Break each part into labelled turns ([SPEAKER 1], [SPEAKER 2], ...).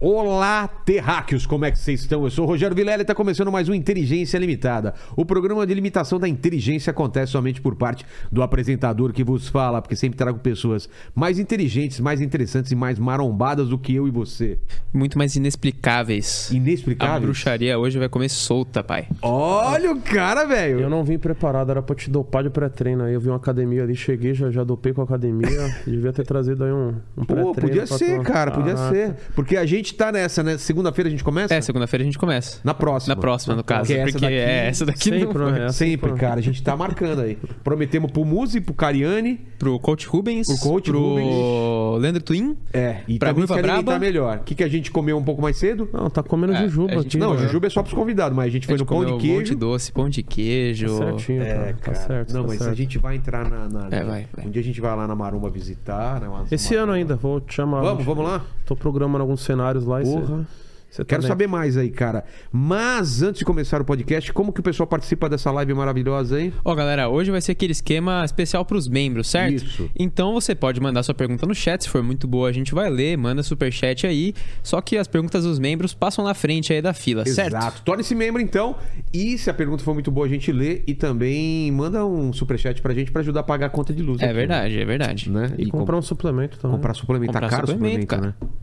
[SPEAKER 1] Olá, terráqueos, como é que vocês estão? Eu sou o Rogério Vilela e está começando mais um Inteligência Limitada. O programa de limitação da inteligência acontece somente por parte do apresentador que vos fala, porque sempre trago pessoas mais inteligentes, mais interessantes e mais marombadas do que eu e você.
[SPEAKER 2] Muito mais inexplicáveis. A
[SPEAKER 1] Inexplicável.
[SPEAKER 2] bruxaria hoje vai comer solta, pai.
[SPEAKER 1] Olha o cara,
[SPEAKER 3] Eu
[SPEAKER 1] velho.
[SPEAKER 3] não vim preparado, era pra te dopar de pré-treino. Aí eu vi uma academia ali, cheguei, já, já dopei com a academia. Devia ter trazido aí um, um
[SPEAKER 1] Pô,
[SPEAKER 3] pré-treino.
[SPEAKER 1] podia
[SPEAKER 3] pra
[SPEAKER 1] ser,
[SPEAKER 3] tu-
[SPEAKER 1] cara, podia
[SPEAKER 2] Ah.
[SPEAKER 3] Caraca.
[SPEAKER 1] ser. Porque a gente tá nessa, né? Segunda-feira a gente começa?
[SPEAKER 2] É, segunda-feira a gente começa.
[SPEAKER 1] Na próxima.
[SPEAKER 2] Na próxima, no caso.
[SPEAKER 1] Porque
[SPEAKER 2] Porque,
[SPEAKER 1] essa daqui-
[SPEAKER 2] é essa Assim, daqui
[SPEAKER 3] Sempre,
[SPEAKER 2] não.
[SPEAKER 3] né?
[SPEAKER 1] Sempre, cara. A gente tá marcando aí. Prometemos pro Muzi, pro Cariani.
[SPEAKER 2] Pro Coach Rubens,
[SPEAKER 1] Pro Coach
[SPEAKER 2] pro
[SPEAKER 1] Rubens.
[SPEAKER 2] Leandro Twin.
[SPEAKER 1] É, e
[SPEAKER 2] Pra
[SPEAKER 1] também
[SPEAKER 2] Ruiva
[SPEAKER 1] se alimentar
[SPEAKER 2] Braba?
[SPEAKER 1] melhor. O que, que a gente comeu um pouco mais cedo?
[SPEAKER 3] Não, tá comendo
[SPEAKER 2] É,
[SPEAKER 3] jujuba
[SPEAKER 2] a gente-
[SPEAKER 3] aqui.
[SPEAKER 1] Não,
[SPEAKER 3] né?
[SPEAKER 1] jujuba é só pros convidados, mas a gente
[SPEAKER 2] A
[SPEAKER 1] foi no
[SPEAKER 2] gente
[SPEAKER 1] pão
[SPEAKER 2] comeu
[SPEAKER 1] de
[SPEAKER 2] um monte de
[SPEAKER 1] queijo.
[SPEAKER 2] doce, pão de
[SPEAKER 3] Tá
[SPEAKER 2] queijo.
[SPEAKER 3] certinho,
[SPEAKER 1] É,
[SPEAKER 3] cara. Tá certo.
[SPEAKER 1] Não,
[SPEAKER 3] tá
[SPEAKER 1] mas
[SPEAKER 3] certo.
[SPEAKER 1] a gente vai entrar na. na-
[SPEAKER 2] É, vai, vai.
[SPEAKER 1] Um dia a gente vai lá na Marumba visitar. né, umas-
[SPEAKER 3] Esse
[SPEAKER 1] uma-
[SPEAKER 3] ano ainda, vou te chamar.
[SPEAKER 1] Vamos, vamos lá?
[SPEAKER 3] Tô programando alguns cenários lá. e cê-
[SPEAKER 1] Porra.
[SPEAKER 3] cê tá
[SPEAKER 1] Quero
[SPEAKER 3] dentro.
[SPEAKER 1] saber mais aí, cara. Mas antes de começar o podcast, como que o pessoal participa dessa live maravilhosa aí?
[SPEAKER 2] Ó, galera, hoje vai ser aquele esquema especial pros membros, certo?
[SPEAKER 1] Isso.
[SPEAKER 2] Então você pode mandar sua pergunta no chat, se for muito boa, a gente vai ler, manda superchat aí. Só que as perguntas dos membros passam na frente aí da fila, certo?
[SPEAKER 1] Exato. Torne-se membro então. E se a pergunta for muito boa, a gente lê e também manda um superchat pra gente pra ajudar a pagar a conta de luz.
[SPEAKER 2] É
[SPEAKER 1] aqui,
[SPEAKER 2] verdade, é verdade.
[SPEAKER 1] Né?
[SPEAKER 3] E comprar um suplemento também.
[SPEAKER 1] Comprar suplemento. Tá
[SPEAKER 2] Comprar
[SPEAKER 1] caro suplemento,
[SPEAKER 2] suplemento,
[SPEAKER 1] né?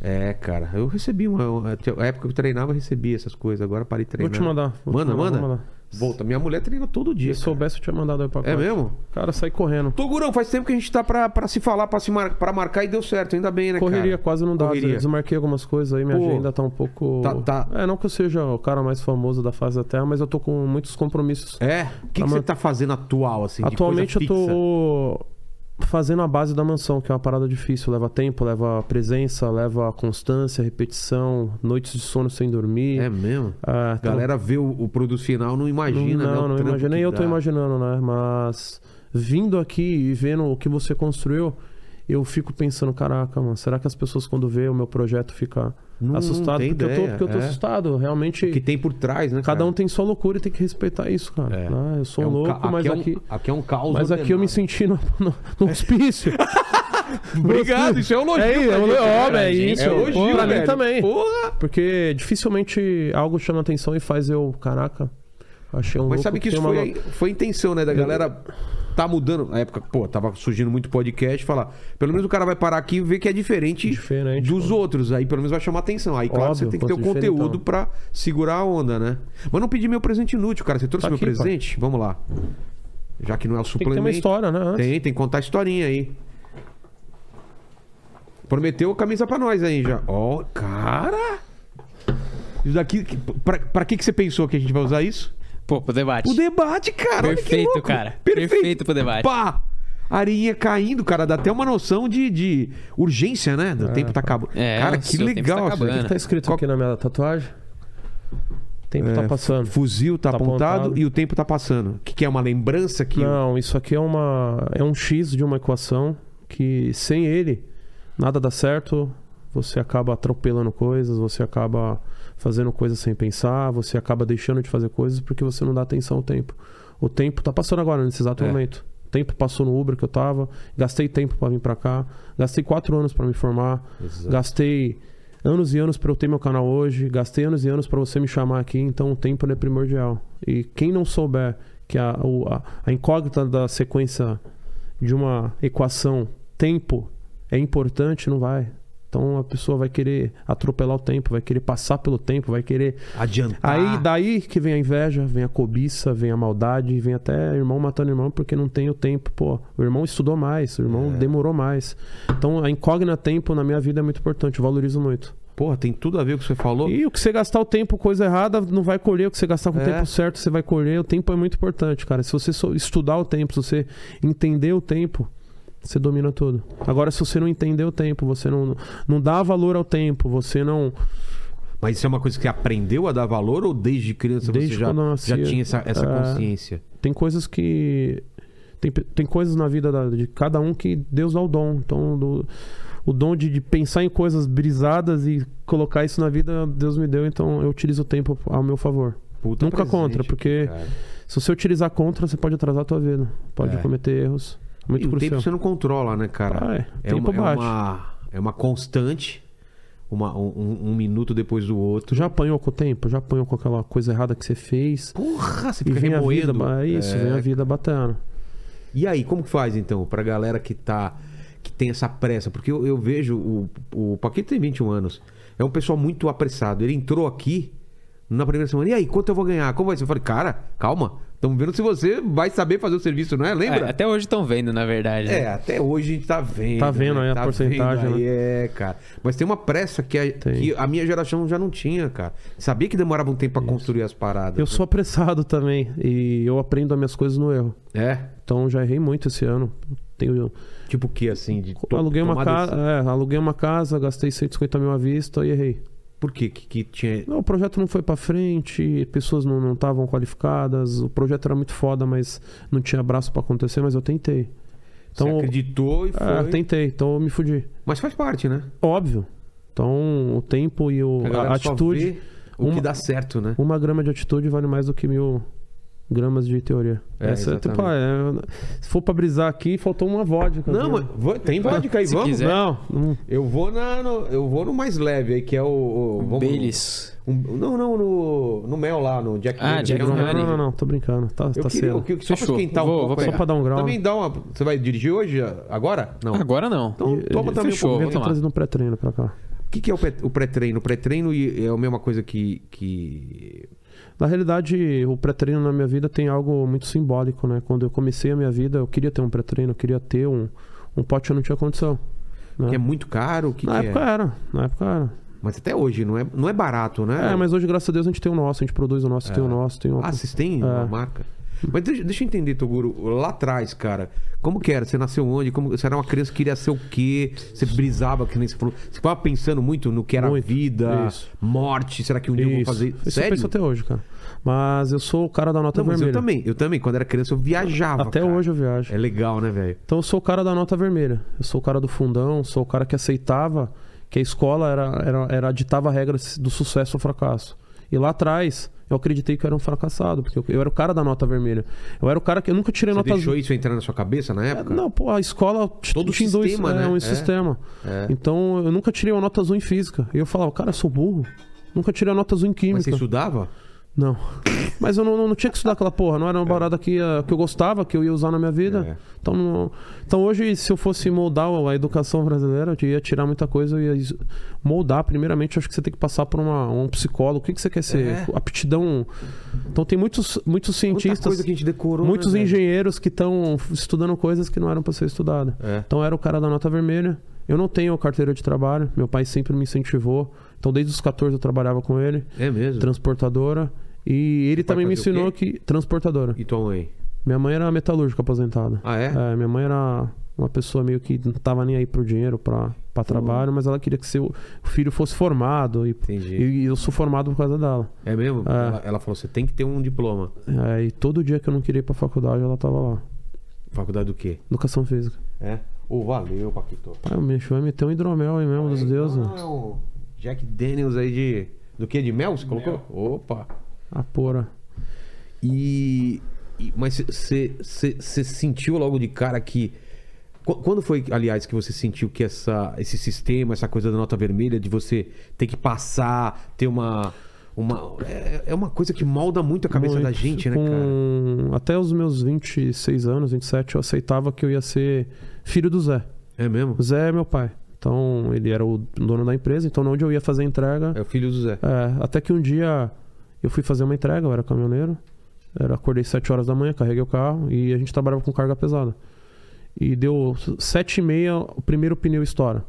[SPEAKER 1] É, cara. Eu recebi uma. eu- A época que eu treinava, eu recebia essas coisas. Agora parei de
[SPEAKER 3] Vou
[SPEAKER 1] treinar.
[SPEAKER 3] te mandar. vou te
[SPEAKER 1] manda,
[SPEAKER 3] mandar,
[SPEAKER 1] manda.
[SPEAKER 3] vou mandar.
[SPEAKER 1] Volta. Minha mulher treina todo dia.
[SPEAKER 3] Se soubesse, eu tinha mandado aí pra
[SPEAKER 1] cara. É mesmo?
[SPEAKER 3] Cara, sai correndo.
[SPEAKER 1] Togurão, faz tempo que a gente tá pra, pra se falar, pra, se mar... pra marcar e deu certo. Ainda bem, né,
[SPEAKER 3] Correria
[SPEAKER 1] cara?
[SPEAKER 3] quase não dá.
[SPEAKER 1] Correria.
[SPEAKER 3] Eu Desmarquei algumas coisas aí, minha
[SPEAKER 1] Pô,
[SPEAKER 3] agenda tá um pouco.
[SPEAKER 1] tá- tá.
[SPEAKER 3] É, não que eu seja o cara mais famoso da face da Terra, mas eu tô com muitos compromissos.
[SPEAKER 1] É? O que, que
[SPEAKER 3] Tá
[SPEAKER 1] você
[SPEAKER 3] man-
[SPEAKER 1] tá fazendo atual, assim? de
[SPEAKER 3] Atualmente eu
[SPEAKER 1] coisa fixa?
[SPEAKER 3] tô fazendo a base da mansão, que é uma parada difícil. Leva tempo, leva presença, leva constância, repetição, noites de sono sem dormir.
[SPEAKER 1] É mesmo?
[SPEAKER 3] Ah,
[SPEAKER 1] A galera vê o, o produto final, não imagina, né?
[SPEAKER 3] não,
[SPEAKER 1] o
[SPEAKER 3] não
[SPEAKER 1] trampo
[SPEAKER 3] imagina. Nem
[SPEAKER 1] que
[SPEAKER 3] eu tô
[SPEAKER 1] dá.
[SPEAKER 3] imaginando, né? Mas vindo aqui e vendo o que você construiu, eu fico pensando, caraca, mano, será que as pessoas quando vê o meu projeto fica
[SPEAKER 1] Não- não
[SPEAKER 3] assustado?
[SPEAKER 1] tem
[SPEAKER 3] porque, eu
[SPEAKER 1] ideia,
[SPEAKER 3] tô, porque eu tô
[SPEAKER 1] é.
[SPEAKER 3] assustado.
[SPEAKER 1] O que
[SPEAKER 3] Realmente,
[SPEAKER 1] tem por trás, né?
[SPEAKER 3] cada
[SPEAKER 1] cara?
[SPEAKER 3] um tem só loucura e tem que respeitar isso, cara.
[SPEAKER 1] É.
[SPEAKER 3] né? Eu sou
[SPEAKER 1] É
[SPEAKER 3] um
[SPEAKER 1] ca-
[SPEAKER 3] louco, mas
[SPEAKER 1] é um-
[SPEAKER 3] aqui...
[SPEAKER 1] aqui é um caos.
[SPEAKER 3] Mas aqui eu me
[SPEAKER 1] ordenado.
[SPEAKER 3] senti no, no, no hospício.
[SPEAKER 1] Obrigado, isso é um elogio.
[SPEAKER 3] É,
[SPEAKER 1] pra
[SPEAKER 3] é um-
[SPEAKER 1] gente,
[SPEAKER 3] ó,
[SPEAKER 1] cara.
[SPEAKER 3] é isso.
[SPEAKER 1] É elogio,
[SPEAKER 3] Pra mim
[SPEAKER 1] velho.
[SPEAKER 3] também.
[SPEAKER 1] Porra!
[SPEAKER 3] Porque dificilmente algo chama atenção e faz eu, caraca, achei um
[SPEAKER 1] Mas
[SPEAKER 3] louco
[SPEAKER 1] sabe que
[SPEAKER 3] tem
[SPEAKER 1] isso
[SPEAKER 3] uma
[SPEAKER 1] foi,
[SPEAKER 3] lo-
[SPEAKER 1] foi a intenção, né? Da galera tá mudando. Na época, pô, tava surgindo muito podcast, falar. Pelo menos o cara vai parar aqui e ver que é diferente,
[SPEAKER 3] Diferente,
[SPEAKER 1] dos outros. Aí pelo menos vai chamar atenção. Aí, claro,
[SPEAKER 3] Óbvio,
[SPEAKER 1] você tem que ter o
[SPEAKER 3] coisa
[SPEAKER 1] conteúdo
[SPEAKER 3] diferentão.
[SPEAKER 1] pra segurar a onda, né? Mas não pedi meu presente inútil, cara. Você trouxe
[SPEAKER 3] Tá
[SPEAKER 1] meu
[SPEAKER 3] aqui,
[SPEAKER 1] presente? Vamos lá. Já que não é o
[SPEAKER 3] Tem que ter
[SPEAKER 1] suplemento.
[SPEAKER 3] uma história, né? antes.
[SPEAKER 1] Tem, tem que contar a historinha aí. Prometeu camisa pra nós aí já. Ó, cara! Isso daqui. Pra, pra que, que você pensou que a gente vai usar isso?
[SPEAKER 2] Pô, pro debate.
[SPEAKER 1] O debate, cara. olha que
[SPEAKER 2] Perfeito,
[SPEAKER 1] louco.
[SPEAKER 2] cara. Perfeito pro debate.
[SPEAKER 1] Pá! Arinha caindo, cara. Dá até uma noção de, de urgência, né? O tempo tá acabando.
[SPEAKER 2] É,
[SPEAKER 1] cara,
[SPEAKER 2] o
[SPEAKER 1] que
[SPEAKER 2] seu tempo tá
[SPEAKER 1] legal. isso
[SPEAKER 2] acabando.
[SPEAKER 1] aqui.
[SPEAKER 3] Tá escrito
[SPEAKER 1] Né? Qual-
[SPEAKER 3] aqui na minha tatuagem. Tempo tá
[SPEAKER 1] É,
[SPEAKER 3] passando.
[SPEAKER 1] Fuzil tá,
[SPEAKER 3] Tá
[SPEAKER 1] apontado,
[SPEAKER 3] apontado.
[SPEAKER 1] e o tempo tá passando. O que, que é uma lembrança que.
[SPEAKER 3] Não, isso aqui é uma é um x de uma equação que sem ele nada dá certo. Você acaba atropelando coisas, você acaba fazendo coisas sem pensar, você acaba deixando de fazer coisas porque você não dá atenção ao tempo. O tempo tá passando agora nesse exato
[SPEAKER 1] É.
[SPEAKER 3] momento. O tempo passou no Uber que eu tava, gastei tempo pra vir pra cá, gastei quatro anos pra me formar,
[SPEAKER 1] Exato.
[SPEAKER 3] gastei anos e anos pra eu ter meu canal hoje, gastei anos e anos pra você me chamar aqui, então o tempo ele é primordial. E quem não souber que a, o- a, a incógnita da sequência de uma equação tempo é importante, não vai. Então a pessoa vai querer atropelar o tempo, vai querer passar pelo tempo, vai querer.
[SPEAKER 1] Adiantar.
[SPEAKER 3] Aí daí que vem a inveja, vem a cobiça, vem a maldade, vem até irmão matando irmão porque não tem o tempo. Pô, o irmão estudou mais, o irmão demorou mais. Então a incógnita tempo na minha vida é muito importante, eu valorizo muito.
[SPEAKER 1] Porra, tem tudo a ver com o que você falou.
[SPEAKER 3] E o que você gastar o tempo coisa errada, não vai colher. O que você gastar com o
[SPEAKER 1] É.
[SPEAKER 3] tempo certo, você vai colher. O tempo é muito importante, cara. Se você só estudar o tempo, se você entender o tempo, você domina tudo. Agora, se você não entender o tempo, você não, não dá valor ao tempo, você não.
[SPEAKER 1] Mas isso é uma coisa que você aprendeu a dar valor ou desde criança
[SPEAKER 3] Desde
[SPEAKER 1] você já,
[SPEAKER 3] quando eu nasci,
[SPEAKER 1] já tinha essa, essa
[SPEAKER 3] é.
[SPEAKER 1] consciência?
[SPEAKER 3] Tem coisas que. Tem, pe- tem coisas na vida da- de cada um que Deus dá o dom. Então, do- o dom de, de pensar em coisas brisadas e colocar isso na vida, Deus me deu. Então, eu utilizo o tempo ao meu favor.
[SPEAKER 1] Puta
[SPEAKER 3] Nunca contra, porque
[SPEAKER 1] cara.
[SPEAKER 3] Se você utilizar contra, você pode atrasar a tua vida. Pode
[SPEAKER 1] É.
[SPEAKER 3] cometer erros.
[SPEAKER 1] e
[SPEAKER 3] Muito
[SPEAKER 1] o tempo
[SPEAKER 3] crucial.
[SPEAKER 1] você não controla, né, cara?
[SPEAKER 3] Ah, é.
[SPEAKER 1] é,
[SPEAKER 3] Tempo
[SPEAKER 1] uma, é,
[SPEAKER 3] bate.
[SPEAKER 1] uma, é uma constante. uma- um- um, um minuto depois do
[SPEAKER 3] Tu
[SPEAKER 1] outro.
[SPEAKER 3] já apanhou com o tempo? Já apanhou com aquela coisa errada que você fez?
[SPEAKER 1] Porra, você
[SPEAKER 3] E
[SPEAKER 1] fica
[SPEAKER 3] vem a vida,
[SPEAKER 1] remoendo.
[SPEAKER 3] ba- isso,
[SPEAKER 1] É,
[SPEAKER 3] vem a vida batendo.
[SPEAKER 1] E aí, como que faz então pra galera que tá que tem essa pressa? Porque eu, eu vejo o, o Paquito tem 21 anos. É um pessoal muito apressado. Ele entrou aqui na primeira semana. E aí, quanto eu vou ganhar? Como vai ser? Eu falei, cara, calma. Estamos vendo se você vai saber fazer o serviço, não é? Lembra?
[SPEAKER 2] É, até hoje estão vendo, na verdade. né?
[SPEAKER 1] É, até hoje a gente tá vendo.
[SPEAKER 3] Tá vendo aí a
[SPEAKER 1] Tá
[SPEAKER 3] porcentagem, né?
[SPEAKER 1] vendo aí, É, cara. Mas tem uma pressa que a,
[SPEAKER 3] Tem.
[SPEAKER 1] que a minha geração já não tinha, cara. Sabia que demorava um tempo pra construir as paradas.
[SPEAKER 3] Eu sou apressado também e eu aprendo as minhas coisas no erro.
[SPEAKER 1] É?
[SPEAKER 3] Então já errei muito esse ano. Tenho,
[SPEAKER 1] Tipo o que, assim? De to-
[SPEAKER 3] aluguei, uma
[SPEAKER 1] tomar
[SPEAKER 3] casa,
[SPEAKER 1] decisão.
[SPEAKER 3] é, aluguei uma casa, gastei 150 mil à vista e errei.
[SPEAKER 1] Por quê? Que, que tinha...
[SPEAKER 3] Não, o projeto não foi pra frente, pessoas não não estavam qualificadas, o projeto era muito foda, mas não tinha braço pra acontecer, mas eu tentei. Então,
[SPEAKER 1] Você acreditou e foi...
[SPEAKER 3] é, eu tentei, então eu me fudi.
[SPEAKER 1] Mas faz parte, né?
[SPEAKER 3] Óbvio. Então, o tempo e o,
[SPEAKER 1] A
[SPEAKER 3] a,
[SPEAKER 1] galera só
[SPEAKER 3] atitude. um
[SPEAKER 1] vê o que
[SPEAKER 3] uma-
[SPEAKER 1] dá certo, né?
[SPEAKER 3] Uma grama de atitude vale mais do que mil gramas de teoria.
[SPEAKER 1] É,
[SPEAKER 3] Essa é, tipo,
[SPEAKER 1] exatamente.
[SPEAKER 3] ah, é, se for pra brisar aqui, faltou uma vodka.
[SPEAKER 1] Não,
[SPEAKER 3] viu?
[SPEAKER 1] mas vo- tem vodka aí,
[SPEAKER 2] Se
[SPEAKER 1] vamos?
[SPEAKER 2] quiser.
[SPEAKER 3] Não, não.
[SPEAKER 1] Eu vou na, no, eu vou no mais leve aí, que é o... o vamos-
[SPEAKER 2] Baileys.
[SPEAKER 1] um- não, não, no, no mel lá, no Jack
[SPEAKER 2] Ah,
[SPEAKER 1] Daniels.
[SPEAKER 2] Jack
[SPEAKER 1] É um-
[SPEAKER 3] Não,
[SPEAKER 2] Honey.
[SPEAKER 3] não, não, não, tô brincando. Tá,
[SPEAKER 1] Eu
[SPEAKER 3] tá
[SPEAKER 1] queria, eu
[SPEAKER 3] cedo.
[SPEAKER 1] queria- só pra
[SPEAKER 2] Fechou.
[SPEAKER 1] esquentar um
[SPEAKER 2] Vou-
[SPEAKER 1] pouco.
[SPEAKER 2] vou
[SPEAKER 1] aí.
[SPEAKER 3] pegar. Só pra dar um grau.
[SPEAKER 1] Também dá uma... Você vai dirigir hoje? Agora? Não.
[SPEAKER 2] Agora não.
[SPEAKER 1] Então toma também um
[SPEAKER 2] fechou,
[SPEAKER 1] pouco.
[SPEAKER 3] Eu
[SPEAKER 2] vou
[SPEAKER 3] tô
[SPEAKER 2] tomar.
[SPEAKER 3] trazendo um pré-treino pra cá.
[SPEAKER 1] O que, que é o pré- o pré-treino? O pré-treino e- é a mesma coisa que... que...
[SPEAKER 3] Na realidade, o pré-treino na minha vida tem algo muito simbólico, né? Quando eu comecei a minha vida, eu queria ter um pré-treino, eu queria ter um, um pote, eu não tinha condição. né?
[SPEAKER 1] que é muito caro? O que,
[SPEAKER 3] na
[SPEAKER 1] que
[SPEAKER 3] época
[SPEAKER 1] é?
[SPEAKER 3] era, na época era.
[SPEAKER 1] Mas até hoje, não é, não é barato, né?
[SPEAKER 3] É, mas hoje, graças a Deus, a gente tem o nosso, a gente produz o nosso, tem o nosso, tem o
[SPEAKER 1] Ah, vocês têm
[SPEAKER 3] É.
[SPEAKER 1] uma marca? Mas deixa, deixa eu entender, Toguro, lá atrás, cara, como que era? Você nasceu onde? Como, você era uma criança que queria ser o quê? Você brisava, que nem você falou. Você ficava pensando muito no que era
[SPEAKER 3] Muito,
[SPEAKER 1] vida,
[SPEAKER 3] isso.
[SPEAKER 1] morte, será que um dia eu vou fazer.
[SPEAKER 3] Isso eu
[SPEAKER 1] Sério?
[SPEAKER 3] penso até hoje, cara. Mas eu sou o cara da nota
[SPEAKER 1] Não, mas
[SPEAKER 3] vermelha.
[SPEAKER 1] eu também, eu também. Quando era criança, eu viajava.
[SPEAKER 3] Até
[SPEAKER 1] cara.
[SPEAKER 3] hoje eu viajo.
[SPEAKER 1] É legal, né, velho?
[SPEAKER 3] Então eu sou o cara da nota vermelha. Eu sou o cara do fundão, sou o cara que aceitava que a escola era, era, era ditava regras do sucesso ou fracasso. E lá atrás, eu acreditei que eu era um fracassado, porque eu, eu era o cara da nota vermelha. Eu era o cara que eu nunca tirei
[SPEAKER 1] Você
[SPEAKER 3] nota
[SPEAKER 1] deixou
[SPEAKER 3] azul.
[SPEAKER 1] isso entrar na sua cabeça na época?
[SPEAKER 3] Não, pô, a escola te-
[SPEAKER 1] Todo
[SPEAKER 3] te induz,
[SPEAKER 1] sistema,
[SPEAKER 3] é,
[SPEAKER 1] né?
[SPEAKER 3] um
[SPEAKER 1] É.
[SPEAKER 3] sistema.
[SPEAKER 1] É.
[SPEAKER 3] Então eu nunca tirei uma nota azul em física. E eu falava, cara, eu sou burro. Nunca tirei a nota azul em
[SPEAKER 1] Mas você
[SPEAKER 3] química.
[SPEAKER 1] estudava?
[SPEAKER 3] Não. Mas eu não, não- não tinha que estudar aquela porra, não era uma parada que, ah, que eu gostava, que eu ia usar na minha vida.
[SPEAKER 1] É.
[SPEAKER 3] Então, não- então hoje, se eu fosse moldar a educação brasileira, eu ia tirar muita coisa, eu ia is- moldar. Primeiramente, eu acho que você tem que passar por uma- um psicólogo. O que, que você quer ser?
[SPEAKER 1] É.
[SPEAKER 3] Aptidão. Então tem muitos, muitos
[SPEAKER 1] Quanta
[SPEAKER 3] cientistas,
[SPEAKER 1] coisa que a gente decorou.
[SPEAKER 3] muitos
[SPEAKER 1] né, velho?
[SPEAKER 3] engenheiros que estão estudando coisas que não eram para ser estudadas.
[SPEAKER 1] É.
[SPEAKER 3] Então eu era o cara da nota vermelha. Eu não tenho carteira de trabalho, meu pai sempre me incentivou. Então desde os 14 eu trabalhava com ele
[SPEAKER 1] É mesmo.
[SPEAKER 3] transportadora. E ele
[SPEAKER 1] pai
[SPEAKER 3] também me
[SPEAKER 1] fazia o
[SPEAKER 3] ensinou que. Transportadora.
[SPEAKER 1] E tua mãe?
[SPEAKER 3] Minha mãe era metalúrgica aposentada.
[SPEAKER 1] Ah, é?
[SPEAKER 3] minha mãe era uma pessoa meio que não tava nem aí pro dinheiro, pra, pra trabalho, mas ela queria que seu filho fosse formado. E,
[SPEAKER 1] Entendi.
[SPEAKER 3] e eu sou formado por causa dela.
[SPEAKER 1] É mesmo?
[SPEAKER 3] É.
[SPEAKER 1] Ela, ela falou: você tem que ter um diploma.
[SPEAKER 3] É, e todo dia que eu não queria ir pra faculdade, ela tava lá.
[SPEAKER 1] Faculdade do quê?
[SPEAKER 3] Educação física.
[SPEAKER 1] É. Ô, valeu, Paquito.
[SPEAKER 3] Pai, o bicho vai meter um hidromel aí mesmo, dos deuses.
[SPEAKER 1] Não, é um Jack Daniels aí de. Do que? De mel? Você colocou? Opa.
[SPEAKER 3] A porra.
[SPEAKER 1] E. e- mas você sentiu logo de cara que. Qu- Quando foi, aliás, que você sentiu que essa, esse sistema, essa coisa da nota vermelha, de você ter que passar, ter uma. uma é, é uma coisa que molda muito a cabeça
[SPEAKER 3] Muito.
[SPEAKER 1] da gente, né, cara?
[SPEAKER 3] Com- Até os meus 26 anos, 27, eu aceitava que eu ia ser filho do Zé.
[SPEAKER 1] É mesmo?
[SPEAKER 3] O Zé é meu pai. Então, ele era o dono da empresa, então onde eu ia fazer a entrega.
[SPEAKER 1] É o filho do Zé.
[SPEAKER 3] É, até que um dia eu fui fazer uma entrega, eu era caminhoneiro. Era, acordei 7 horas da manhã, carreguei o carro e a gente trabalhava com carga pesada. E deu 7 e meia, o primeiro pneu estoura.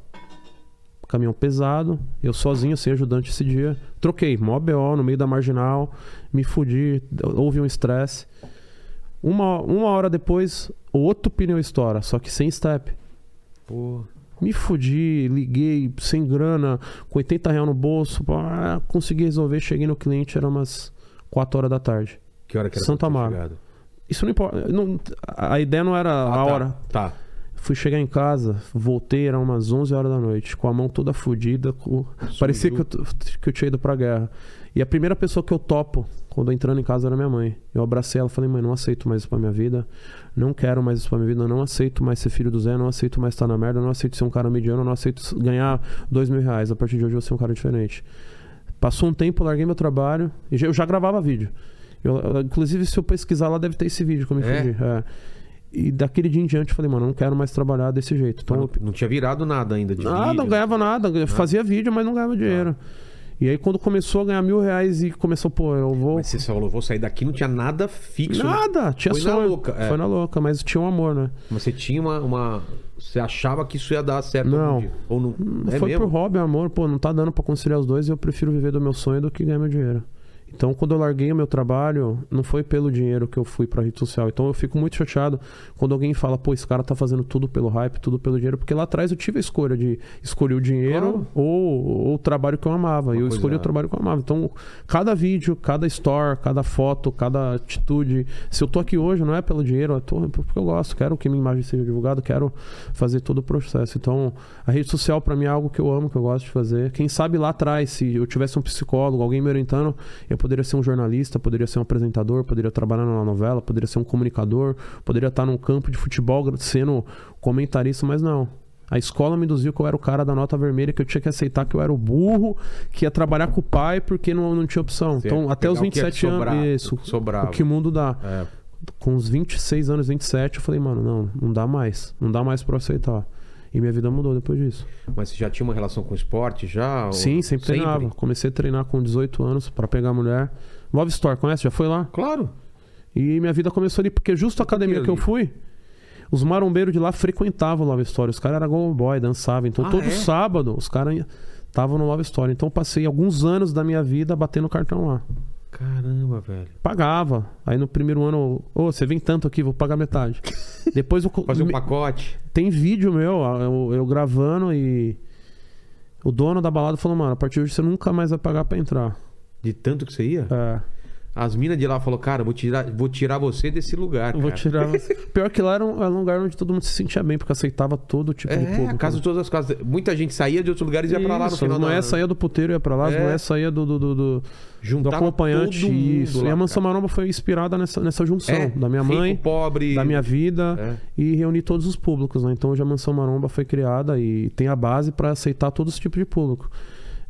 [SPEAKER 3] Caminhão pesado, eu sozinho, sem ajudante esse dia. Troquei, mó BO no meio da marginal, me fudi, houve um estresse. Uma, uma hora depois, outro pneu estoura, só que sem step.
[SPEAKER 1] Pô.
[SPEAKER 3] Me fudi, liguei sem grana, com 80 reais no bolso, pá, consegui resolver, cheguei no cliente, era umas 4 horas da tarde.
[SPEAKER 1] Que hora que era?
[SPEAKER 3] Santa
[SPEAKER 1] pra ter
[SPEAKER 3] Amaro.
[SPEAKER 1] chegado?
[SPEAKER 3] Isso não importa. não- a a ideia não era
[SPEAKER 1] Ah,
[SPEAKER 3] a
[SPEAKER 1] tá,
[SPEAKER 3] hora.
[SPEAKER 1] Tá.
[SPEAKER 3] Fui chegar em casa, voltei, era umas 11 horas da noite, com a mão toda fodida. com- Parecia que eu, t- que eu tinha ido pra guerra. E a primeira pessoa que eu topo, quando entrando em casa, era minha mãe. Eu abracei ela falei, mãe, não aceito mais isso pra minha vida. Não quero mais isso pra minha vida. Não aceito mais ser filho do Zé. Não aceito mais estar na merda. Não aceito ser um cara mediano. Não aceito s- ganhar dois mil reais. A partir de hoje eu vou ser um cara diferente. Passou um tempo, eu larguei meu trabalho. E já- eu já gravava vídeo. Eu- eu- inclusive, se eu pesquisar lá, deve ter esse vídeo como eu me
[SPEAKER 1] É?
[SPEAKER 3] fugir. É. E daquele dia em diante eu falei, mano, eu não quero mais trabalhar desse jeito. Então, eu-
[SPEAKER 1] Não, não tinha virado nada ainda de
[SPEAKER 3] ah,
[SPEAKER 1] vídeo.
[SPEAKER 3] não ganhava nada.
[SPEAKER 1] Né?
[SPEAKER 3] Eu Fazia vídeo, mas não ganhava dinheiro. E aí, quando começou a ganhar mil reais e começou, pô, eu vou.
[SPEAKER 1] Mas você falou, vou sair daqui, não tinha nada fixo. né?
[SPEAKER 3] Nada, tinha
[SPEAKER 1] Foi na
[SPEAKER 3] sonho.
[SPEAKER 1] louca, é.
[SPEAKER 3] Foi na louca, mas tinha um amor, né?
[SPEAKER 1] Mas você tinha uma, uma- Você achava que isso ia dar certo algum
[SPEAKER 3] Não.
[SPEAKER 1] dia. Ou não. É
[SPEAKER 3] foi
[SPEAKER 1] mesmo?
[SPEAKER 3] pro hobby, amor, pô, não tá dando pra conciliar os dois e eu prefiro viver do meu sonho do que ganhar meu dinheiro. Então, quando eu larguei o meu trabalho, não foi pelo dinheiro que eu fui pra rede social. Então, eu fico muito chateado quando alguém fala, pô, esse cara tá fazendo tudo pelo hype, tudo pelo dinheiro, porque lá atrás eu tive a escolha de escolher o dinheiro
[SPEAKER 1] Claro.
[SPEAKER 3] ou, ou o trabalho que eu amava. E eu
[SPEAKER 1] coisa
[SPEAKER 3] escolhi o
[SPEAKER 1] é-
[SPEAKER 3] trabalho que eu amava. Então, cada vídeo, cada store, cada foto, cada atitude. Se eu tô aqui hoje, não é pelo dinheiro, eu tô porque eu gosto, quero que minha imagem seja divulgada, quero fazer todo o processo. Então, a rede social pra mim é algo que eu amo, que eu gosto de fazer. Quem sabe lá atrás, se eu tivesse um psicólogo, alguém me orientando, eu poderia ser um jornalista, poderia ser um apresentador, poderia trabalhar numa novela, poderia ser um comunicador, poderia estar num campo de futebol sendo comentarista, mas não. A escola me induziu que eu era o cara da nota vermelha, que eu tinha que aceitar que eu era o burro, que ia trabalhar com o pai porque não, não tinha opção.
[SPEAKER 1] Você
[SPEAKER 3] então,
[SPEAKER 1] ia
[SPEAKER 3] até os
[SPEAKER 1] pegar o que
[SPEAKER 3] 27
[SPEAKER 1] sobrar,
[SPEAKER 3] anos. Isso.
[SPEAKER 1] o que sobrava.
[SPEAKER 3] O que o mundo dá.
[SPEAKER 1] É.
[SPEAKER 3] Com os 26 anos, 27, eu falei, mano, não, não dá mais. Não dá mais pra eu aceitar. E minha vida mudou depois disso.
[SPEAKER 1] Mas você já tinha uma relação com o esporte já? Ou-
[SPEAKER 3] Sim, sempre treinava. Comecei a treinar com 18 anos pra pegar mulher. Love Store, conhece? Já foi lá?
[SPEAKER 1] Claro.
[SPEAKER 3] E minha vida começou ali, porque justo a academia que eu
[SPEAKER 1] ali?
[SPEAKER 3] fui, os marombeiros de lá frequentavam o Love Story. Os caras eram go boy, dançavam. Então
[SPEAKER 1] Ah,
[SPEAKER 3] todo
[SPEAKER 1] é?
[SPEAKER 3] sábado os caras estavam no Love Story. Então eu passei alguns anos da minha vida batendo cartão lá.
[SPEAKER 1] Caramba, velho.
[SPEAKER 3] Pagava. Aí no primeiro ano, ô, você vem tanto aqui, vou pagar metade. Depois eu. co-
[SPEAKER 1] Fazer um
[SPEAKER 3] me-
[SPEAKER 1] pacote.
[SPEAKER 3] Tem vídeo meu, eu, eu gravando e. O dono da balada falou, mano, a partir de hoje você nunca mais vai pagar pra entrar.
[SPEAKER 1] De tanto que você ia?
[SPEAKER 3] É.
[SPEAKER 1] As minas de lá falaram, cara, vou tirar, vou tirar você desse lugar.
[SPEAKER 3] Eu vou
[SPEAKER 1] É, cara.
[SPEAKER 3] tirar. você. Pior que lá era um, era um lugar onde todo mundo se sentia bem, porque aceitava todo tipo de
[SPEAKER 1] É,
[SPEAKER 3] público.
[SPEAKER 1] a casa de todas as casas. Muita gente saía de outros lugares e ia pra lá no
[SPEAKER 3] Isso,
[SPEAKER 1] final
[SPEAKER 3] Não
[SPEAKER 1] da...
[SPEAKER 3] é saía do puteiro, ia pra lá,
[SPEAKER 1] É.
[SPEAKER 3] não é saía do, do, do, do- do
[SPEAKER 1] Juntava
[SPEAKER 3] acompanhante.
[SPEAKER 1] todo mundo
[SPEAKER 3] isso.
[SPEAKER 1] lá,
[SPEAKER 3] e a Mansão
[SPEAKER 1] cara.
[SPEAKER 3] Maromba foi inspirada nessa, nessa junção
[SPEAKER 1] É,
[SPEAKER 3] da minha
[SPEAKER 1] rico,
[SPEAKER 3] mãe,
[SPEAKER 1] pobre...
[SPEAKER 3] da minha vida
[SPEAKER 1] É.
[SPEAKER 3] e reunir todos os públicos. Né? Então hoje a Mansão Maromba foi criada e tem a base pra aceitar todos os tipos de público.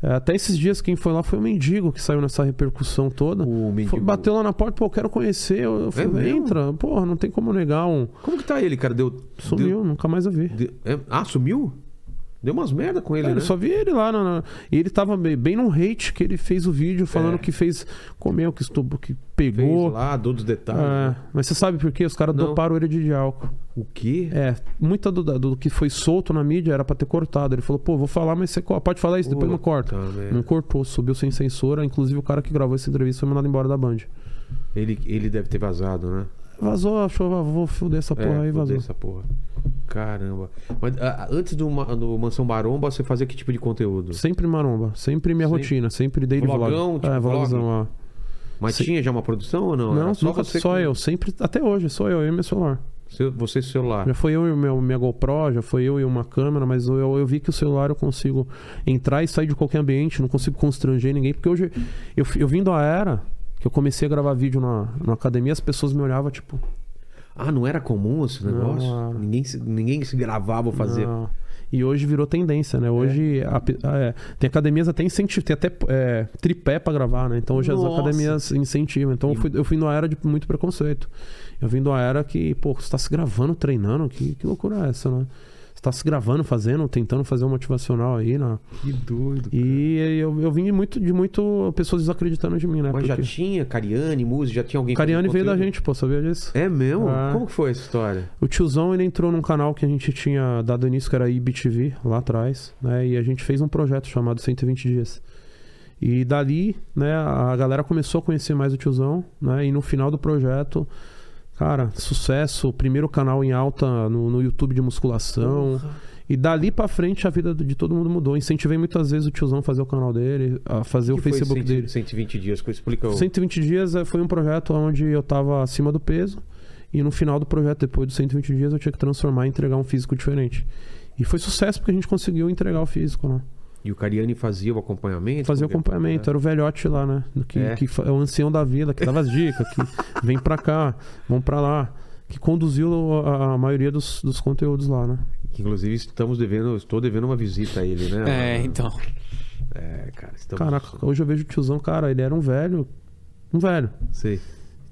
[SPEAKER 3] É, Até esses dias, quem foi lá foi o mendigo que saiu nessa repercussão toda.
[SPEAKER 1] O mendigo. É
[SPEAKER 3] Foi- bateu lá na porta, pô, eu quero conhecer. Eu, eu falei,
[SPEAKER 1] mesmo?
[SPEAKER 3] entra, porra, não tem como negar um.
[SPEAKER 1] Como que tá ele, cara? Deu...
[SPEAKER 3] Sumiu, nunca mais eu vi.
[SPEAKER 1] deu- de- é? Ah, sumiu? Deu umas merda com ele,
[SPEAKER 3] Cara,
[SPEAKER 1] né?
[SPEAKER 3] eu só vi ele lá. Na, na- e ele tava bem, bem num hate que ele fez o vídeo falando
[SPEAKER 1] É.
[SPEAKER 3] que fez. Comeu, que estupro, que
[SPEAKER 1] Fez
[SPEAKER 3] pegou.
[SPEAKER 1] lá, todos os detalhes.
[SPEAKER 3] É, mas você sabe por quê? Os caras
[SPEAKER 1] Não.
[SPEAKER 3] doparam ele de álcool.
[SPEAKER 1] O quê?
[SPEAKER 3] É, muita do, do que foi solto na mídia era pra ter cortado. Ele falou, pô, vou falar, mas você co- pode falar isso, depois não
[SPEAKER 1] Puta
[SPEAKER 3] corta.
[SPEAKER 1] merda.
[SPEAKER 3] Não cortou, subiu sem censura. Inclusive, o cara que gravou essa entrevista foi mandado embora da Band.
[SPEAKER 1] Ele, ele deve ter vazado, né?
[SPEAKER 3] Vazou, achou, "Ah, vou fuder
[SPEAKER 1] É,
[SPEAKER 3] essa porra aí,
[SPEAKER 1] fudeu
[SPEAKER 3] vazou.
[SPEAKER 1] essa porra. Caramba. Mas ah, antes do, ma- do Mansão Maromba, você fazia que tipo de conteúdo?
[SPEAKER 3] Sempre maromba, sempre minha
[SPEAKER 1] Sempre.
[SPEAKER 3] rotina, sempre daily
[SPEAKER 1] Vlogão,
[SPEAKER 3] vlog.
[SPEAKER 1] tipo
[SPEAKER 3] é,
[SPEAKER 1] vlog?
[SPEAKER 3] vlogzão, ó.
[SPEAKER 1] Mas
[SPEAKER 3] Sim.
[SPEAKER 1] tinha já uma produção ou não?
[SPEAKER 3] Não,
[SPEAKER 1] Era
[SPEAKER 3] só, nunca,
[SPEAKER 1] você
[SPEAKER 3] só
[SPEAKER 1] com-
[SPEAKER 3] eu, sempre, até hoje, só eu e meu celular.
[SPEAKER 1] seu- Você e seu celular.
[SPEAKER 3] Já foi eu e meu, minha GoPro, já foi eu e uma câmera, mas eu, eu vi que o celular eu consigo entrar e sair de qualquer ambiente, não consigo constranger ninguém, porque hoje eu, fi- eu vim da era que eu comecei a gravar vídeo na, na academia, as pessoas me olhavam tipo.
[SPEAKER 1] Ah, não era comum esse
[SPEAKER 3] Não,
[SPEAKER 1] negócio?
[SPEAKER 3] não era.
[SPEAKER 1] Ninguém, se, ninguém se gravava ou fazia.
[SPEAKER 3] "Não". tipo, E hoje virou tendência, né? Hoje a pe- a- é, tem academias até incentivo, tem até é, tripé pra gravar, né? Então hoje as
[SPEAKER 1] Nossa.
[SPEAKER 3] academias incentivam. Então eu fui, eu fui numa era de muito preconceito. Eu vim de uma era que, pô, você tá se gravando, treinando, que, que loucura é essa, né? Você tá se gravando, fazendo, tentando fazer um motivacional aí, né?
[SPEAKER 1] Que doido.
[SPEAKER 3] E eu, eu vim de muito, de muito pessoas desacreditando de mim, né?
[SPEAKER 1] Mas já
[SPEAKER 3] Porque
[SPEAKER 1] tinha Cariani, Muzi, já tinha alguém...
[SPEAKER 3] o Cariani
[SPEAKER 1] fazendo
[SPEAKER 3] veio da
[SPEAKER 1] conteúdo?
[SPEAKER 3] gente, pô, sabia disso?
[SPEAKER 1] É mesmo?
[SPEAKER 3] Ah.
[SPEAKER 1] Como que foi essa história?
[SPEAKER 3] O tiozão ele entrou num canal que a gente tinha dado início, que era IBTV, lá atrás, né? E a gente fez um projeto chamado 120 Dias. E dali, né, a galera começou a conhecer mais o tiozão, né? E no final do projeto, cara, sucesso, primeiro canal em alta no, no YouTube de musculação. E dali pra frente a vida de todo mundo mudou. Incentivei muitas vezes o tiozão a fazer o canal dele, a fazer o
[SPEAKER 1] que foi
[SPEAKER 3] Facebook
[SPEAKER 1] 100
[SPEAKER 3] dele.
[SPEAKER 1] 120 dias, explica o...
[SPEAKER 3] 120 dias eh, foi um projeto onde eu tava acima do peso E no final do projeto, depois dos 120 dias, eu tinha que transformar e entregar um físico diferente. E foi sucesso porque a gente conseguiu entregar o físico, né?
[SPEAKER 1] E o Cariani fazia o acompanhamento?
[SPEAKER 3] Fazia o acompanhamento, era o velhote lá, né? Que
[SPEAKER 1] É.
[SPEAKER 3] é, que fa- é o ancião da vila, que dava as dicas, que vem pra cá, vamos pra lá. Que conduziu a, a maioria dos, dos conteúdos lá, né?
[SPEAKER 1] Que, Inclusive, estamos devendo, estou devendo uma visita a ele, né?
[SPEAKER 2] É, então.
[SPEAKER 1] É, cara, estamos...
[SPEAKER 3] Caraca, hoje eu vejo o tiozão, cara, ele era um velho. Um velho.
[SPEAKER 1] Sei.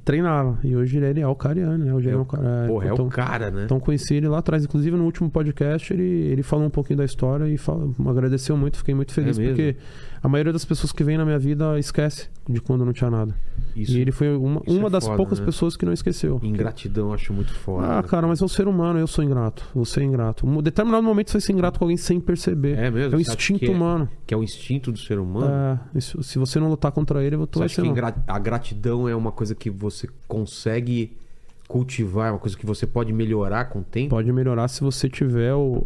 [SPEAKER 3] Treinava. E hoje ele é o Cariani, né? Hoje ele é,
[SPEAKER 1] É o-
[SPEAKER 3] o cara.
[SPEAKER 1] Porra, é
[SPEAKER 3] então-
[SPEAKER 1] o cara, né?
[SPEAKER 3] Então conheci ele lá atrás. Inclusive, no último podcast, ele, ele falou um pouquinho da história e fala- agradeceu muito, fiquei muito feliz,
[SPEAKER 1] É mesmo?
[SPEAKER 3] porque a maioria das pessoas que vem na minha vida esquece de quando não tinha nada.
[SPEAKER 1] Isso,
[SPEAKER 3] e ele foi uma,
[SPEAKER 1] isso
[SPEAKER 3] uma
[SPEAKER 1] é
[SPEAKER 3] das
[SPEAKER 1] foda,
[SPEAKER 3] poucas
[SPEAKER 1] né?
[SPEAKER 3] pessoas que não esqueceu.
[SPEAKER 1] ingratidão, acho muito foda.
[SPEAKER 3] Ah,
[SPEAKER 1] né?
[SPEAKER 3] cara, mas é um ser humano, eu sou ingrato. Você é ingrato. Em determinado momento você é ingrato com alguém sem perceber.
[SPEAKER 1] É mesmo?
[SPEAKER 3] o
[SPEAKER 1] Você acha
[SPEAKER 3] instinto
[SPEAKER 1] que é-
[SPEAKER 3] humano.
[SPEAKER 1] Que é o instinto do ser humano.
[SPEAKER 3] É, isso- se você não lutar contra ele, você
[SPEAKER 1] Você
[SPEAKER 3] vai
[SPEAKER 1] acha
[SPEAKER 3] ser.
[SPEAKER 1] que
[SPEAKER 3] um.
[SPEAKER 1] ingra- a gratidão é uma coisa que você consegue cultivar, é uma coisa que você pode melhorar com o tempo?
[SPEAKER 3] Pode melhorar se você tiver o-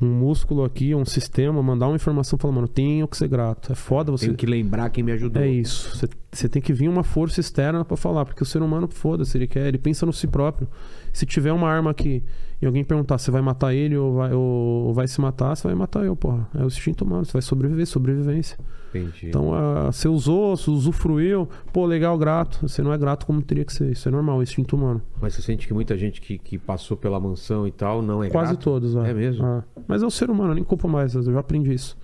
[SPEAKER 3] um músculo aqui, um sistema, mandar uma informação falando, mano, tenho que ser grato. É foda você.
[SPEAKER 1] Tenho que lembrar quem me ajudou.
[SPEAKER 3] É isso. Você- Você tem que vir uma força externa pra falar, porque o ser humano, foda-se, ele quer, ele pensa no si próprio. Se tiver uma arma aqui e alguém perguntar se vai matar ele ou vai, ou vai se matar, você vai matar eu, porra. É o instinto humano, você vai sobreviver, sobrevivência.
[SPEAKER 1] Entendi.
[SPEAKER 3] Então, ah, você usou, você usufruiu, pô, legal, grato. Você não é grato como teria que ser. Isso é normal, é o instinto humano.
[SPEAKER 1] Mas você sente que muita gente que, que passou pela mansão e tal não é
[SPEAKER 3] Quase
[SPEAKER 1] grato?
[SPEAKER 3] todos, né?
[SPEAKER 1] É mesmo?
[SPEAKER 3] Ah, Mas é o ser humano, eu nem culpo mais, eu já aprendi isso.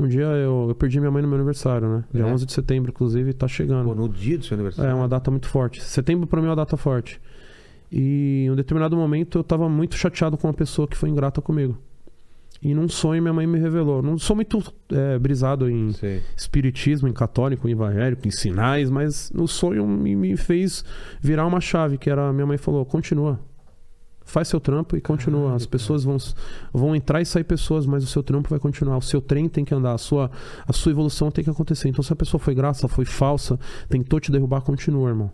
[SPEAKER 3] Um dia eu, eu perdi minha mãe no meu aniversário, né? Dia
[SPEAKER 1] É.
[SPEAKER 3] 11 de setembro, inclusive, tá chegando.
[SPEAKER 1] Pô, no dia do seu aniversário.
[SPEAKER 3] É uma data muito forte. Setembro pra mim é uma data forte. E em um determinado momento eu tava muito chateado com uma pessoa que foi ingrata comigo. E num sonho minha mãe me revelou. Não sou muito é, brisado em
[SPEAKER 1] Não sei.
[SPEAKER 3] espiritismo, em católico, em evangélico, em sinais, mas no sonho me, me fez virar uma chave, que era minha mãe falou, continua. Faz seu trampo e continua. As pessoas vão, s- vão entrar e sair pessoas, mas o seu trampo vai continuar. O seu trem tem que andar, a sua, a sua evolução tem que acontecer. Então, se a pessoa foi graça, foi falsa, tentou te derrubar, continua, irmão.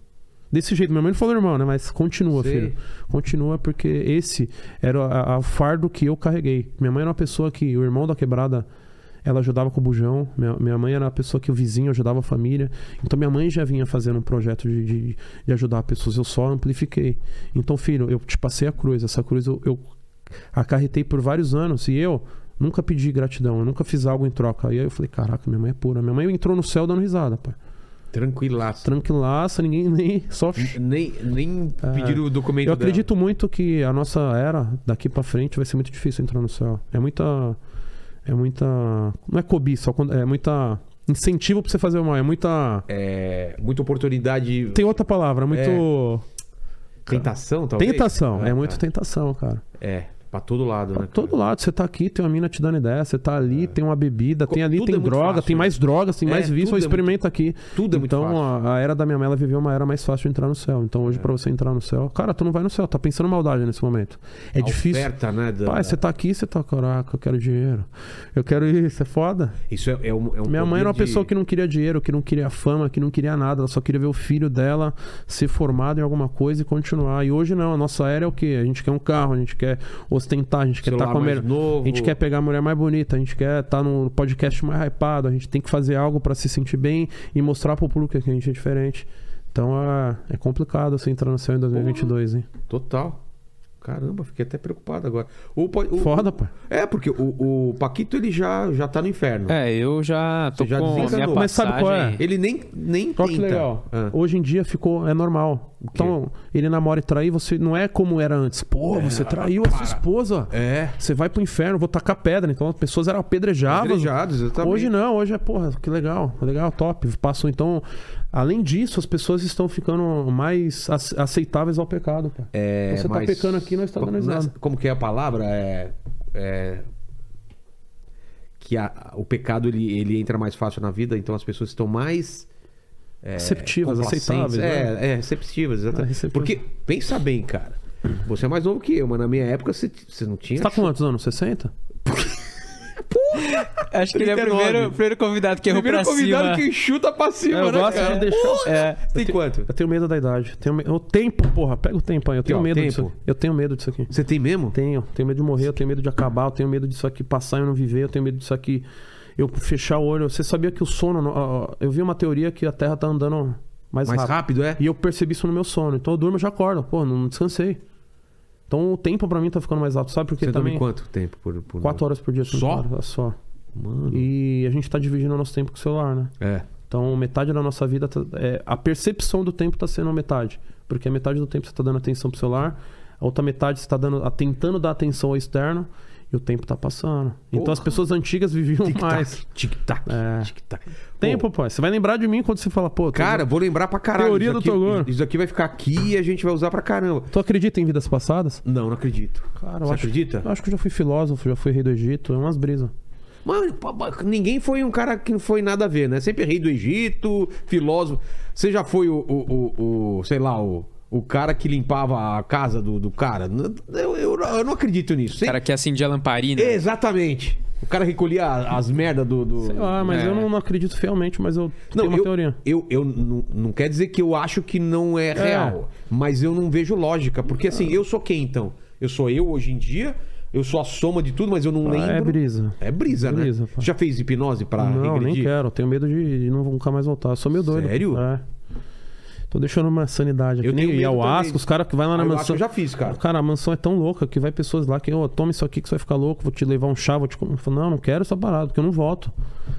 [SPEAKER 3] Desse jeito, minha mãe não falou irmão, né? Mas continua,
[SPEAKER 1] Sei.
[SPEAKER 3] filho. Continua, porque esse era a- a- o fardo que eu carreguei. Minha mãe era uma pessoa que, o irmão da quebrada, ela ajudava com o bujão. Minha, minha mãe era a pessoa que o vizinho ajudava a família. Então minha mãe já vinha fazendo um projeto de, de, de ajudar pessoas. Eu só amplifiquei. Então, filho, eu te passei a cruz. Essa cruz eu, eu acarretei por vários anos. E eu nunca pedi gratidão. Eu nunca fiz algo em troca. E aí eu falei, caraca, minha mãe é pura. Minha mãe entrou no céu dando risada, pai.
[SPEAKER 1] Tranquilaço.
[SPEAKER 3] Tranquilaça, ninguém nem... Só...
[SPEAKER 1] Nem, nem
[SPEAKER 3] Ah,
[SPEAKER 1] pediram o documento
[SPEAKER 3] Eu
[SPEAKER 1] dela.
[SPEAKER 3] acredito muito que a nossa era daqui pra frente vai ser muito difícil entrar no céu. É muita é muita não é cobiça, é muita incentivo pra você fazer o mal, é muita
[SPEAKER 1] É, muita oportunidade.
[SPEAKER 3] tem outra palavra, é muito
[SPEAKER 1] Tentação, talvez?
[SPEAKER 3] tentação,
[SPEAKER 1] Ah,
[SPEAKER 3] é muito
[SPEAKER 1] tá.
[SPEAKER 3] tentação, cara.
[SPEAKER 1] É, pra todo lado, né?
[SPEAKER 3] Pra todo lado, você tá aqui, tem uma mina te dando ideia, você tá ali, tem uma bebida,
[SPEAKER 1] É. Co-
[SPEAKER 3] tem ali,
[SPEAKER 1] tudo
[SPEAKER 3] tem
[SPEAKER 1] é muito
[SPEAKER 3] droga,
[SPEAKER 1] fácil,
[SPEAKER 3] tem
[SPEAKER 1] né?
[SPEAKER 3] mais drogas, tem
[SPEAKER 1] É,
[SPEAKER 3] mais vício,
[SPEAKER 1] tudo é
[SPEAKER 3] experimenta aqui.
[SPEAKER 1] Tudo é muito
[SPEAKER 3] então,
[SPEAKER 1] fácil. É.
[SPEAKER 3] a, a era da minha mãe, ela viveu uma era mais fácil de entrar no céu. Então, hoje, pra você entrar no céu, cara, tu não vai no céu, tá pensando maldade nesse momento. É difícil.
[SPEAKER 1] Oferta, né? da-
[SPEAKER 3] Pai, você tá aqui, você tá, caraca, eu quero dinheiro. Eu quero isso, é foda.
[SPEAKER 1] Isso é, é um, é um
[SPEAKER 3] Minha mãe era uma
[SPEAKER 1] poder de-
[SPEAKER 3] pessoa que não queria dinheiro, que não queria fama, que não queria nada. Ela só queria ver o filho dela ser formado em alguma coisa e continuar. E hoje não, a nossa era é o quê? A gente quer um carro, a gente quer ostentar, a gente quer
[SPEAKER 1] Celular
[SPEAKER 3] estar com a
[SPEAKER 1] mais
[SPEAKER 3] melhor.
[SPEAKER 1] novo.
[SPEAKER 3] tá A gente quer pegar a mulher mais bonita, a gente quer estar no podcast mais hypado, a gente tem que fazer algo pra se sentir bem e mostrar pro público que a gente é diferente. Então é, é complicado você entrar no céu em 2022, hein?
[SPEAKER 1] Total. Caramba, fiquei até preocupado agora. O, po- o-
[SPEAKER 3] Foda, pai.
[SPEAKER 1] É, porque o, o Paquito ele já, já tá no inferno.
[SPEAKER 2] É, eu já tô
[SPEAKER 1] Você já
[SPEAKER 2] com a minha
[SPEAKER 1] desencanou.
[SPEAKER 2] passagem.
[SPEAKER 1] Mas
[SPEAKER 3] sabe qual
[SPEAKER 2] Hum.
[SPEAKER 3] é?
[SPEAKER 1] Ele nem, nem
[SPEAKER 3] Olha que é
[SPEAKER 1] tenta.
[SPEAKER 3] legal.
[SPEAKER 1] Ah,
[SPEAKER 3] Hoje em dia ficou, é normal. Então, ele namora e trair, você não é como era antes. Pô, você traiu a sua esposa.
[SPEAKER 1] É.
[SPEAKER 3] Você vai pro inferno, vou tacar pedra. Então as pessoas eram apedrejadas.
[SPEAKER 1] Apedrejadas, exatamente.
[SPEAKER 3] Hoje não, hoje é, porra, que legal, legal, top. Passou então. Além disso, as pessoas estão ficando mais ace- aceitáveis ao pecado, cara.
[SPEAKER 1] É,
[SPEAKER 3] você
[SPEAKER 1] mas-
[SPEAKER 3] tá pecando aqui, nós estamos
[SPEAKER 1] como,
[SPEAKER 3] dando risada.
[SPEAKER 1] como que é a palavra? É. é- Que a- o pecado ele, ele entra mais fácil na vida, então as pessoas estão mais. É,
[SPEAKER 3] Receptivas,
[SPEAKER 1] complacentes.
[SPEAKER 3] aceitáveis,
[SPEAKER 1] É,
[SPEAKER 3] né?
[SPEAKER 1] é, receptivas,
[SPEAKER 3] Ah,
[SPEAKER 1] exatamente.
[SPEAKER 3] receptivas.
[SPEAKER 1] Porque, pensa bem, cara. Você é mais novo que eu, mas na minha época você, você não tinha.
[SPEAKER 3] Você tá com quantos anos? 60?
[SPEAKER 2] Acho que ele é o
[SPEAKER 1] 39.
[SPEAKER 2] primeiro, primeiro convidado que errou
[SPEAKER 1] Primeiro
[SPEAKER 2] pra
[SPEAKER 1] convidado
[SPEAKER 2] cima.
[SPEAKER 1] que chuta pra cima,
[SPEAKER 3] eu
[SPEAKER 1] né,
[SPEAKER 3] gosto
[SPEAKER 1] cara?
[SPEAKER 3] de deixar. É,
[SPEAKER 1] Tem quanto?
[SPEAKER 3] eu tenho medo da idade. Tenho me- O tempo, porra, pega o tempo aí. Eu tenho
[SPEAKER 1] ó,
[SPEAKER 3] medo
[SPEAKER 1] tempo.
[SPEAKER 3] disso. Eu tenho medo disso aqui.
[SPEAKER 1] Você tem mesmo?
[SPEAKER 3] Tenho, tenho medo de morrer, eu tenho medo de acabar, eu tenho medo disso aqui passar e eu não viver, eu tenho medo disso aqui eu fechar o olho. Você sabia que o sono, ó, ó, eu vi uma teoria que a Terra tá andando mais,
[SPEAKER 1] Mais rápido,
[SPEAKER 3] rápido.
[SPEAKER 1] é?
[SPEAKER 3] E eu percebi isso no meu sono. Então eu durmo e já acordo. Pô, não descansei. Então o tempo pra mim tá ficando mais rápido, sabe? Porque
[SPEAKER 1] Você dorme
[SPEAKER 3] também
[SPEAKER 1] quanto tempo por, por
[SPEAKER 3] quatro horas por dia.
[SPEAKER 1] Só?
[SPEAKER 3] quatro horas é Só.
[SPEAKER 1] Mano.
[SPEAKER 3] E a gente tá dividindo o nosso tempo com o celular, né?
[SPEAKER 1] É.
[SPEAKER 3] Então metade da nossa vida... tá- é, a percepção do tempo tá sendo a metade. Porque a metade do tempo você tá dando atenção pro celular. A outra metade você tá dando, a- tentando dar atenção ao externo. E o tempo tá passando. Então
[SPEAKER 1] Porra.
[SPEAKER 3] as pessoas antigas viviam mais.
[SPEAKER 1] Tic-tac, tic-tac,
[SPEAKER 3] É.
[SPEAKER 1] tic-tac.
[SPEAKER 3] Tempo, pô. Você vai lembrar de mim quando você fala, pô... tô-
[SPEAKER 1] Cara, vou lembrar pra caralho.
[SPEAKER 3] Teoria
[SPEAKER 1] isso
[SPEAKER 3] do
[SPEAKER 1] aqui-
[SPEAKER 3] Toguro.
[SPEAKER 1] Isso aqui vai ficar aqui e a gente vai usar pra caramba.
[SPEAKER 3] Tu acredita em vidas passadas?
[SPEAKER 1] Não, não acredito.
[SPEAKER 3] Cara, eu
[SPEAKER 1] Você
[SPEAKER 3] acho-
[SPEAKER 1] acredita?
[SPEAKER 3] Eu acho que eu já fui filósofo, já fui rei do Egito, é umas brisas.
[SPEAKER 1] Mano, pô, pô, ninguém foi um cara que não foi nada a ver, né? Sempre rei do Egito, filósofo. Você já foi o, o, o- o- sei lá, o, o cara que limpava a casa do, do cara? N- Eu, eu, eu não acredito nisso. Sem-
[SPEAKER 2] Cara que acendia a lamparina.
[SPEAKER 1] Exatamente. O cara recolhia a- as merdas do, do-
[SPEAKER 3] Sei lá, mas
[SPEAKER 1] É.
[SPEAKER 3] eu não, não acredito fielmente, mas eu
[SPEAKER 1] Não,
[SPEAKER 3] tenho uma
[SPEAKER 1] eu,
[SPEAKER 3] teoria.
[SPEAKER 1] eu, eu não, não quer dizer que eu acho que não é, real, mas eu não vejo lógica, porque assim, eu sou quem então? Eu sou eu hoje em dia, eu sou a soma de tudo, mas eu não
[SPEAKER 3] Ah,
[SPEAKER 1] lembro.
[SPEAKER 3] é brisa.
[SPEAKER 1] É brisa, né?
[SPEAKER 3] Brisa, pá.
[SPEAKER 1] Já fez hipnose pra
[SPEAKER 3] não,
[SPEAKER 1] regredir?
[SPEAKER 3] nem quero. eu Tenho medo de, de não nunca mais voltar. Eu sou meio doido.
[SPEAKER 1] Sério?
[SPEAKER 3] É. Tô deixando uma sanidade aqui.
[SPEAKER 1] Eu tenho
[SPEAKER 3] nem
[SPEAKER 1] medo
[SPEAKER 3] ayahuasca,
[SPEAKER 1] também.
[SPEAKER 3] os caras que vai lá na
[SPEAKER 1] Ah, eu acho que
[SPEAKER 3] mansão.
[SPEAKER 1] eu já fiz, cara.
[SPEAKER 3] a mansão é tão louca que vai pessoas lá que, ô, toma isso aqui que você vai ficar louco, vou te levar um chá, vou te. comer. Eu falo, Não, não quero essa parada, porque eu não volto.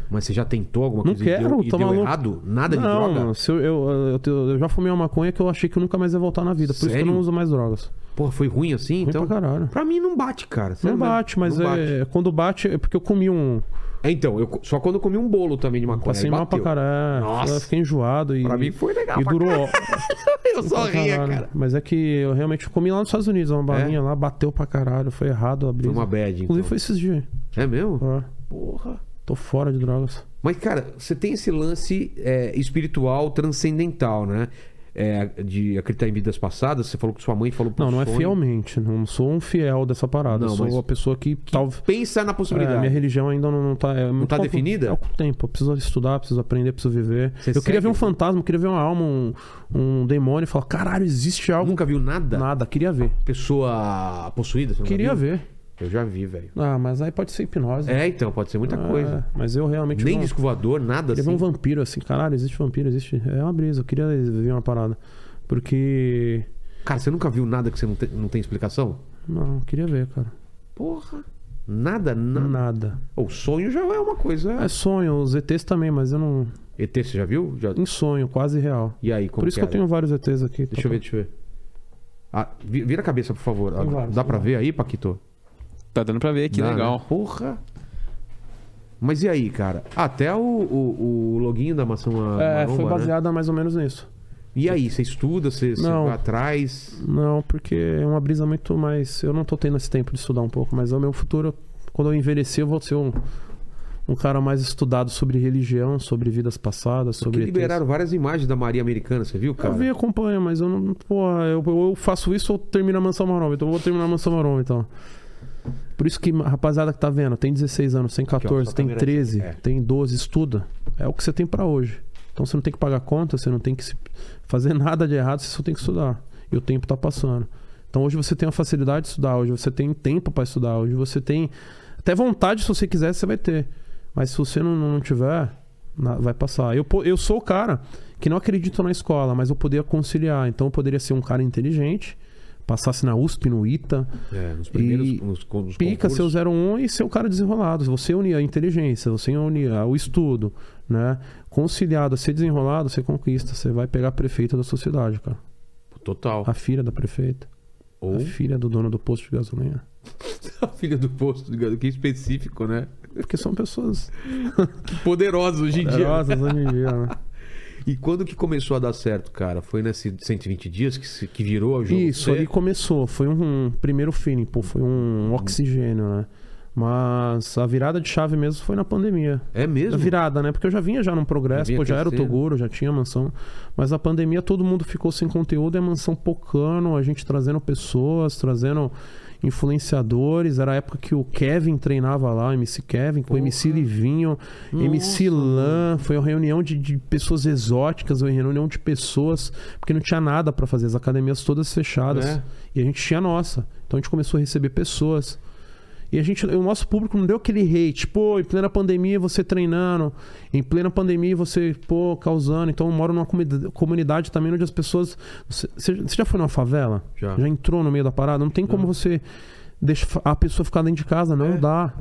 [SPEAKER 1] Mas você já tentou alguma
[SPEAKER 3] Não
[SPEAKER 1] coisa
[SPEAKER 3] quero,
[SPEAKER 1] e deu, e
[SPEAKER 3] tô
[SPEAKER 1] deu
[SPEAKER 3] maluco.
[SPEAKER 1] errado? Nada de
[SPEAKER 3] não,
[SPEAKER 1] droga?
[SPEAKER 3] se eu, eu, eu- eu já fumei uma maconha que eu achei que eu nunca mais ia voltar na vida. Por isso que eu
[SPEAKER 1] Sério?
[SPEAKER 3] não uso mais drogas.
[SPEAKER 1] Porra, foi ruim assim?
[SPEAKER 3] Ruim
[SPEAKER 1] então,
[SPEAKER 3] pra caralho.
[SPEAKER 1] mim não bate, cara.
[SPEAKER 3] Não
[SPEAKER 1] sério mesmo,
[SPEAKER 3] bate, mas
[SPEAKER 1] não
[SPEAKER 3] é- quando bate é porque eu comi um.
[SPEAKER 1] É, Então, eu co- só quando eu comi um bolo também de maconha.
[SPEAKER 3] Passei
[SPEAKER 1] aí
[SPEAKER 3] mal pra
[SPEAKER 1] bateu.
[SPEAKER 3] caralho.
[SPEAKER 1] Nossa.
[SPEAKER 3] Eu fiquei enjoado e.
[SPEAKER 1] Pra mim foi legal
[SPEAKER 3] E
[SPEAKER 1] pra
[SPEAKER 3] durou.
[SPEAKER 1] Eu só ria,
[SPEAKER 3] caralho.
[SPEAKER 1] cara. É?
[SPEAKER 3] Mas é que eu realmente comi lá nos Estados Unidos, uma balinha lá, bateu pra caralho, foi errado abrir.
[SPEAKER 1] Foi uma bad, então.
[SPEAKER 3] Inclusive foi esses dias.
[SPEAKER 1] É mesmo?
[SPEAKER 3] Ah,
[SPEAKER 1] Porra.
[SPEAKER 3] tô fora de drogas.
[SPEAKER 1] Mas, cara, você tem esse lance é, espiritual transcendental, né? É, de acreditar em vidas passadas, você falou que sua mãe falou pro
[SPEAKER 3] Não, não é
[SPEAKER 1] sonho.
[SPEAKER 3] fielmente. Não sou um fiel dessa parada.
[SPEAKER 1] Não,
[SPEAKER 3] sou
[SPEAKER 1] mas-
[SPEAKER 3] uma pessoa que, talvez.
[SPEAKER 1] Pensa na
[SPEAKER 3] É,
[SPEAKER 1] possibilidade.
[SPEAKER 3] minha religião ainda não, não tá. é muito
[SPEAKER 1] tá
[SPEAKER 3] pouco-
[SPEAKER 1] definida?
[SPEAKER 3] É com o tempo. Eu preciso estudar, preciso aprender, preciso viver.
[SPEAKER 1] Você
[SPEAKER 3] eu
[SPEAKER 1] segue?
[SPEAKER 3] queria ver um fantasma, eu queria ver uma alma, um, um demônio e falar: caralho, existe algo.
[SPEAKER 1] Nunca viu nada?
[SPEAKER 3] Nada, queria ver.
[SPEAKER 1] Pessoa possuída? você nunca
[SPEAKER 3] Queria
[SPEAKER 1] viu?
[SPEAKER 3] ver.
[SPEAKER 1] Eu já vi, velho.
[SPEAKER 3] Ah, mas aí pode ser hipnose.
[SPEAKER 1] É, então, pode ser muita coisa.
[SPEAKER 3] É, mas eu realmente
[SPEAKER 1] Nem
[SPEAKER 3] não...
[SPEAKER 1] disco voador, nada
[SPEAKER 3] Queria
[SPEAKER 1] assim.
[SPEAKER 3] ver um vampiro assim, caralho, existe vampiro, existe. É uma brisa, eu queria ver uma parada. Porque.
[SPEAKER 1] Cara, você nunca viu nada que você não tem, não tem explicação?
[SPEAKER 3] Não, eu queria ver, cara.
[SPEAKER 1] Porra. Nada, nada.
[SPEAKER 3] Nada.
[SPEAKER 1] O sonho já é uma coisa.
[SPEAKER 3] É sonho, os ETs também, mas eu não.
[SPEAKER 1] ET, você já viu? Já-
[SPEAKER 3] Em sonho, quase real.
[SPEAKER 1] E aí, como
[SPEAKER 3] É. Por isso que, eu
[SPEAKER 1] é?
[SPEAKER 3] tenho vários ETs aqui.
[SPEAKER 1] Deixa eu ver, deixa eu ver. Ah, vi- vira a cabeça, por favor. Ah,
[SPEAKER 3] vários,
[SPEAKER 1] Dá
[SPEAKER 3] tem
[SPEAKER 1] pra ver aí, Paquito?
[SPEAKER 2] Tá dando pra ver, que
[SPEAKER 1] Dá,
[SPEAKER 2] legal.
[SPEAKER 1] né? Porra. Mas e aí, cara? Até o, o, o loginho da maçã ma-
[SPEAKER 3] É,
[SPEAKER 1] maromba,
[SPEAKER 3] foi
[SPEAKER 1] né?
[SPEAKER 3] baseada mais ou menos nisso.
[SPEAKER 1] E aí, você estuda, você, você
[SPEAKER 3] Não.
[SPEAKER 1] vai atrás?
[SPEAKER 3] Não, porque é uma brisa muito mais. Eu não tô tendo esse tempo de estudar um pouco, mas no meu futuro, quando eu envelhecer, eu vou ser um, um cara mais estudado sobre religião, sobre vidas passadas,
[SPEAKER 1] Porque
[SPEAKER 3] sobre. ETs.
[SPEAKER 1] liberaram várias imagens da Maria Americana, você viu, cara?
[SPEAKER 3] Eu vi acompanha, mas eu não. Porra, eu, eu faço isso ou termino a Mansão Maromba. Então eu vou terminar a Mansão Maromba, então. Por isso que, rapaziada que tá vendo, tem 16 anos, tem
[SPEAKER 1] ó,
[SPEAKER 3] 14,
[SPEAKER 1] só
[SPEAKER 3] tem
[SPEAKER 1] câmera
[SPEAKER 3] 13,
[SPEAKER 1] aqui, é.
[SPEAKER 3] tem 12, estuda. É o que você tem pra hoje. Então você não tem que pagar conta, você não tem que se- fazer nada de errado, você só tem que estudar. E o tempo tá passando. Então hoje você tem a facilidade de estudar, hoje você tem tempo pra estudar, hoje você tem. Até vontade, se você quiser, você vai ter. Mas se você não, não tiver, na- vai passar. Eu, po- eu sou o cara que não acredito na escola, mas eu poderia conciliar. Então eu poderia ser um cara inteligente, passasse na USP, no ITA,
[SPEAKER 1] É, nos primeiros
[SPEAKER 3] E
[SPEAKER 1] nos, con- nos
[SPEAKER 3] pica
[SPEAKER 1] concursos.
[SPEAKER 3] seu 01 e seu cara desenrolado. Você unir a inteligência, você unir a- o estudo, né? Conciliado, a ser desenrolado, você conquista. Você vai pegar a prefeita da sociedade, cara.
[SPEAKER 1] Total.
[SPEAKER 3] A filha da prefeita.
[SPEAKER 1] Ou
[SPEAKER 3] A filha do dono do posto de gasolina.
[SPEAKER 1] a filha do posto, ligado? que específico, né?
[SPEAKER 3] É Porque são pessoas
[SPEAKER 1] Poderosa hoje em dia.
[SPEAKER 3] poderosas hoje em dia, né?
[SPEAKER 1] E quando que começou a dar certo, cara? Foi nesses 120 dias que, se- que virou o jogo?
[SPEAKER 3] Isso, ali começou. Foi um, primeiro feeling, pô, foi
[SPEAKER 1] Uhum.
[SPEAKER 3] um oxigênio, né? Mas a virada de chave mesmo foi na pandemia.
[SPEAKER 1] É
[SPEAKER 3] A
[SPEAKER 1] mesmo?
[SPEAKER 3] virada, né? Porque eu já vinha já num progresso,
[SPEAKER 1] Já vinha
[SPEAKER 3] pô, já era o
[SPEAKER 1] crescendo.
[SPEAKER 3] Toguro, já tinha a mansão. Mas a pandemia todo mundo ficou sem conteúdo e a mansão pocando, a gente trazendo pessoas, trazendo influenciadores. Era a época que o Kevin treinava lá, o MC Kevin, com o MC Livinho, MC Lan. Foi uma reunião de, de pessoas exóticas, uma reunião de pessoas, porque não tinha nada pra fazer, as academias todas fechadas.
[SPEAKER 1] É.
[SPEAKER 3] E a gente tinha a nossa. Então a gente começou a receber pessoas. E a gente, o nosso público não deu aquele hate, pô, em plena pandemia você treinando, em plena pandemia você, pô, causando. Então eu moro numa comunidade- comunidade também onde as pessoas. Você você já foi numa favela?
[SPEAKER 1] Já.
[SPEAKER 3] entrou no meio da parada? Não tem como você deixar a pessoa ficar dentro de casa, não
[SPEAKER 1] É.
[SPEAKER 3] dá.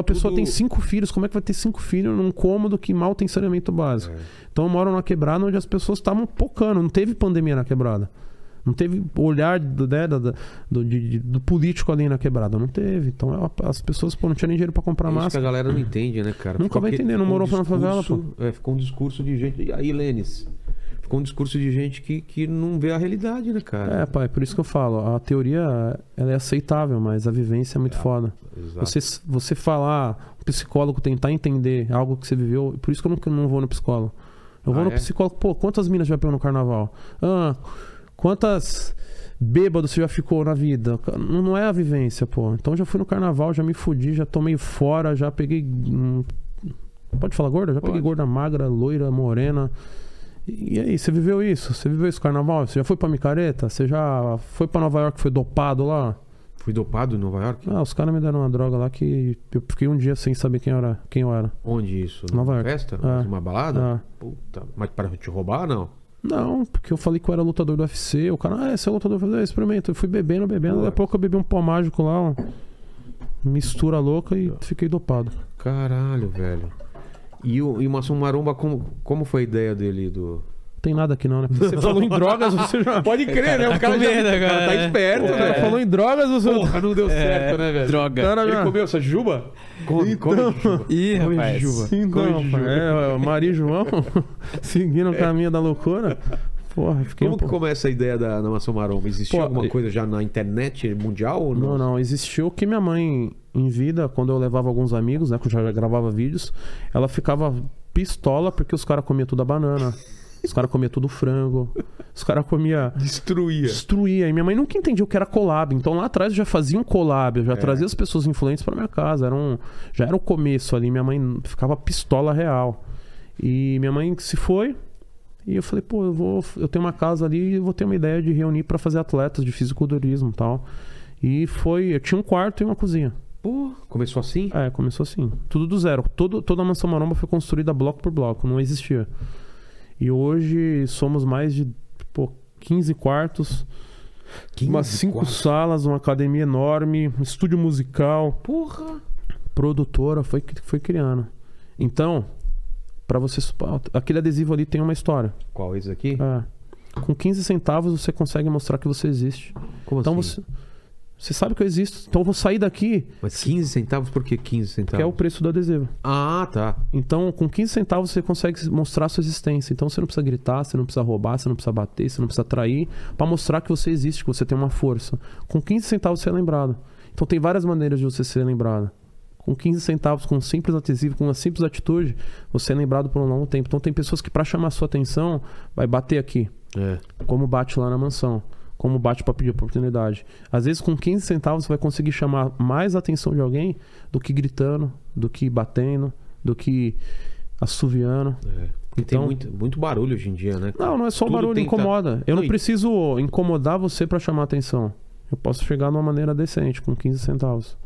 [SPEAKER 1] É
[SPEAKER 3] a pessoa
[SPEAKER 1] tudo-
[SPEAKER 3] tem cinco filhos, como é que vai ter cinco filhos num cômodo que mal tem saneamento
[SPEAKER 1] É.
[SPEAKER 3] básico? Então eu moro numa quebrada onde as pessoas estavam pocando, não teve pandemia na quebrada. Não teve olhar do, né, da- da- do, de- de- do político ali na quebrada, não teve. Então ela- as pessoas pô, não tinham nem dinheiro pra comprar
[SPEAKER 1] É Isso que a
[SPEAKER 3] máscara.
[SPEAKER 1] galera não entende, né, cara?
[SPEAKER 3] Nunca
[SPEAKER 1] Ficou
[SPEAKER 3] vai
[SPEAKER 1] aquele-
[SPEAKER 3] entender, não
[SPEAKER 1] ficou
[SPEAKER 3] morou na favela,
[SPEAKER 1] discurso- É, ficou um discurso de gente. E aí, Lênis? Ficou um discurso de gente que, que não vê a realidade, né, cara?
[SPEAKER 3] É, pai, por isso que eu falo, a teoria ela é aceitável, mas a vivência é muito foda.
[SPEAKER 1] Exato.
[SPEAKER 3] Você, você falar, um psicólogo tentar entender algo que você viveu, por isso que eu nunca- não, vou no psicólogo. Eu vou
[SPEAKER 1] Ah,
[SPEAKER 3] no
[SPEAKER 1] é?
[SPEAKER 3] psicólogo, pô, quantas minas já pegou no carnaval? Ah, quantas bêbados você já ficou na vida? Não, não é a vivência, pô. Então já fui no carnaval, já me fudi, já tomei fora, já peguei. hum, Pode falar gorda? Já peguei
[SPEAKER 1] Pode.
[SPEAKER 3] gorda magra, loira, morena. E e aí, você viveu isso? Você viveu esse carnaval? Você já foi pra micareta? Você já foi pra Nova York, foi dopado lá?
[SPEAKER 1] Fui dopado em Nova York?
[SPEAKER 3] Ah, os caras me deram uma droga lá que eu fiquei um dia sem saber quem eu era. Quem eu era.
[SPEAKER 1] Onde isso?
[SPEAKER 3] Nova York.
[SPEAKER 1] festa?
[SPEAKER 3] Ah.
[SPEAKER 1] Uma balada?
[SPEAKER 3] Ah,
[SPEAKER 1] Puta. Mas para te roubar, não?
[SPEAKER 3] não, porque eu falei que eu era lutador do UFC. O cara, ah, esse é lutador do UFC, experimenta. Eu fui bebendo, bebendo. Daqui a
[SPEAKER 1] Putz.
[SPEAKER 3] pouco eu bebi um pó mágico lá, uma mistura louca e fiquei dopado.
[SPEAKER 1] Caralho, velho. E, o, e o Maçom Maromba, como, como foi a ideia dele do.
[SPEAKER 3] Não tem nada aqui não, né? Você falou em drogas, você já.
[SPEAKER 1] Pode crer, né? O
[SPEAKER 2] cara já- o cara tá esperto,
[SPEAKER 3] O cara
[SPEAKER 2] É.
[SPEAKER 3] falou em drogas, você.
[SPEAKER 1] Porra, não deu certo, né, velho?
[SPEAKER 2] Droga.
[SPEAKER 3] Cara,
[SPEAKER 1] Ele
[SPEAKER 3] já-
[SPEAKER 1] comeu essa juba?
[SPEAKER 3] Então,
[SPEAKER 1] Come, come juba.
[SPEAKER 2] Ih,
[SPEAKER 1] Come
[SPEAKER 2] rapaz.
[SPEAKER 1] juba.
[SPEAKER 3] Sim,
[SPEAKER 1] Come
[SPEAKER 3] não,
[SPEAKER 1] juba.
[SPEAKER 3] pai. É, o Maria e João seguindo o caminho da loucura. Porra, fiquei
[SPEAKER 1] É. Como
[SPEAKER 3] um
[SPEAKER 1] que
[SPEAKER 3] pouco.
[SPEAKER 1] começa a ideia da, da Maçom Maromba? Existia
[SPEAKER 3] Pô,
[SPEAKER 1] alguma
[SPEAKER 3] e-
[SPEAKER 1] coisa já na internet mundial ou não?
[SPEAKER 3] Não, não. Existiu que minha mãe, em vida, quando eu levava alguns amigos, né? Que eu já gravava vídeos, ela ficava pistola porque os caras comiam tudo a banana. Os caras comiam tudo frango. Os caras comiam.
[SPEAKER 1] Destruía.
[SPEAKER 3] Destruía. E minha mãe nunca entendia o que era collab. Então lá atrás eu já fazia um collab, eu já trazia as pessoas influentes pra minha casa. Era um, já era o começo ali. Minha mãe ficava pistola real. E minha mãe se foi. E eu falei, pô, eu vou. Eu tenho uma casa ali e eu vou ter uma ideia de reunir pra fazer atletas de fisiculturismo e tal. E foi. Eu tinha um quarto e uma cozinha.
[SPEAKER 1] Pô, começou assim?
[SPEAKER 3] É, começou assim. Tudo do zero. Todo, toda a Mansão Maromba foi construída bloco por bloco, não existia. E hoje somos mais de pô, 15 quartos,
[SPEAKER 1] 15
[SPEAKER 3] é, umas 5
[SPEAKER 1] quartos.
[SPEAKER 3] salas, uma academia enorme, um estúdio musical,
[SPEAKER 1] Porra.
[SPEAKER 3] produtora, foi, foi criando. Então, pra você. sup- Aquele adesivo ali tem uma história.
[SPEAKER 1] Qual esse aqui?
[SPEAKER 3] É. Com 15 centavos você consegue mostrar que você existe.
[SPEAKER 1] Como
[SPEAKER 3] Então
[SPEAKER 1] assim?
[SPEAKER 3] você. Você sabe que eu existo. Então eu vou sair daqui,
[SPEAKER 1] Mas 15 centavos, por que 15
[SPEAKER 3] que é o
[SPEAKER 1] centavos?
[SPEAKER 3] preço do adesivo.
[SPEAKER 1] Ah, tá.
[SPEAKER 3] Então, com 15 centavos você consegue mostrar a sua existência. Então, você não precisa gritar, você não precisa roubar, você não precisa bater, você não precisa trair, pra mostrar que você existe, que você tem uma força. Com 15 centavos você é lembrado. Então, tem várias maneiras de você ser lembrado. Com 15 centavos, com um simples adesivo, com uma simples atitude, você é lembrado por um longo tempo. Então, tem pessoas que, pra chamar a sua atenção, vai bater aqui,
[SPEAKER 1] É.
[SPEAKER 3] como bate lá na mansão, como bate pra pedir oportunidade. Às vezes, com 15 centavos, você vai conseguir chamar mais a atenção de alguém do que gritando, do que batendo, do que assoviando.
[SPEAKER 1] é. Porque tem
[SPEAKER 3] Então-
[SPEAKER 1] muito, muito barulho hoje em dia, né? cara?
[SPEAKER 3] Não, não é só o
[SPEAKER 1] Tudo
[SPEAKER 3] barulho
[SPEAKER 1] tenta-
[SPEAKER 3] incomoda. Eu
[SPEAKER 1] Não,
[SPEAKER 3] não,
[SPEAKER 1] e-
[SPEAKER 3] preciso incomodar você pra chamar a atenção. Eu posso chegar de uma maneira decente, com 15 centavos.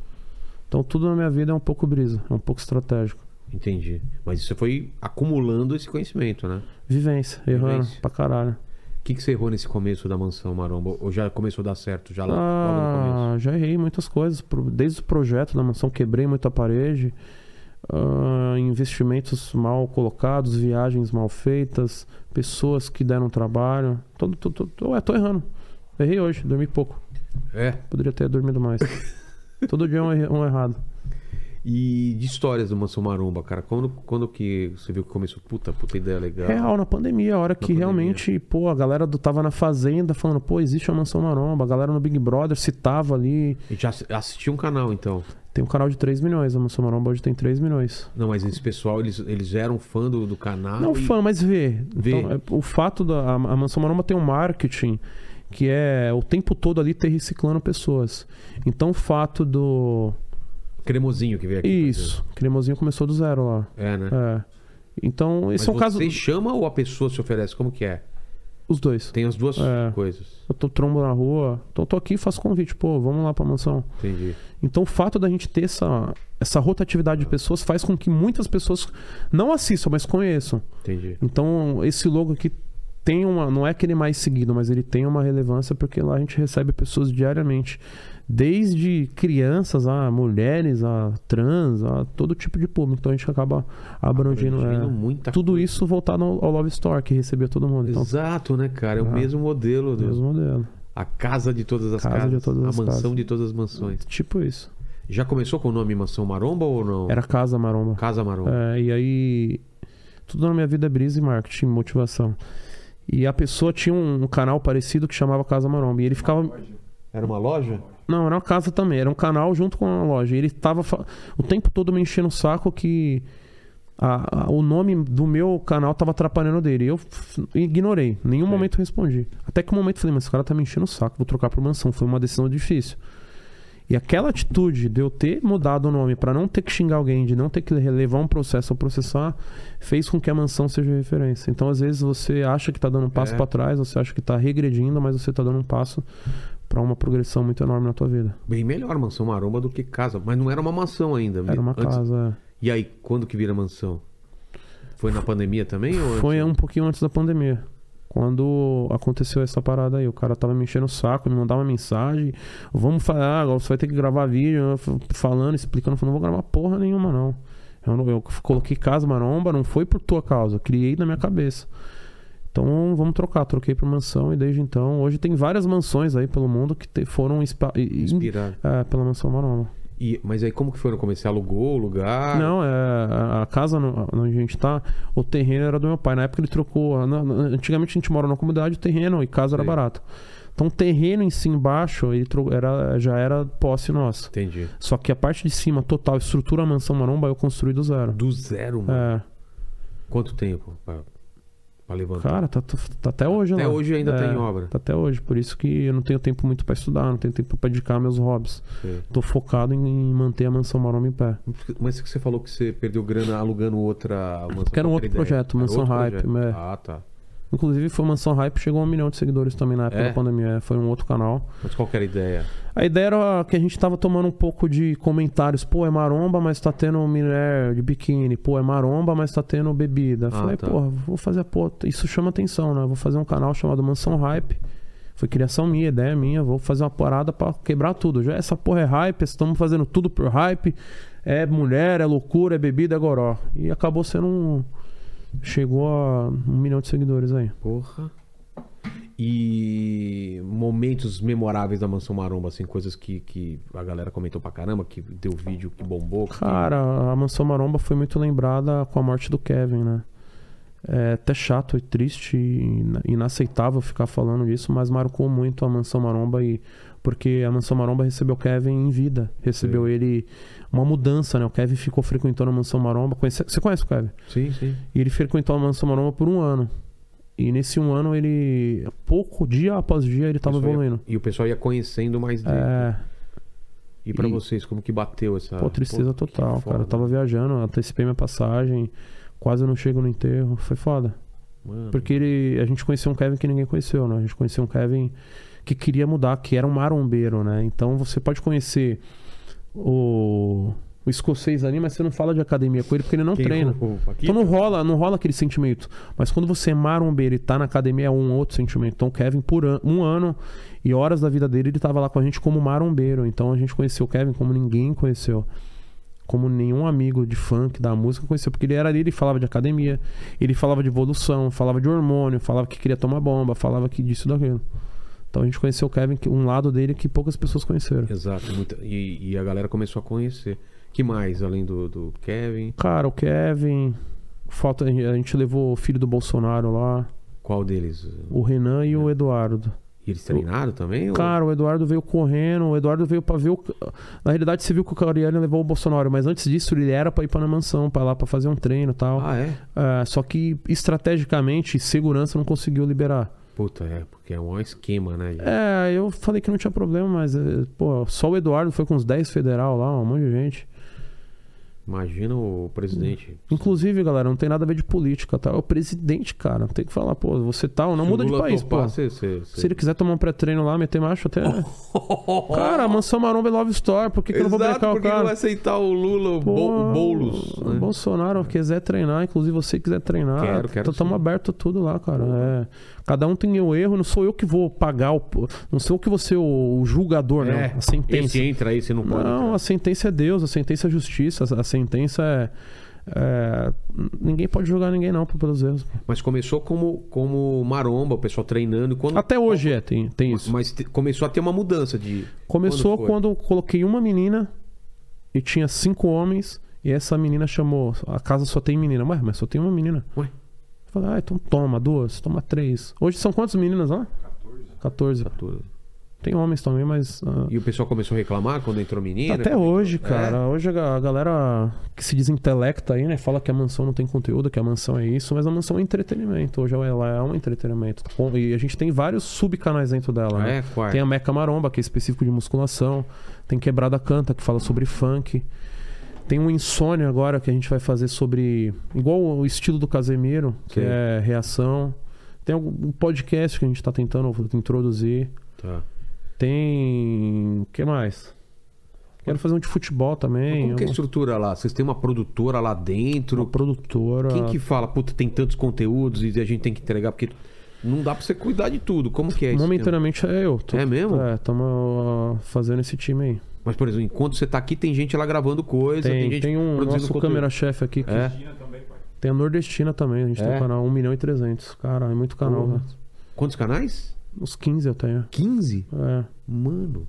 [SPEAKER 3] Então, tudo na minha vida é um pouco brisa, é um pouco estratégico.
[SPEAKER 1] Entendi. Mas você foi acumulando esse conhecimento, né?
[SPEAKER 3] Vivência, errando
[SPEAKER 1] Vivência.
[SPEAKER 3] pra caralho.
[SPEAKER 1] O que, que você errou nesse começo da mansão Maromba? Ou já começou a dar certo já Tá lá logo no começo?
[SPEAKER 3] Ah, já errei muitas coisas. pro- Desde o projeto da mansão, quebrei muita parede. ah, investimentos mal colocados, viagens mal feitas, pessoas que deram trabalho. Todo, todo, todo, ué, tô errando. Errei hoje, dormi pouco.
[SPEAKER 1] É.
[SPEAKER 3] Poderia ter dormido mais. todo dia um, erra- um errado.
[SPEAKER 1] E de histórias do Mansão Maromba, cara? Quando, quando que você viu que começou? Puta, puta ideia legal.
[SPEAKER 3] Real, na pandemia, a hora que
[SPEAKER 1] pandemia.
[SPEAKER 3] realmente, pô, a galera do, tava na fazenda falando, pô, existe a mansão maromba. A galera no Big Brother citava ali.
[SPEAKER 1] E já assi- assistiu um canal, então.
[SPEAKER 3] Tem um canal de 3 milhões, a mansão maromba hoje tem 3 milhões.
[SPEAKER 1] Não, mas esse pessoal, eles, eles eram fã do, do canal.
[SPEAKER 3] Não
[SPEAKER 1] Ah, e-
[SPEAKER 3] fã, mas vê.
[SPEAKER 1] Vê.
[SPEAKER 3] Então, é, o fato da a, a Mansão Maromba tem um marketing que é o tempo todo ali ter reciclando pessoas. Então o fato do.
[SPEAKER 1] Cremosinho É que veio aqui.
[SPEAKER 3] Isso. Cremosinho começou do zero lá.
[SPEAKER 1] fazer. É, né?
[SPEAKER 3] É. Então, esse
[SPEAKER 1] Mas
[SPEAKER 3] é um caso.
[SPEAKER 1] Você chama ou a pessoa se oferece? Como que é?
[SPEAKER 3] Os dois.
[SPEAKER 1] Tem as duas
[SPEAKER 3] É.
[SPEAKER 1] coisas.
[SPEAKER 3] Eu tô trombo na rua, tô, tô aqui e faço convite, pô, vamos lá pra mansão.
[SPEAKER 1] Entendi.
[SPEAKER 3] Então o fato da gente ter essa, essa rotatividade de pessoas faz com que muitas pessoas não assistam, mas conheçam.
[SPEAKER 1] Entendi.
[SPEAKER 3] Então esse logo aqui tem uma, não é aquele mais seguido, mas ele tem uma relevância porque lá a gente recebe pessoas diariamente, desde crianças a mulheres, a trans, a todo tipo de público. Então a gente acaba abrangendo, é,
[SPEAKER 1] Abrangindo muita
[SPEAKER 3] tudo
[SPEAKER 1] coisa.
[SPEAKER 3] isso voltado ao ao Love Store que recebia todo mundo. Então,
[SPEAKER 1] Exato, né, cara? É o
[SPEAKER 3] Ah.
[SPEAKER 1] mesmo modelo. Do...
[SPEAKER 3] mesmo modelo.
[SPEAKER 1] A casa de todas as
[SPEAKER 3] Casa de
[SPEAKER 1] casas.
[SPEAKER 3] todas
[SPEAKER 1] a
[SPEAKER 3] as
[SPEAKER 1] mansão
[SPEAKER 3] casas.
[SPEAKER 1] de todas as mansões.
[SPEAKER 3] Tipo isso.
[SPEAKER 1] Já começou com o nome Mansão Maromba ou não?
[SPEAKER 3] Era casa maromba.
[SPEAKER 1] Casa Maromba.
[SPEAKER 3] É, e aí, tudo na minha vida é brisa e marketing, motivação. E a pessoa tinha um, um canal parecido que chamava Casa Maromba. E ele ficava. É.
[SPEAKER 1] Era uma loja?
[SPEAKER 3] Não, era uma casa também, era um canal junto com a loja. E ele tava fa- o tempo todo me enchendo o saco que a- a- o nome do meu canal tava atrapalhando o dele. E eu f- ignorei, em nenhum
[SPEAKER 1] Sim.
[SPEAKER 3] momento eu respondi. Até que um momento eu falei, mas esse cara tá me enchendo o saco, vou trocar por mansão. Foi uma decisão difícil. E aquela atitude de eu ter mudado o nome pra não ter que xingar alguém, de não ter que levar um processo ou processar, fez com que a mansão seja referência. Então, às vezes, você acha que tá dando um passo
[SPEAKER 1] É.
[SPEAKER 3] pra trás, você acha que tá regredindo, mas você tá dando um passo pra uma progressão muito enorme na tua vida.
[SPEAKER 1] Bem melhor Mansão Maromba do que casa. Mas não era uma mansão ainda.
[SPEAKER 3] Era uma
[SPEAKER 1] Antes-
[SPEAKER 3] casa.
[SPEAKER 1] E aí, quando que vira mansão? Foi na pandemia também? Ou
[SPEAKER 3] Foi
[SPEAKER 1] antes?
[SPEAKER 3] um pouquinho antes da pandemia. Quando aconteceu essa parada aí, o cara tava me enchendo o saco, me mandava mensagem. Vamos falar, agora você vai ter que gravar vídeo, né, f- falando, explicando. Eu falei, não vou gravar porra nenhuma, não. Eu, não- eu coloquei casa maromba, não foi por tua causa, eu criei na minha cabeça. Então vamos trocar, troquei por mansão e desde então. Hoje tem várias mansões aí pelo mundo que te- foram inspa- e- e-
[SPEAKER 1] Inspirado.
[SPEAKER 3] é, pela mansão maromba.
[SPEAKER 1] E, mas aí, como que foi no começo? Você alugou o lugar?
[SPEAKER 3] Não, é, a- a casa no- onde a gente tá, o terreno era do meu pai. Na época ele trocou. na- na- antigamente a gente morava numa comunidade, o terreno e casa era
[SPEAKER 1] Sei.
[SPEAKER 3] barato. Então o terreno em si embaixo ele tro- era, já era posse nossa.
[SPEAKER 1] Entendi.
[SPEAKER 3] Só que a parte de cima, total, estrutura mansão maromba, eu construí do zero.
[SPEAKER 1] Do zero, mano.
[SPEAKER 3] É,
[SPEAKER 1] Quanto tempo pra, pra levantar?
[SPEAKER 3] cara, tá, tá- tá até hoje,
[SPEAKER 1] Até
[SPEAKER 3] lá.
[SPEAKER 1] hoje ainda tá
[SPEAKER 3] É,
[SPEAKER 1] em obra.
[SPEAKER 3] Tá até hoje, por isso que eu não tenho tempo muito pra estudar, não tenho tempo pra dedicar meus hobbies.
[SPEAKER 1] Sei.
[SPEAKER 3] Tô focado em, em manter a mansão maromba em pé.
[SPEAKER 1] Mas que você falou que você perdeu grana alugando outra mansão.
[SPEAKER 3] Porque era um
[SPEAKER 1] outra
[SPEAKER 3] outro
[SPEAKER 1] ideia.
[SPEAKER 3] projeto,
[SPEAKER 1] Era
[SPEAKER 3] Mansão
[SPEAKER 1] outro
[SPEAKER 3] Hype,
[SPEAKER 1] projeto.
[SPEAKER 3] né?
[SPEAKER 1] Ah, tá.
[SPEAKER 3] Inclusive, foi Mansão Hype, chegou a um milhão de seguidores também na época
[SPEAKER 1] É?
[SPEAKER 3] da pandemia. é, Foi um outro canal.
[SPEAKER 1] Mas qual que era a ideia?
[SPEAKER 3] A ideia era que a gente tava tomando um pouco de comentários. Pô, é maromba, mas tá tendo mulher de biquíni. Pô, é maromba, mas tá tendo bebida.
[SPEAKER 1] Ah,
[SPEAKER 3] Falei,
[SPEAKER 1] tá.
[SPEAKER 3] porra, vou fazer a porra. Isso chama atenção, né? Vou fazer um canal chamado Mansão Hype. Foi criação minha, ideia minha. Vou fazer uma parada pra quebrar tudo. Já essa porra é hype, estamos fazendo tudo por hype. É mulher, é loucura, é bebida, é goró. E acabou sendo um. Chegou a um milhão de seguidores aí.
[SPEAKER 1] Porra. E momentos memoráveis da Mansão Maromba, assim, coisas que, que a galera comentou pra caramba, que deu vídeo que bombou. que-
[SPEAKER 3] Cara, a Mansão Maromba foi muito lembrada com a morte do Kevin, né? É até chato e triste e ina- inaceitável ficar falando disso, mas marcou muito a Mansão Maromba e porque a Mansão Maromba recebeu o Kevin em vida, recebeu ele uma mudança, né? O Kevin ficou frequentando a Mansão Maromba. Conhece- você conhece o Kevin?
[SPEAKER 1] Sim, sim.
[SPEAKER 3] E ele frequentou a Mansão Maromba por um ano. E nesse um ano ele pouco dia após dia ele tava
[SPEAKER 1] O pessoal ia-
[SPEAKER 3] evoluindo.
[SPEAKER 1] e o pessoal ia conhecendo mais dele.
[SPEAKER 3] É,
[SPEAKER 1] e pra
[SPEAKER 3] e-
[SPEAKER 1] vocês, como que bateu essa.
[SPEAKER 3] Pô, tristeza
[SPEAKER 1] É, Pô, que
[SPEAKER 3] total,
[SPEAKER 1] foda, né?
[SPEAKER 3] cara. Eu tava viajando, antecipei minha passagem, quase não chego no enterro. Foi foda.
[SPEAKER 1] Uhum. Mano,
[SPEAKER 3] Porque ele, a gente conheceu um Kevin que ninguém conheceu, né? A gente conheceu um Kevin que queria mudar, que era um marombeiro, né? Então você pode conhecer o, o escocês ali, mas você não fala de academia com ele porque ele não
[SPEAKER 1] quem-
[SPEAKER 3] treina.
[SPEAKER 1] o- o Paquito?
[SPEAKER 3] Então não rola, não rola aquele sentimento. Mas quando você é marombeiro e tá na academia, é um outro sentimento. Então o Kevin, por an- um ano e horas da vida dele, ele tava lá com a gente como marombeiro. Então a gente conheceu o Kevin como ninguém conheceu. Como nenhum amigo de funk da música conheceu. Porque ele era ali, ele falava de academia, ele falava de evolução, falava de hormônio, falava que queria tomar bomba, falava que disso e daquilo. Então a gente conheceu o Kevin, que- um lado dele que poucas pessoas conheceram.
[SPEAKER 1] Exato, muita- e, e a galera começou a conhecer. que mais, além do, do Kevin?
[SPEAKER 3] Cara, o Kevin. Falta, a gente levou o filho do Bolsonaro lá,
[SPEAKER 1] Qual deles?
[SPEAKER 3] o Renan e o Eduardo.
[SPEAKER 1] E eles treinaram também? ou-
[SPEAKER 3] Cara, o Eduardo veio correndo, o Eduardo veio pra ver o... Na realidade, você viu que o Cariani levou o Bolsonaro, mas antes disso ele era pra ir pra na mansão, pra lá, pra fazer um treino e tal.
[SPEAKER 1] Ah, é?
[SPEAKER 3] É, só que, estrategicamente, segurança não conseguiu liberar.
[SPEAKER 1] Puta, é, porque é um maior esquema, né? gente?
[SPEAKER 3] É, eu falei que não tinha problema, mas, é, pô, só o Eduardo foi com uns 10 federal lá, um monte de gente.
[SPEAKER 1] Imagina o presidente.
[SPEAKER 3] Inclusive, galera, não tem nada a ver de política, tá? É o presidente, cara. Não tem que falar, pô, você tal, não é muda de país, pô.
[SPEAKER 1] Você, você,
[SPEAKER 3] Se ele quiser tomar um pré-treino lá, meter macho até. né? Cara, Mansão Maromba e Love Store, por que, que eu não vou brincar o
[SPEAKER 1] porque não vai
[SPEAKER 3] cara?
[SPEAKER 1] aceitar o Lula, o
[SPEAKER 3] Pô, é um
[SPEAKER 1] Bo- o Boulos.
[SPEAKER 3] o
[SPEAKER 1] né?
[SPEAKER 3] Bolsonaro quiser treinar, inclusive você quiser treinar.
[SPEAKER 1] Quero, quero
[SPEAKER 3] Estamos
[SPEAKER 1] sim.
[SPEAKER 3] aberto tudo lá, cara. É. Cada um tem o erro, não sou eu que vou pagar o. Não sou eu que vou ser o, o julgador, né? A sentença.
[SPEAKER 1] É, Esse entra aí, você não pode.
[SPEAKER 3] Não,
[SPEAKER 1] entrar.
[SPEAKER 3] a sentença é Deus, a sentença é justiça, a sentença é. é, ninguém pode julgar ninguém, não, pelos erros.
[SPEAKER 1] Mas começou como, como maromba, o pessoal treinando. Quando...
[SPEAKER 3] Até hoje é, tem, tem isso.
[SPEAKER 1] Mas te- começou a ter uma mudança de.
[SPEAKER 3] Começou
[SPEAKER 1] foi?
[SPEAKER 3] quando, eu coloquei uma menina e tinha cinco homens, e essa menina chamou. A casa só tem menina. Ué, mas só tem uma menina.
[SPEAKER 1] Ué?
[SPEAKER 3] Eu falei, ah, então toma duas, toma três. Hoje são quantas meninas lá? 14. 14.
[SPEAKER 1] Tudo.
[SPEAKER 3] Tem homens também, mas. ah,
[SPEAKER 1] E o pessoal começou a reclamar quando entrou menina.
[SPEAKER 3] Até
[SPEAKER 1] É.
[SPEAKER 3] hoje, cara. Hoje a ga- a galera que se desintelecta aí, né? Fala que a mansão não tem conteúdo, que a mansão é isso, mas a mansão é entretenimento. Hoje ela é um entretenimento. Bom, E a gente tem vários subcanais dentro dela,
[SPEAKER 1] Ah,
[SPEAKER 3] né?
[SPEAKER 1] é? Quais?
[SPEAKER 3] Tem a Meca Maromba, que é específico de musculação. Tem Quebrada Canta, que fala sobre funk. Tem um insônia agora que a gente vai fazer sobre. Igual o estilo do Casemiro, que
[SPEAKER 1] Sim.
[SPEAKER 3] é reação. Tem um podcast que a gente tá tentando introduzir.
[SPEAKER 1] Tá.
[SPEAKER 3] Tem. O que mais? Quero fazer um de futebol também. um
[SPEAKER 1] Como que é a
[SPEAKER 3] uma-
[SPEAKER 1] estrutura lá? Vocês têm uma produtora lá dentro?
[SPEAKER 3] uma produtora.
[SPEAKER 1] Quem que fala, puta, tem tantos conteúdos e a gente tem que entregar, porque não dá pra você cuidar de tudo. Como que é isso?
[SPEAKER 3] Momentaneamente é eu. Tô-
[SPEAKER 1] É mesmo?
[SPEAKER 3] É, estamos fazendo esse time aí.
[SPEAKER 1] Mas, por exemplo, enquanto você tá aqui, tem gente lá gravando coisa, é, tem,
[SPEAKER 3] Tem, tem,
[SPEAKER 1] gente
[SPEAKER 3] um
[SPEAKER 1] produzindo
[SPEAKER 3] nosso
[SPEAKER 1] conteúdo.
[SPEAKER 3] câmera-chefe aqui. Que
[SPEAKER 1] É.
[SPEAKER 3] Tem a Nordestina também. A gente tem
[SPEAKER 1] É?
[SPEAKER 3] um canal 1 milhão e 300. Cara, é muito canal,
[SPEAKER 1] Porra.
[SPEAKER 3] né?
[SPEAKER 1] Quantos canais?
[SPEAKER 3] Uns 15 eu tenho.
[SPEAKER 1] 15?
[SPEAKER 3] É.
[SPEAKER 1] Mano.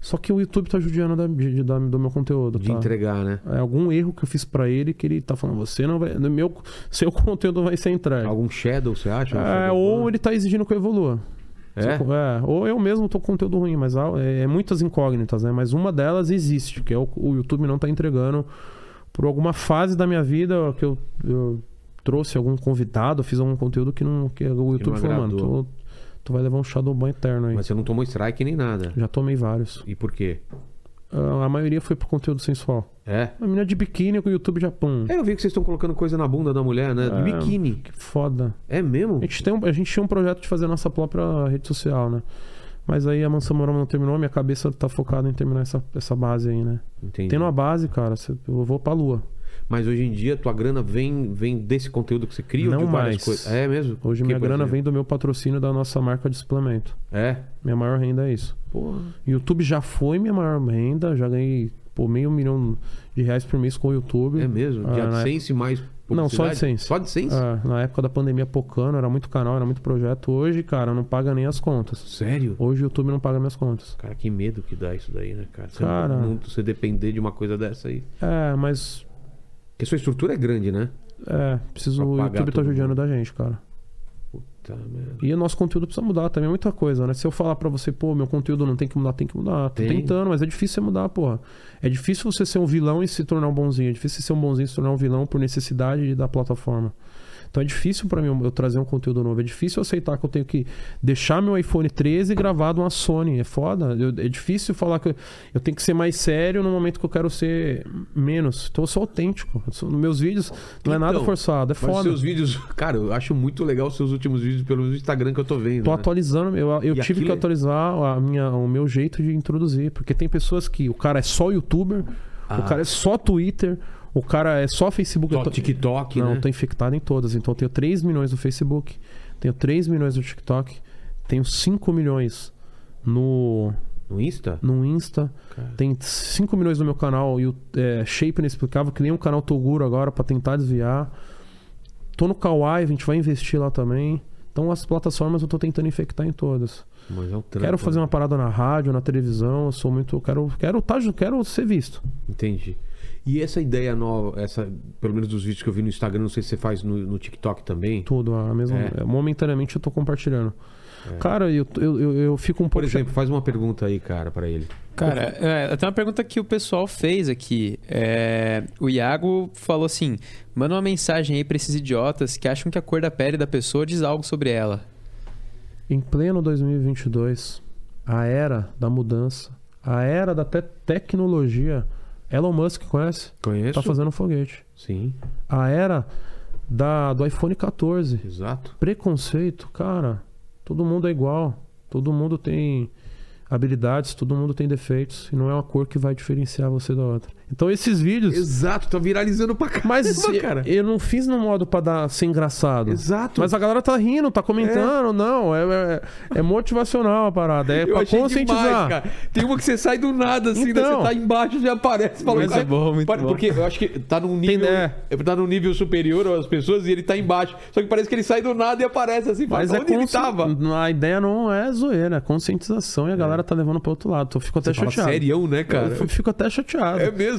[SPEAKER 3] Só que o YouTube tá judiando da, de- da- do meu conteúdo.
[SPEAKER 1] De
[SPEAKER 3] tá?
[SPEAKER 1] entregar, né?
[SPEAKER 3] É algum erro que eu fiz pra ele que ele tá falando, você não vai. no Meu, seu conteúdo vai ser entregue.
[SPEAKER 1] Algum shadow, você acha? Um
[SPEAKER 3] É,
[SPEAKER 1] shadow
[SPEAKER 3] ou
[SPEAKER 1] ban?
[SPEAKER 3] ele tá exigindo que eu evolua.
[SPEAKER 1] É?
[SPEAKER 3] Só- ou eu mesmo tô com conteúdo ruim, mas há- é, é muitas incógnitas, né? Mas uma delas existe, que é o, o YouTube não tá entregando por alguma fase da minha vida que eu, eu trouxe algum convidado, fiz algum conteúdo que não que o YouTube falou, mano,
[SPEAKER 1] agradou.
[SPEAKER 3] tu, tu vai levar um shadow ban eterno aí.
[SPEAKER 1] Mas você não tomou strike nem nada.
[SPEAKER 3] Já tomei vários.
[SPEAKER 1] E por quê?
[SPEAKER 3] Ah, A maioria foi por conteúdo sensual.
[SPEAKER 1] É?
[SPEAKER 3] Uma menina de biquíni com o YouTube Japão.
[SPEAKER 1] É, eu vi que vocês estão colocando coisa na bunda da mulher, né? De
[SPEAKER 3] É.
[SPEAKER 1] biquíni.
[SPEAKER 3] Que foda.
[SPEAKER 1] É mesmo?
[SPEAKER 3] A gente, tem um- a gente tinha um projeto de fazer a nossa própria rede social, né? Mas aí a Mansão Morama não terminou, minha cabeça tá focada em terminar essa, essa base aí, né?
[SPEAKER 1] Entendi.
[SPEAKER 3] Tendo uma base, cara, cê- eu vou pra lua.
[SPEAKER 1] Mas hoje em dia tua grana vem, vem desse conteúdo que você cria ou
[SPEAKER 3] Não
[SPEAKER 1] de várias
[SPEAKER 3] mais.
[SPEAKER 1] coisas? É mesmo?
[SPEAKER 3] Hoje
[SPEAKER 1] Que,
[SPEAKER 3] minha
[SPEAKER 1] por
[SPEAKER 3] grana
[SPEAKER 1] exemplo?
[SPEAKER 3] vem do meu patrocínio da nossa marca de suplemento.
[SPEAKER 1] É?
[SPEAKER 3] Minha maior renda é isso.
[SPEAKER 1] Porra.
[SPEAKER 3] YouTube já foi minha maior renda, já ganhei pô, meio milhão de reais por mês com o YouTube.
[SPEAKER 1] É mesmo? De
[SPEAKER 3] Ah, né?
[SPEAKER 1] AdSense mais
[SPEAKER 3] Não, só
[SPEAKER 1] publicidade?
[SPEAKER 3] AdSense.
[SPEAKER 1] Só AdSense?
[SPEAKER 3] É, na época da pandemia pocando, era muito canal, era muito projeto. Hoje, cara, não paga nem as contas.
[SPEAKER 1] Sério?
[SPEAKER 3] Hoje o YouTube não paga minhas contas.
[SPEAKER 1] Cara, que medo que dá isso daí, né, cara? Você
[SPEAKER 3] Cara.
[SPEAKER 1] Não, não- você depender de uma coisa dessa aí.
[SPEAKER 3] É, mas
[SPEAKER 1] Porque sua estrutura é grande, né?
[SPEAKER 3] É, preciso.
[SPEAKER 1] Pra
[SPEAKER 3] O
[SPEAKER 1] pagar
[SPEAKER 3] YouTube tá
[SPEAKER 1] todo
[SPEAKER 3] judiando da gente, cara.
[SPEAKER 1] Puta Tá, merda.
[SPEAKER 3] E o nosso conteúdo precisa mudar também, é muita coisa, né? Se eu falar pra você, pô, meu conteúdo não tem que mudar, tem que mudar. Tô
[SPEAKER 1] Tem.
[SPEAKER 3] tentando, mas é difícil você mudar, porra. É difícil você ser um vilão e se tornar um bonzinho. É difícil você ser um bonzinho e se tornar um vilão por necessidade da plataforma. Então é difícil pra mim eu trazer um conteúdo novo. É difícil eu aceitar que eu tenho que deixar meu iPhone 13 gravado uma Sony. É foda. Eu- é difícil falar que eu, eu tenho que ser mais sério no momento que eu quero ser menos. Então eu sou autêntico. Eu sou- nos meus vídeos não é nada
[SPEAKER 1] Então,
[SPEAKER 3] forçado. É
[SPEAKER 1] Mas
[SPEAKER 3] foda.
[SPEAKER 1] seus vídeos, cara, eu acho muito legal os seus últimos vídeos pelo Instagram que eu tô vendo.
[SPEAKER 3] Tô
[SPEAKER 1] né?
[SPEAKER 3] atualizando, eu, eu
[SPEAKER 1] E
[SPEAKER 3] tive
[SPEAKER 1] aquilo
[SPEAKER 3] que
[SPEAKER 1] é-
[SPEAKER 3] atualizar a minha, o meu jeito de introduzir, porque tem pessoas que o cara é só youtuber,
[SPEAKER 1] Ah.
[SPEAKER 3] o cara é só Twitter, o cara é só Facebook.
[SPEAKER 1] Só
[SPEAKER 3] eu tô-
[SPEAKER 1] TikTok,
[SPEAKER 3] Não,
[SPEAKER 1] né?
[SPEAKER 3] eu tô infectado em todas, então eu tenho 3 milhões no Facebook, tenho 3 milhões no TikTok, tenho 5 milhões no,
[SPEAKER 1] No Insta?
[SPEAKER 3] no Insta, tem 5 milhões no meu canal e o é, Shape Inexplicável, que nem um canal Toguro agora pra tentar desviar. Tô no Kawaii, a gente vai investir lá também. Então as plataformas eu tô tentando infectar em todas.
[SPEAKER 1] Mas é o trampo.
[SPEAKER 3] Quero fazer
[SPEAKER 1] né?
[SPEAKER 3] uma parada na rádio, na televisão, eu sou muito, eu quero, quero tá, ju- quero ser visto.
[SPEAKER 1] Entendi. E essa ideia nova, essa, pelo menos dos vídeos que eu vi no Instagram, não sei se você faz no, no TikTok também.
[SPEAKER 3] Tudo, a mesma,
[SPEAKER 1] É.
[SPEAKER 3] momentaneamente eu tô compartilhando. Cara, eu, eu, eu, eu fico um
[SPEAKER 1] Por
[SPEAKER 3] pouco
[SPEAKER 1] exemplo, faz uma pergunta aí, cara, pra ele.
[SPEAKER 3] Tá
[SPEAKER 2] Cara, é, até uma pergunta que o pessoal fez aqui. É, o Iago falou assim: manda uma mensagem aí pra esses idiotas que acham que a cor da pele da pessoa diz algo sobre ela.
[SPEAKER 3] Em pleno 2022, a era da mudança, a era da te- tecnologia, Elon Musk, conhece?
[SPEAKER 1] Conheço.
[SPEAKER 3] Tá fazendo um foguete.
[SPEAKER 1] Sim,
[SPEAKER 3] A era da, do iPhone 14.
[SPEAKER 1] exato.
[SPEAKER 3] Preconceito, cara. Todo mundo é igual. Todo mundo tem habilidades, todo mundo tem defeitos. E não é uma cor que vai diferenciar você da outra. Então esses vídeos.
[SPEAKER 1] Exato, tá viralizando pra caramba,
[SPEAKER 3] Mas eu-
[SPEAKER 1] cara.
[SPEAKER 3] eu não fiz no modo pra dar ser engraçado.
[SPEAKER 1] Exato.
[SPEAKER 3] Mas a galera tá rindo, tá comentando, não. É, é- é motivacional a parada. É
[SPEAKER 1] eu
[SPEAKER 3] pra
[SPEAKER 1] achei
[SPEAKER 3] conscientizar.
[SPEAKER 1] demais, cara. Tem uma que você sai do nada, assim, né?
[SPEAKER 3] Então. é
[SPEAKER 1] você tá embaixo já aparece. Fala,
[SPEAKER 2] Muito
[SPEAKER 1] cara,
[SPEAKER 2] bom, muito
[SPEAKER 1] para-
[SPEAKER 2] bom.
[SPEAKER 1] Porque eu acho que tá num nível,
[SPEAKER 3] Tem, né?
[SPEAKER 1] tá num nível superior às pessoas e ele tá embaixo. Só que parece que ele sai do nada e aparece assim, fala,
[SPEAKER 3] Mas é
[SPEAKER 1] onde ele
[SPEAKER 3] consci-
[SPEAKER 1] tava?
[SPEAKER 3] A ideia não é zoeira, é conscientização e a galera tá levando pro outro lado. Eu fico até
[SPEAKER 1] Fala,
[SPEAKER 3] chateado.
[SPEAKER 1] serião, né, cara?
[SPEAKER 3] Eu fico até chateado.
[SPEAKER 1] É mesmo.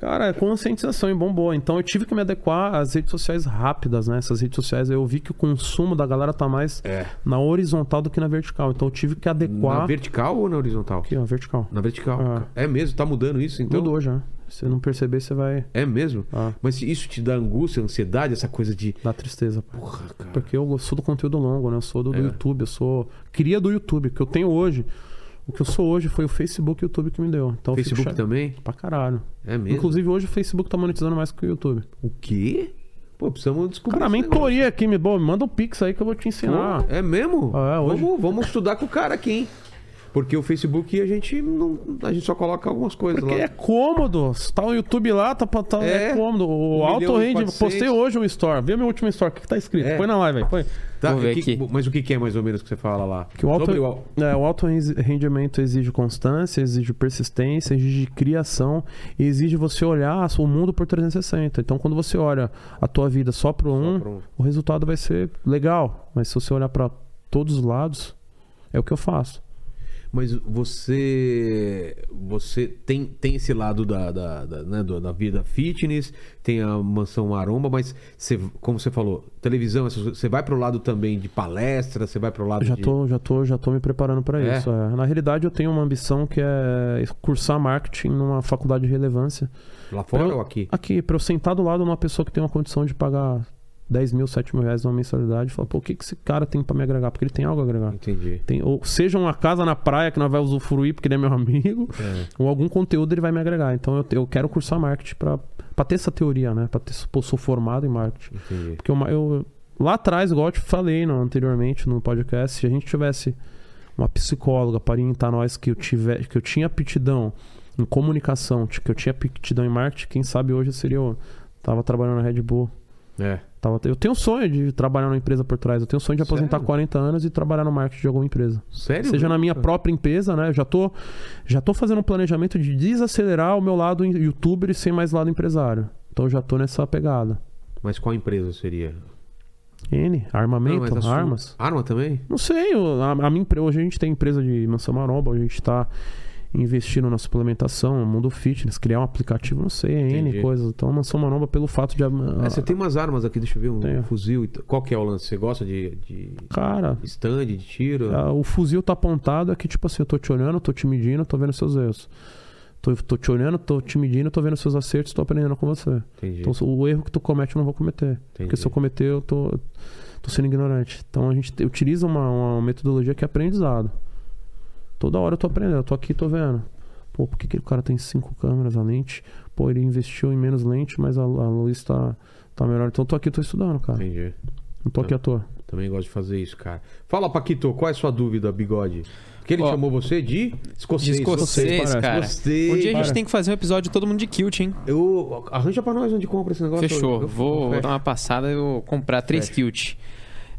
[SPEAKER 3] Cara, é conscientização e bombou. Então eu tive que me adequar às redes sociais rápidas, né? Essas redes sociais eu vi que o consumo da galera tá mais
[SPEAKER 1] É.
[SPEAKER 3] na horizontal do que na vertical. Então eu tive que adequar.
[SPEAKER 1] Na vertical ou na horizontal?
[SPEAKER 3] Aqui, ó, vertical.
[SPEAKER 1] Na vertical.
[SPEAKER 3] Ah.
[SPEAKER 1] É mesmo, tá mudando isso então?
[SPEAKER 3] Mudou já. né? Se não perceber, você vai
[SPEAKER 1] É mesmo?
[SPEAKER 3] Ah.
[SPEAKER 1] Mas isso te dá angústia, ansiedade, essa coisa de.
[SPEAKER 3] dar tristeza. pô.
[SPEAKER 1] Porra, cara.
[SPEAKER 3] Porque eu sou do conteúdo longo, né? Eu sou do, do
[SPEAKER 1] É.
[SPEAKER 3] YouTube, eu sou cria do YouTube. O que eu tenho hoje, o que eu sou hoje foi o Facebook e o YouTube que me deu. Então eu fico
[SPEAKER 1] Facebook
[SPEAKER 3] cha-
[SPEAKER 1] também?
[SPEAKER 3] Pra caralho.
[SPEAKER 1] É mesmo.
[SPEAKER 3] Inclusive hoje o Facebook tá monetizando mais que o YouTube.
[SPEAKER 1] O quê? Pô, precisamos descobrir.
[SPEAKER 3] Cara,
[SPEAKER 1] esse negócio.
[SPEAKER 3] mentoria aqui, me bom, manda um pix aí que eu vou te ensinar.
[SPEAKER 1] É mesmo?
[SPEAKER 3] Ah, é, hoje.
[SPEAKER 1] vamos, vamos estudar com o cara aqui, hein? Porque o Facebook a gente não. A gente só coloca algumas coisas
[SPEAKER 3] Porque
[SPEAKER 1] lá.
[SPEAKER 3] é cômodo. Tá o YouTube lá, tá, pra- tá- é.
[SPEAKER 1] É.
[SPEAKER 3] cômodo. O
[SPEAKER 1] Um
[SPEAKER 3] alto
[SPEAKER 1] milhão e
[SPEAKER 3] rende.
[SPEAKER 1] 400.
[SPEAKER 3] Postei hoje um store. Vê meu último store. O que, que tá escrito?
[SPEAKER 1] É.
[SPEAKER 3] Põe na live aí. Põe.
[SPEAKER 1] Tá,
[SPEAKER 2] Vou ver
[SPEAKER 1] que-
[SPEAKER 2] aqui.
[SPEAKER 1] Mas o que que é mais ou menos que você fala lá?
[SPEAKER 3] Que o alto,
[SPEAKER 1] Sobre o-
[SPEAKER 3] é, o alto renzi- rendimento exige constância, exige persistência, exige criação, e exige você olhar o mundo por 360. Então, quando você olha a tua vida só pro um,
[SPEAKER 1] pro um.
[SPEAKER 3] o resultado vai ser legal. Mas se você olhar para todos os lados, é o que eu faço.
[SPEAKER 1] Mas você. Você tem, tem esse lado da, da, da, né, do- da vida fitness, tem a mansão aroma, mas você, como você falou, televisão, essas coisas, você vai pro lado também de palestra, você vai pro lado
[SPEAKER 3] Eu já
[SPEAKER 1] de.
[SPEAKER 3] tô, já tô, já tô me preparando para
[SPEAKER 1] É?
[SPEAKER 3] isso. é. Na realidade, eu tenho uma ambição que é cursar marketing numa faculdade de relevância.
[SPEAKER 1] Lá fora
[SPEAKER 3] Pra eu-
[SPEAKER 1] ou aqui?
[SPEAKER 3] Aqui, pra eu sentar do lado de uma pessoa que tem uma condição de pagar 10 mil, 7 mil reais numa mensalidade e falar, pô, o que, que esse cara tem pra me agregar? Porque ele tem algo a agregar.
[SPEAKER 1] Entendi.
[SPEAKER 3] Tem, ou seja, uma casa na praia que nós vai usufruir porque ele é meu amigo,
[SPEAKER 1] É,
[SPEAKER 3] ou algum conteúdo ele vai me agregar. Então eu, eu quero cursar marketing pra, pra ter essa teoria, né? Pra ter, pô, sou formado em marketing.
[SPEAKER 1] Entendi.
[SPEAKER 3] Porque eu, eu- lá atrás, igual eu te falei no- anteriormente no podcast, se a gente tivesse uma psicóloga para orientar nós que eu, tiver, que eu tinha aptidão em comunicação, que eu tinha aptidão em marketing, quem sabe hoje eu seria eu. Tava trabalhando na Red Bull.
[SPEAKER 1] É.
[SPEAKER 3] Tava, eu tenho um sonho de trabalhar numa empresa por trás. Eu tenho um sonho de aposentar
[SPEAKER 1] Sério?
[SPEAKER 3] 40 anos e trabalhar no marketing de alguma empresa.
[SPEAKER 1] Sério? Ah.
[SPEAKER 3] Seja na minha
[SPEAKER 1] Nossa.
[SPEAKER 3] própria empresa, né? Eu já tô, já tô fazendo um planejamento de desacelerar o meu lado em- youtuber e ser mais lado empresário. Então eu já tô nessa pegada.
[SPEAKER 1] Mas qual empresa seria?
[SPEAKER 3] N,
[SPEAKER 1] Não, mas
[SPEAKER 3] armamento,
[SPEAKER 1] a sua-
[SPEAKER 3] armas.
[SPEAKER 1] Arma também?
[SPEAKER 3] Não sei, eu- a, a minha empresa, hoje a gente tem empresa de mansão maromba, hoje a gente está investindo na suplementação, no mundo fitness, criar um aplicativo, não sei,
[SPEAKER 1] Entendi.
[SPEAKER 3] N coisas. Então, mansão maromba, pelo fato de. a-
[SPEAKER 1] É, você tem umas armas aqui, deixa eu ver, um
[SPEAKER 3] Ah. Tenho.
[SPEAKER 1] fuzil. e t- Qual que é o lance? Você gosta de, de
[SPEAKER 3] Cara,
[SPEAKER 1] stand, de tiro?
[SPEAKER 3] a- o fuzil tá apontado, é que tipo assim, eu tô te olhando, tô te medindo, tô vendo seus erros. Tô, tô te olhando, tô te medindo, tô vendo seus acertos, tô aprendendo com você.
[SPEAKER 1] Entendi.
[SPEAKER 3] Então, o erro que tu comete, eu não vou cometer. Porque se eu cometer, eu tô, tô sendo ignorante. Então a gente te- utiliza uma, uma metodologia que é aprendizado. Toda hora eu tô aprendendo, eu tô aqui, tô vendo. Pô, por que, que o cara tem cinco câmeras, a lente? Pô, ele investiu em menos lente, mas a, a luz tá, tá melhor. Então eu tô aqui, tô estudando, cara.
[SPEAKER 1] Entendi.
[SPEAKER 3] Não tô aqui à toa.
[SPEAKER 1] Também gosto de fazer isso, cara. Fala, Paquito, qual é a sua dúvida, bigode? Que ele
[SPEAKER 2] Ó,
[SPEAKER 1] chamou você de escocês.
[SPEAKER 2] De escocês,
[SPEAKER 3] parece.
[SPEAKER 2] cara.
[SPEAKER 1] Gostei,
[SPEAKER 2] um dia a
[SPEAKER 1] cara.
[SPEAKER 2] gente tem que fazer um episódio todo mundo de kilt, hein?
[SPEAKER 1] Eu, arranja pra nós onde compra esse negócio.
[SPEAKER 2] Fechou.
[SPEAKER 1] Eu- eu-
[SPEAKER 2] vou
[SPEAKER 1] eu-
[SPEAKER 2] dar uma passada e vou comprar três
[SPEAKER 1] Fecha.
[SPEAKER 2] kilt.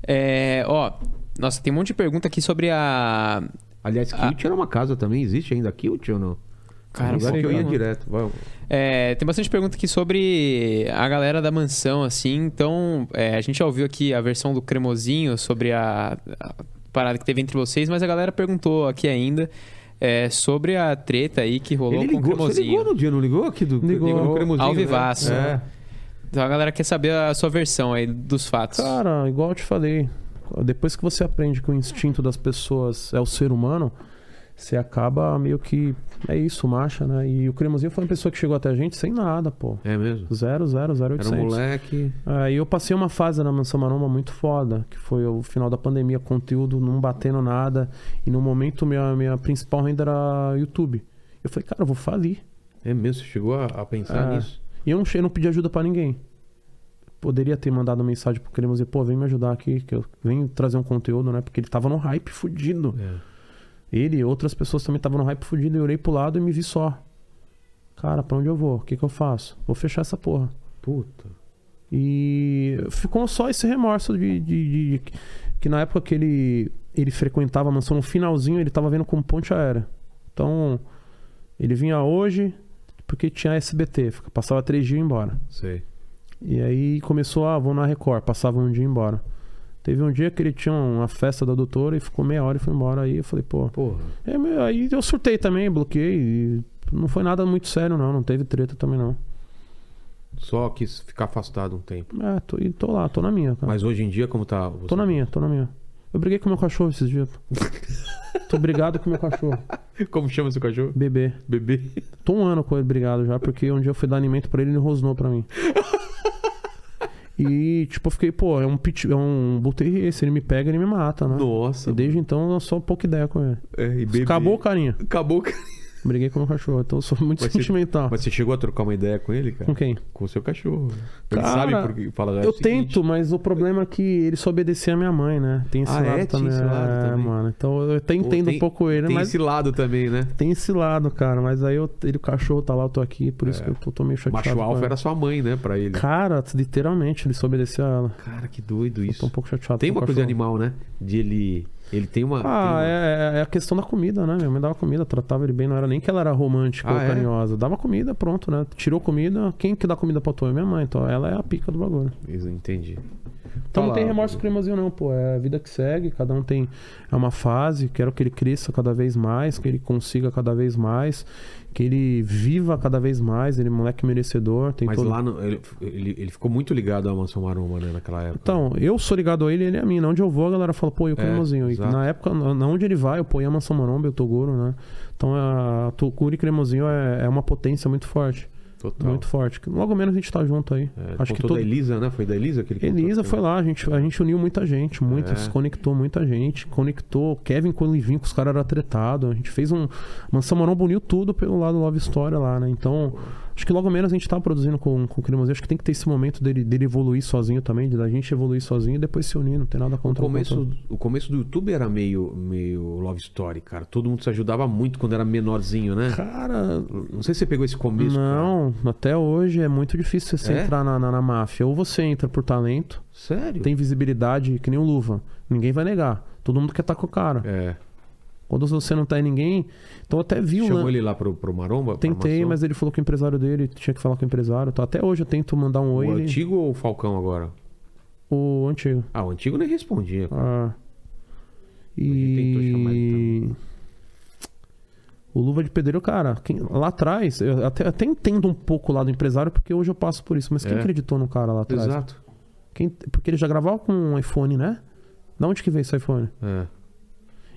[SPEAKER 2] É, ó, nossa, tem um monte de pergunta aqui sobre a.
[SPEAKER 1] Aliás,
[SPEAKER 2] Ah.
[SPEAKER 1] Kilt era uma casa também. Existe ainda Kilt ou não?
[SPEAKER 2] Cara,
[SPEAKER 1] um lugar que eu ia
[SPEAKER 2] não-
[SPEAKER 1] direto. Vai.
[SPEAKER 2] É, tem bastante pergunta aqui sobre a galera da mansão, assim. Então, é, a gente já ouviu aqui a versão do Cremosinho sobre a, a parada que teve entre vocês, mas a galera perguntou aqui ainda é, sobre a treta aí que rolou
[SPEAKER 1] Ele
[SPEAKER 2] com o
[SPEAKER 1] ligou. Você
[SPEAKER 2] Cremosinho.
[SPEAKER 1] ligou né? no dia, não ligou? Aqui do,
[SPEAKER 3] Ligou.
[SPEAKER 1] no cremosinho,
[SPEAKER 2] Ao
[SPEAKER 1] né?
[SPEAKER 2] vivaço.
[SPEAKER 1] É.
[SPEAKER 2] Então a galera quer saber a sua versão aí dos fatos.
[SPEAKER 1] Ah,
[SPEAKER 3] Cara, igual eu te falei, depois que você aprende que o instinto das pessoas é o ser humano, você acaba meio que. É isso, marcha, né? E o Cremosinho foi uma pessoa que chegou até a gente sem nada, pô.
[SPEAKER 1] É mesmo?
[SPEAKER 3] Zero, zero, zero,
[SPEAKER 1] Era um
[SPEAKER 3] oitocentos.
[SPEAKER 1] moleque.
[SPEAKER 3] Aí eu passei uma fase na Mansão Maromba muito foda, que foi o final da pandemia, conteúdo não batendo nada. E no momento, minha, minha principal renda era YouTube. Eu falei, cara, eu vou falir.
[SPEAKER 1] É mesmo? Você chegou a, a pensar
[SPEAKER 3] É.
[SPEAKER 1] nisso?
[SPEAKER 3] E eu não, che- eu não pedi ajuda pra ninguém. Poderia ter mandado mensagem pro Cremos e, pô, vem me ajudar aqui, que eu venho trazer um conteúdo, né? Porque ele tava num hype fudido.
[SPEAKER 1] É.
[SPEAKER 3] Ele e outras pessoas também estavam num hype fudido. Eu olhei pro lado e me vi só. Cara, pra onde eu vou? O que, que eu faço? Vou fechar essa porra.
[SPEAKER 1] Puta.
[SPEAKER 3] E ficou só esse remorso de, de- de- de- que na época que ele, ele frequentava a mansão, no finalzinho ele tava vendo como ponte aérea. Então, ele vinha hoje porque tinha SBT, fica- passava três dias e ia embora.
[SPEAKER 1] Sei.
[SPEAKER 3] E aí começou, ah, vou na Record, passava um dia e ia embora. Teve um dia que ele tinha uma festa da doutora e ficou meia hora e foi embora. Aí eu falei, pô,
[SPEAKER 1] Porra.
[SPEAKER 3] é, meu, aí eu surtei também, bloqueei. e não foi nada muito sério, não. Não teve treta também, não.
[SPEAKER 1] Só quis ficar afastado um tempo.
[SPEAKER 3] É, tô, e tô lá, tô na minha, tá? cara.
[SPEAKER 1] Mas hoje em dia, como tá.
[SPEAKER 3] Tô na minha, tô na minha. Eu briguei com meu cachorro esses dias. tô brigado com meu cachorro.
[SPEAKER 1] Como chama seu cachorro?
[SPEAKER 3] Bebê.
[SPEAKER 1] Bebê.
[SPEAKER 3] Tô um ano com ele brigado já, porque um dia eu fui dar alimento pra ele e ele rosnou pra mim. E, tipo, eu fiquei, pô, é um pit, é um bull terrier. Se ele me pega, ele me mata, né?
[SPEAKER 1] Nossa.
[SPEAKER 3] E desde então eu só pouca ideia com ele.
[SPEAKER 1] É, e bebê.
[SPEAKER 3] Acabou, carinha.
[SPEAKER 1] Acabou.
[SPEAKER 3] Briguei com meu cachorro. Então eu sou muito
[SPEAKER 1] Mas você-
[SPEAKER 3] sentimental.
[SPEAKER 1] Mas você chegou a trocar uma ideia com ele, cara?
[SPEAKER 3] Com quem?
[SPEAKER 1] Com o seu cachorro. Ele
[SPEAKER 3] Cara,
[SPEAKER 1] sabe porque fala. "É o
[SPEAKER 3] Eu
[SPEAKER 1] seguinte,
[SPEAKER 3] tento, mas o problema é que ele só obedecia a minha mãe, né? Tem esse
[SPEAKER 1] Ah, é?
[SPEAKER 3] lado
[SPEAKER 1] Tinha
[SPEAKER 3] também.
[SPEAKER 1] esse lado
[SPEAKER 3] é,
[SPEAKER 1] também.
[SPEAKER 3] mano. Então eu até
[SPEAKER 1] Pô,
[SPEAKER 3] entendo
[SPEAKER 1] tem-
[SPEAKER 3] um pouco ele,
[SPEAKER 1] Tem
[SPEAKER 3] mas
[SPEAKER 1] esse lado também, né?
[SPEAKER 3] tem esse lado, cara. Mas aí eu, ele, o cachorro tá lá, eu tô aqui, por isso
[SPEAKER 1] É.
[SPEAKER 3] que eu tô, tô meio chateado.
[SPEAKER 1] Macho
[SPEAKER 3] com
[SPEAKER 1] alfa
[SPEAKER 3] ela.
[SPEAKER 1] era sua mãe, né? Pra ele.
[SPEAKER 3] Cara, literalmente, ele só obedecia a ela.
[SPEAKER 1] Cara, que doido
[SPEAKER 3] Eu tô
[SPEAKER 1] isso.
[SPEAKER 3] um pouco chateado.
[SPEAKER 1] Tem
[SPEAKER 3] com o
[SPEAKER 1] uma coisa de
[SPEAKER 3] cachorro.
[SPEAKER 1] animal, né? De ele. Ele tem uma. tem
[SPEAKER 3] Ah,
[SPEAKER 1] uma-
[SPEAKER 3] é, é- é a questão da comida, né? Minha mãe dava comida, tratava ele bem. Não era nem que ela era romântica ou
[SPEAKER 1] Ah, é?
[SPEAKER 3] carinhosa. Dava comida, pronto, né? Tirou comida. Quem que dá comida pra tua? É minha mãe. Então ela é a pica do bagulho.
[SPEAKER 1] Isso, Entendi.
[SPEAKER 3] Então
[SPEAKER 1] Fala,
[SPEAKER 3] não tem remorso cremosinho, não, pô. É a vida que segue, cada um tem é uma fase. Quero que ele cresça cada vez mais, que ele consiga cada vez mais, que ele viva cada vez mais. Ele é um moleque merecedor. Tem
[SPEAKER 1] Mas
[SPEAKER 3] todo...
[SPEAKER 1] lá no- ele, ele, ele ficou muito ligado à mansão Maromba, né? Naquela época.
[SPEAKER 3] Então, eu sou ligado a ele e ele a mim. Na onde eu vou, a galera fala, pô, e o
[SPEAKER 1] É,
[SPEAKER 3] cremosinho. E
[SPEAKER 1] exato.
[SPEAKER 3] na época, na na onde ele vai, eu ponho a mansão maromba e o Toguro, né? Então, a Toguro e cremosinho é, é uma potência muito forte.
[SPEAKER 1] Total.
[SPEAKER 3] Muito forte. Logo menos a gente tá junto aí.
[SPEAKER 1] É,
[SPEAKER 3] Acho que
[SPEAKER 1] toda
[SPEAKER 3] todo,
[SPEAKER 1] a Elisa, né? Foi da Elisa que ele contou
[SPEAKER 3] Elisa
[SPEAKER 1] que-
[SPEAKER 3] foi lá, a gente, a gente uniu muita gente,
[SPEAKER 1] É.
[SPEAKER 3] muita, desconectou muita gente, conectou. Kevin quando ele vinha com os caras era tretado. A gente fez um. Mansão Maromba uniu tudo pelo lado Love História lá, né? Então, acho que logo menos a gente tá produzindo com, com o Cremosinho. Acho que tem que ter esse momento dele, dele evoluir sozinho também, da gente evoluir sozinho e depois se unir, não tem nada
[SPEAKER 1] O
[SPEAKER 3] contra
[SPEAKER 1] começo,
[SPEAKER 3] contra-
[SPEAKER 1] o começo do YouTube era meio, meio love story, cara. Todo mundo se ajudava muito quando era menorzinho, né?
[SPEAKER 3] Cara,
[SPEAKER 1] Não sei se você pegou esse começo. cara.
[SPEAKER 3] não, até hoje é muito difícil você
[SPEAKER 1] né? É?
[SPEAKER 3] entrar na, na, na máfia. Ou você entra por talento,
[SPEAKER 1] Sério?
[SPEAKER 3] tem visibilidade que nem o Luva. Ninguém vai negar. Todo mundo quer estar com o cara.
[SPEAKER 1] É.
[SPEAKER 3] Quando você não tá em ninguém. Então eu até vi o
[SPEAKER 1] Chamou
[SPEAKER 3] lan-
[SPEAKER 1] ele lá pro, pro Maromba? pra
[SPEAKER 3] Tentei,
[SPEAKER 1] mansão?
[SPEAKER 3] mas ele falou que o empresário dele tinha que falar com o empresário. Tá? Até hoje eu tento mandar um
[SPEAKER 1] O
[SPEAKER 3] oi. ele-
[SPEAKER 1] antigo ou o Falcão agora?
[SPEAKER 3] O antigo.
[SPEAKER 1] Ah, o antigo nem respondia.
[SPEAKER 3] Ah.
[SPEAKER 1] Ele tentou chamar ele
[SPEAKER 3] E. O Luva de Pedreiro, cara, quem- lá atrás, eu até, até entendo um pouco lá do empresário, porque hoje eu passo por isso, mas quem
[SPEAKER 1] É.
[SPEAKER 3] acreditou no cara lá atrás?
[SPEAKER 1] Exato.
[SPEAKER 3] Quem- porque ele já gravava com um iPhone, né? Da onde que veio esse iPhone?
[SPEAKER 1] É.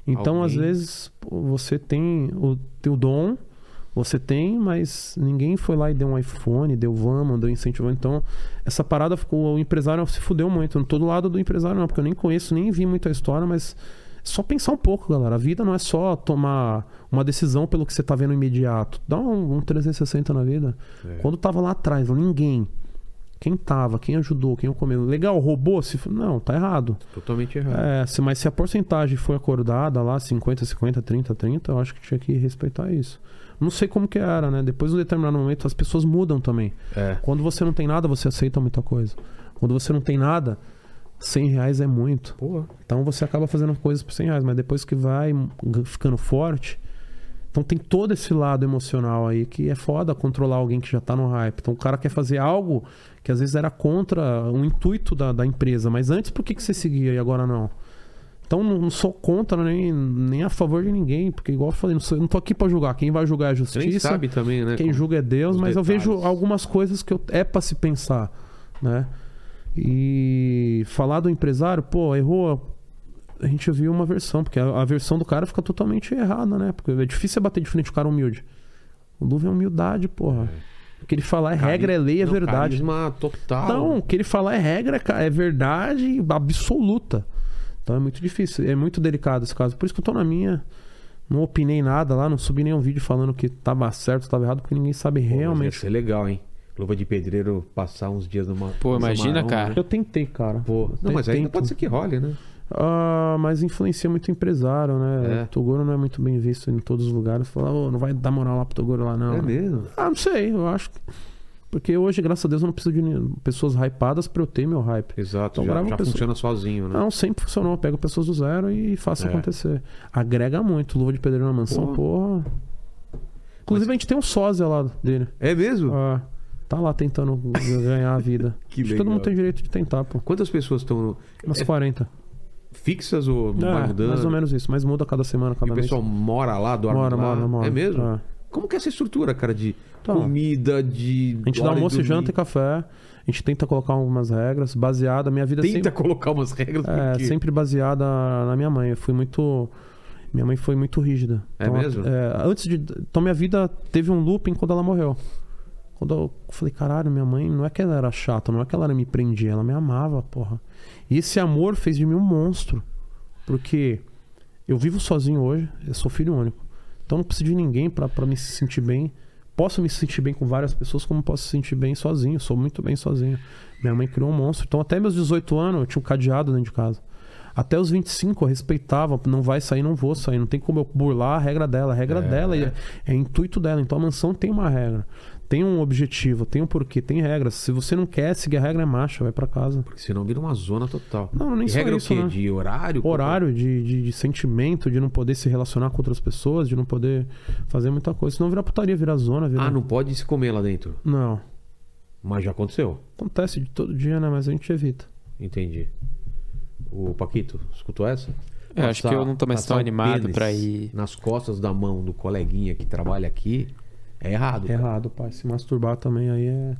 [SPEAKER 3] Então, às
[SPEAKER 1] Alguém-
[SPEAKER 3] vezes, pô, você tem o teu dom, você tem, mas ninguém foi lá e deu um iPhone, deu van, mandou incentivo. Então, essa parada ficou. O empresário se fudeu muito. Não tô do lado do empresário, não, porque eu nem conheço, nem vi muito a história, mas só pensar um pouco, galera. A vida não é só tomar uma decisão pelo que você tá vendo imediato. Dá um, um 360 na vida.
[SPEAKER 1] É.
[SPEAKER 3] Quando tava lá atrás, ninguém. Quem tava, quem ajudou, quem comendo. Legal, roubou? Se... Não, tá errado.
[SPEAKER 1] Totalmente errado.
[SPEAKER 3] É, se- mas se a porcentagem foi acordada lá, 50, 50, 30, 30, eu acho que tinha que respeitar isso. Não sei como que era, né? Depois de um determinado momento, as pessoas mudam também.
[SPEAKER 1] É.
[SPEAKER 3] Quando você não tem nada, você aceita muita coisa. Quando você não tem nada, 100 reais é muito.
[SPEAKER 1] Porra.
[SPEAKER 3] Então você acaba fazendo coisas por 100 reais, mas depois que vai g- ficando forte. Então tem todo esse lado emocional aí que é foda controlar alguém que já tá no hype. Então o cara quer fazer algo que às vezes era contra o intuito da, da empresa, mas antes por que, que você seguia e agora não? Então não, não sou contra nem, nem a favor de ninguém, porque igual eu falei, não, sou- eu não tô aqui pra julgar. Quem vai julgar é a
[SPEAKER 1] Você nem
[SPEAKER 3] justiça.
[SPEAKER 1] sabe também, né?
[SPEAKER 3] Quem
[SPEAKER 1] como-
[SPEAKER 3] julga é Deus,
[SPEAKER 1] os
[SPEAKER 3] mas
[SPEAKER 1] detalhes.
[SPEAKER 3] eu vejo algumas coisas que eu- é pra se pensar, né? E falar do empresário, pô, errou. A gente viu uma versão, porque a, a versão do cara fica totalmente errada, né? Porque é difícil você bater de frente com o cara humilde. O Luva é humildade, porra. O que ele falar é
[SPEAKER 1] Cari-
[SPEAKER 3] regra, é lei, é
[SPEAKER 1] Não,
[SPEAKER 3] verdade.
[SPEAKER 1] Carisma total.
[SPEAKER 3] Então, o que ele falar é regra, cara, é verdade absoluta. Então é muito difícil, é muito delicado esse caso. Por isso que eu tô na minha. Não opinei nada lá, não subi nenhum vídeo falando que tava certo, tava errado, porque ninguém sabe
[SPEAKER 1] Pô, mas
[SPEAKER 3] realmente.
[SPEAKER 1] Ia ser legal, hein? Luva de pedreiro passar uns dias numa.
[SPEAKER 2] Pô, imagina,
[SPEAKER 1] Samarão,
[SPEAKER 2] cara.
[SPEAKER 1] né?
[SPEAKER 3] Eu tentei, cara.
[SPEAKER 1] Pô, não, mas ainda pode ser que role, né?
[SPEAKER 3] Ah, mas influencia muito o empresário, né?
[SPEAKER 1] É.
[SPEAKER 3] Toguro não é muito bem visto em todos os lugares. Fala, "Ô, não vai dar moral lá pro Toguro lá, não.
[SPEAKER 1] É mesmo.
[SPEAKER 3] Ah, não sei, eu acho que. Porque hoje, graças a Deus, eu não preciso de ni- pessoas hypadas pra eu ter meu hype.
[SPEAKER 1] Exato,
[SPEAKER 3] Então,
[SPEAKER 1] já,
[SPEAKER 3] grava
[SPEAKER 1] já
[SPEAKER 3] uma pessoa-
[SPEAKER 1] funciona sozinho, né?
[SPEAKER 3] Não, sempre funcionou. Eu pego pessoas do zero e faço
[SPEAKER 1] É.
[SPEAKER 3] acontecer. Agrega muito. Luva de pedreiro na mansão,
[SPEAKER 1] Porra.
[SPEAKER 3] porra. Inclusive, a gente tem um sósia lá dele.
[SPEAKER 1] É mesmo?
[SPEAKER 3] Ah, tá lá tentando ganhar a vida.
[SPEAKER 1] Que
[SPEAKER 3] Acho que
[SPEAKER 1] legal.
[SPEAKER 3] todo mundo tem direito de tentar, pô.
[SPEAKER 1] Quantas pessoas estão
[SPEAKER 3] Umas
[SPEAKER 1] É-
[SPEAKER 3] 40.
[SPEAKER 1] fixas ou vai
[SPEAKER 3] É,
[SPEAKER 1] mudando?
[SPEAKER 3] mais ou menos isso. Mas muda cada semana,
[SPEAKER 1] E
[SPEAKER 3] cada
[SPEAKER 1] o
[SPEAKER 3] mês.
[SPEAKER 1] pessoal mora lá, dorme
[SPEAKER 3] Mora,
[SPEAKER 1] lá?
[SPEAKER 3] mora, mora.
[SPEAKER 1] É mesmo?
[SPEAKER 3] É.
[SPEAKER 1] Como que é essa estrutura, cara, de
[SPEAKER 3] Tá.
[SPEAKER 1] comida, de...
[SPEAKER 3] A gente dá
[SPEAKER 1] hora de
[SPEAKER 3] almoço,
[SPEAKER 1] dormir?
[SPEAKER 3] janta e café. A gente tenta colocar algumas regras baseada. Minha vida é
[SPEAKER 1] Tenta
[SPEAKER 3] sempre,
[SPEAKER 1] colocar umas regras,
[SPEAKER 3] é
[SPEAKER 1] porque...
[SPEAKER 3] sempre baseada na minha mãe. Eu fui muito. Minha mãe foi muito rígida.
[SPEAKER 1] É
[SPEAKER 3] ela-
[SPEAKER 1] mesmo?
[SPEAKER 3] é, antes de. Então minha vida teve um looping quando ela morreu. Quando eu falei, caralho, minha mãe, não é que ela era chata, não é que ela me prendia, ela me amava, porra. E esse amor fez de mim um monstro. Porque eu vivo sozinho hoje, eu sou filho único. Então não preciso de ninguém pra pra me sentir bem. Posso me sentir bem com várias pessoas, como posso me sentir bem sozinho. Sou muito bem sozinho. Minha mãe criou um monstro. Então, até meus 18 anos, eu tinha um cadeado dentro de casa. Até os 25, eu respeitava. Não vai sair, não vou sair. Não tem como eu burlar a regra dela. A regra dela é, é intuito dela. Então, a mansão tem uma regra. Tem um objetivo, tem um porquê, tem regras. Se você não quer seguir a regra, é marcha, vai pra casa.
[SPEAKER 1] Porque senão vira uma zona total.
[SPEAKER 3] Não, nem
[SPEAKER 1] E
[SPEAKER 3] só
[SPEAKER 1] regra é
[SPEAKER 3] isso,
[SPEAKER 1] o quê?
[SPEAKER 3] né?
[SPEAKER 1] De horário?
[SPEAKER 3] horário de, de, de sentimento, de não poder se relacionar com outras pessoas, de não poder fazer muita coisa. Senão vira putaria, vira zona, vira.
[SPEAKER 1] Ah, não pode se comer lá dentro.
[SPEAKER 3] Não.
[SPEAKER 1] Mas já aconteceu.
[SPEAKER 3] Acontece de todo dia, né? Mas a gente evita.
[SPEAKER 1] Entendi. O Paquito, escutou essa?
[SPEAKER 2] É, acho que eu não tô mais
[SPEAKER 1] passar
[SPEAKER 2] tão
[SPEAKER 1] o
[SPEAKER 2] animado
[SPEAKER 1] pênis
[SPEAKER 2] pra ir-
[SPEAKER 1] Nas costas da mão do coleguinha que trabalha aqui, é errado.
[SPEAKER 3] É errado, pai. Se masturbar também aí é.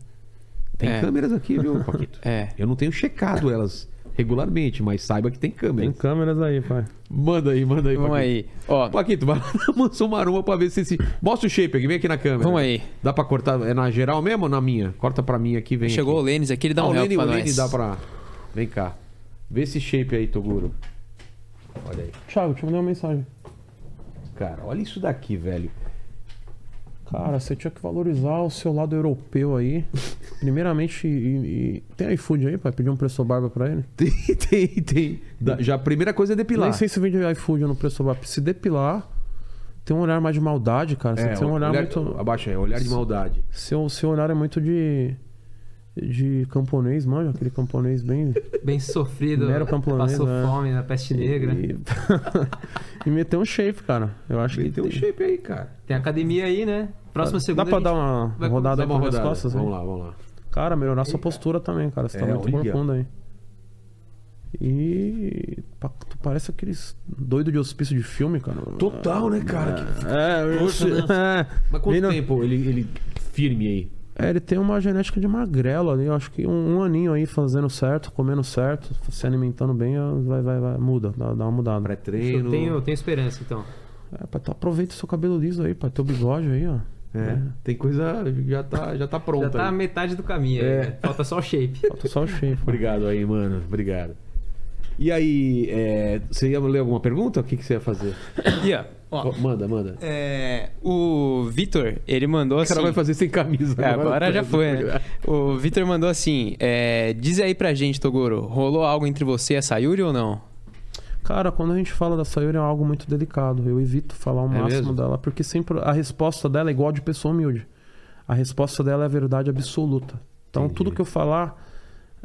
[SPEAKER 1] Tem
[SPEAKER 2] É.
[SPEAKER 1] câmeras aqui, viu, Paquito?
[SPEAKER 2] É.
[SPEAKER 1] Eu não tenho checado elas regularmente, mas saiba que tem
[SPEAKER 3] Tem
[SPEAKER 1] câmeras.
[SPEAKER 3] câmeras aí, pai.
[SPEAKER 1] Manda aí, manda aí,
[SPEAKER 2] Vamos
[SPEAKER 1] Paquito.
[SPEAKER 2] aí. Ó,
[SPEAKER 1] Paquito, vai lá na mansão maromba pra ver se esse. Mostra o shape aqui, vem aqui na câmera.
[SPEAKER 2] Vamos aí.
[SPEAKER 1] Dá pra cortar? É na geral mesmo ou na minha? Corta pra mim aqui, vem.
[SPEAKER 2] chegou o
[SPEAKER 1] aqui.
[SPEAKER 2] Lênis aqui, ele dá
[SPEAKER 1] Ah,
[SPEAKER 2] um
[SPEAKER 1] o
[SPEAKER 2] help
[SPEAKER 1] Lene,
[SPEAKER 2] pra
[SPEAKER 1] o Lene
[SPEAKER 2] nós.
[SPEAKER 1] dá pra. Vem cá. Vê esse shape aí, Toguro. Olha aí.
[SPEAKER 3] Thiago, te mandei uma mensagem.
[SPEAKER 1] Cara, olha isso daqui, velho.
[SPEAKER 3] Cara, você tinha que valorizar o seu lado europeu aí. Primeiramente, e, e- tem iFood aí, pai? Pedir um preço barba pra ele?
[SPEAKER 1] Tem, tem, tem. Da- já a primeira coisa é depilar.
[SPEAKER 3] Nem sei se vende iFood ou no preço barba. Se depilar, tem um olhar mais de maldade, cara. Você
[SPEAKER 1] É,
[SPEAKER 3] tem um olhar, muito.
[SPEAKER 1] Abaixa aí, olhar de maldade.
[SPEAKER 3] Seu, seu olhar é muito de. De camponês, manja, aquele camponês bem.
[SPEAKER 4] Bem sofrido.
[SPEAKER 3] Mero camponês,
[SPEAKER 4] Passou
[SPEAKER 3] né?
[SPEAKER 4] fome na peste negra.
[SPEAKER 3] E, e meter um shape, cara. Eu acho que.
[SPEAKER 1] Tem um
[SPEAKER 3] tem-
[SPEAKER 1] shape aí, cara.
[SPEAKER 4] Tem academia aí, né? Próxima segunda.
[SPEAKER 3] Dá pra
[SPEAKER 4] a
[SPEAKER 3] dar
[SPEAKER 4] gente-
[SPEAKER 3] uma
[SPEAKER 4] vai
[SPEAKER 3] rodada
[SPEAKER 1] Dá
[SPEAKER 3] aí
[SPEAKER 1] uma
[SPEAKER 3] por minhas
[SPEAKER 1] rodada.
[SPEAKER 3] costas?
[SPEAKER 1] vamos
[SPEAKER 3] Vamos
[SPEAKER 1] lá, vamos lá.
[SPEAKER 3] Cara, melhorar sua postura também, cara. Você tá
[SPEAKER 1] É,
[SPEAKER 3] muito
[SPEAKER 1] olha.
[SPEAKER 3] corcunda aí. E. pa- Tu parece aqueles doido de hospício de filme, cara.
[SPEAKER 1] Total, né, cara? Que-
[SPEAKER 3] É,
[SPEAKER 1] Poxa,
[SPEAKER 3] eu- é.
[SPEAKER 1] Mas quanto
[SPEAKER 3] Menino-
[SPEAKER 1] tempo ele, ele firme aí?
[SPEAKER 3] É, ele tem uma genética de magrelo ali. Eu acho que um, um aninho aí fazendo certo, comendo certo, se alimentando bem, vai, vai, vai. Muda, dá, dá uma mudada.
[SPEAKER 1] Pré-treino.
[SPEAKER 4] Eu tenho, eu tenho esperança, então.
[SPEAKER 3] É, pai, tu aproveita o seu cabelo liso aí, pai. Teu bigode aí, ó.
[SPEAKER 1] É,
[SPEAKER 3] né?
[SPEAKER 1] tem coisa. Já tá, já tá pronta.
[SPEAKER 4] Já tá a
[SPEAKER 1] aí.
[SPEAKER 4] metade do caminho aí,
[SPEAKER 1] É.
[SPEAKER 4] né? Falta só o shape.
[SPEAKER 3] Falta só o shape.
[SPEAKER 1] Obrigado aí, mano. Obrigado. E aí, é, você ia ler alguma pergunta? O que, que você ia fazer?
[SPEAKER 2] E, ó, ó,
[SPEAKER 1] Ó, Manda, manda.
[SPEAKER 3] Então,
[SPEAKER 2] é, o Vitor, ele mandou
[SPEAKER 1] O
[SPEAKER 2] assim...
[SPEAKER 1] cara vai fazer sem camisa.
[SPEAKER 2] É, agora já foi, né? O Vitor mandou assim: é, diz aí pra gente, Toguro, rolou algo entre você e a Sayuri ou não?
[SPEAKER 3] Cara, quando a gente fala da Sayuri é algo muito delicado. Eu evito falar o
[SPEAKER 1] É
[SPEAKER 3] máximo
[SPEAKER 1] mesmo?
[SPEAKER 3] dela, porque sempre a resposta dela é igual a de pessoa humilde. A resposta dela é a verdade absoluta. Então
[SPEAKER 1] Entendi.
[SPEAKER 3] tudo que eu falar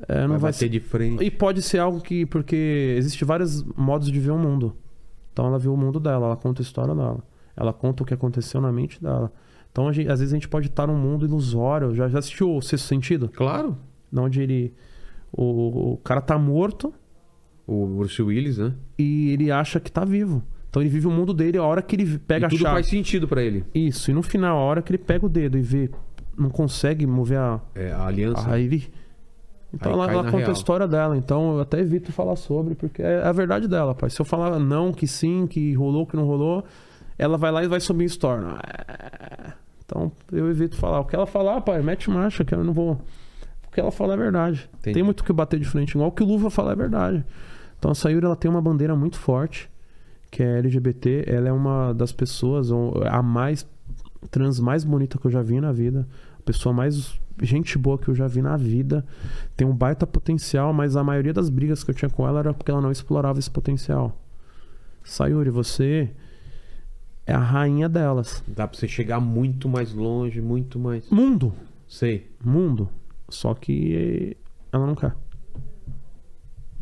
[SPEAKER 3] é, não
[SPEAKER 1] Não
[SPEAKER 3] vai,
[SPEAKER 1] vai ter
[SPEAKER 3] ser.
[SPEAKER 1] de frente.
[SPEAKER 3] E pode ser algo que. Porque existe vários modos de ver o mundo. Então ela vê o mundo dela, ela conta a história dela. Ela conta o que aconteceu na mente dela. Então, a gente- às vezes, a gente pode estar num mundo ilusório. Já, já assistiu o Sexto Sentido?
[SPEAKER 1] Claro.
[SPEAKER 3] Onde ele. O, o cara tá morto,
[SPEAKER 1] O Bruce Willis, né?
[SPEAKER 3] e ele acha que tá vivo. Então ele vive o mundo dele, a hora que ele pega
[SPEAKER 1] e
[SPEAKER 3] a
[SPEAKER 1] tudo
[SPEAKER 3] chave.
[SPEAKER 1] faz sentido pra ele.
[SPEAKER 3] Isso, e no final, a hora que ele pega o dedo e vê, não consegue mover a.
[SPEAKER 1] É, a aliança.
[SPEAKER 3] Aí ele. Então
[SPEAKER 1] Aí
[SPEAKER 3] ela,
[SPEAKER 1] cai
[SPEAKER 3] ela
[SPEAKER 1] na
[SPEAKER 3] conta
[SPEAKER 1] real.
[SPEAKER 3] a história dela, então eu até evito falar sobre, porque é a verdade dela, pai. Se eu falar não, que sim, que rolou, que não rolou, ela vai lá e vai subir em store. Ah, Então eu evito falar. O que ela falar, pai, mete marcha, que eu não vou. O que ela fala é verdade.
[SPEAKER 1] Entendi.
[SPEAKER 3] Tem muito o que bater de frente, igual o que o Luva fala é verdade. Então a Sayuri ela tem uma bandeira muito forte, que é LGBT, ela é uma das pessoas, ou a mais trans mais bonita que eu já vi na vida, a pessoa mais gente boa que eu já vi na vida, tem um baita potencial, mas a maioria das brigas que eu tinha com ela era porque ela não explorava esse potencial. Sayuri, você é a rainha delas.
[SPEAKER 1] Dá pra você chegar muito mais longe, muito mais.
[SPEAKER 3] Mundo,
[SPEAKER 1] Sei.
[SPEAKER 3] mundo. Só que ela não quer.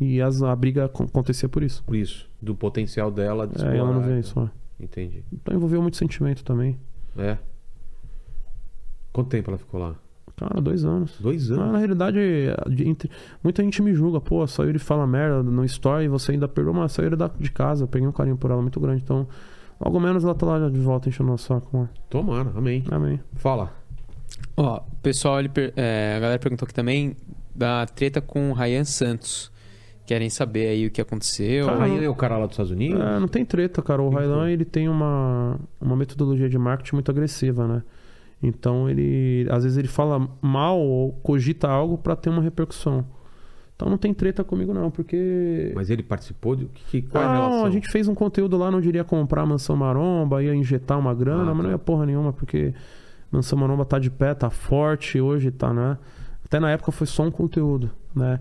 [SPEAKER 3] E as, a briga acon- acontecia por isso.
[SPEAKER 1] Por isso. Do potencial dela. De
[SPEAKER 3] É, ela não
[SPEAKER 1] explorar,
[SPEAKER 3] vê
[SPEAKER 1] tá?
[SPEAKER 3] isso, ó.
[SPEAKER 1] Entendi.
[SPEAKER 3] Então envolveu muito sentimento também.
[SPEAKER 1] É. Quanto tempo ela ficou lá?
[SPEAKER 3] Cara, dois anos.
[SPEAKER 1] Dois
[SPEAKER 3] Ah,
[SPEAKER 1] anos.
[SPEAKER 3] na realidade, de- entre- muita gente me julga, pô, a Sayuri fala merda no story e você ainda perdoa, mas a Sayuri é da- de casa, eu peguei um carinho por ela muito grande, então logo menos ela tá lá de volta enchendo o saco. né?
[SPEAKER 1] Tomara, amém.
[SPEAKER 3] Amém.
[SPEAKER 1] Fala.
[SPEAKER 2] Ó, o pessoal, ele per- é, a galera perguntou aqui também da treta com o Ryan Santos. Querem saber aí o que aconteceu.
[SPEAKER 1] O
[SPEAKER 3] Cara,
[SPEAKER 1] Ryan é o cara lá dos Estados Unidos?
[SPEAKER 3] É, Ah. não tem treta, cara. O Railan, ele tem uma, uma metodologia de marketing muito agressiva, né? Então, ele às vezes ele fala mal ou cogita algo pra ter uma repercussão. Então, não tem treta comigo, não, porque...
[SPEAKER 1] Mas ele participou de. Que, que- qual é a
[SPEAKER 3] Não,
[SPEAKER 1] relação?
[SPEAKER 3] a gente fez um conteúdo lá onde iria comprar a Mansão Maromba, ia injetar uma grana,
[SPEAKER 1] Ah,
[SPEAKER 3] mas
[SPEAKER 1] tá.
[SPEAKER 3] não ia porra nenhuma, porque Mansão Maromba tá de pé, tá forte hoje, tá, né? Até na época foi só um conteúdo, né?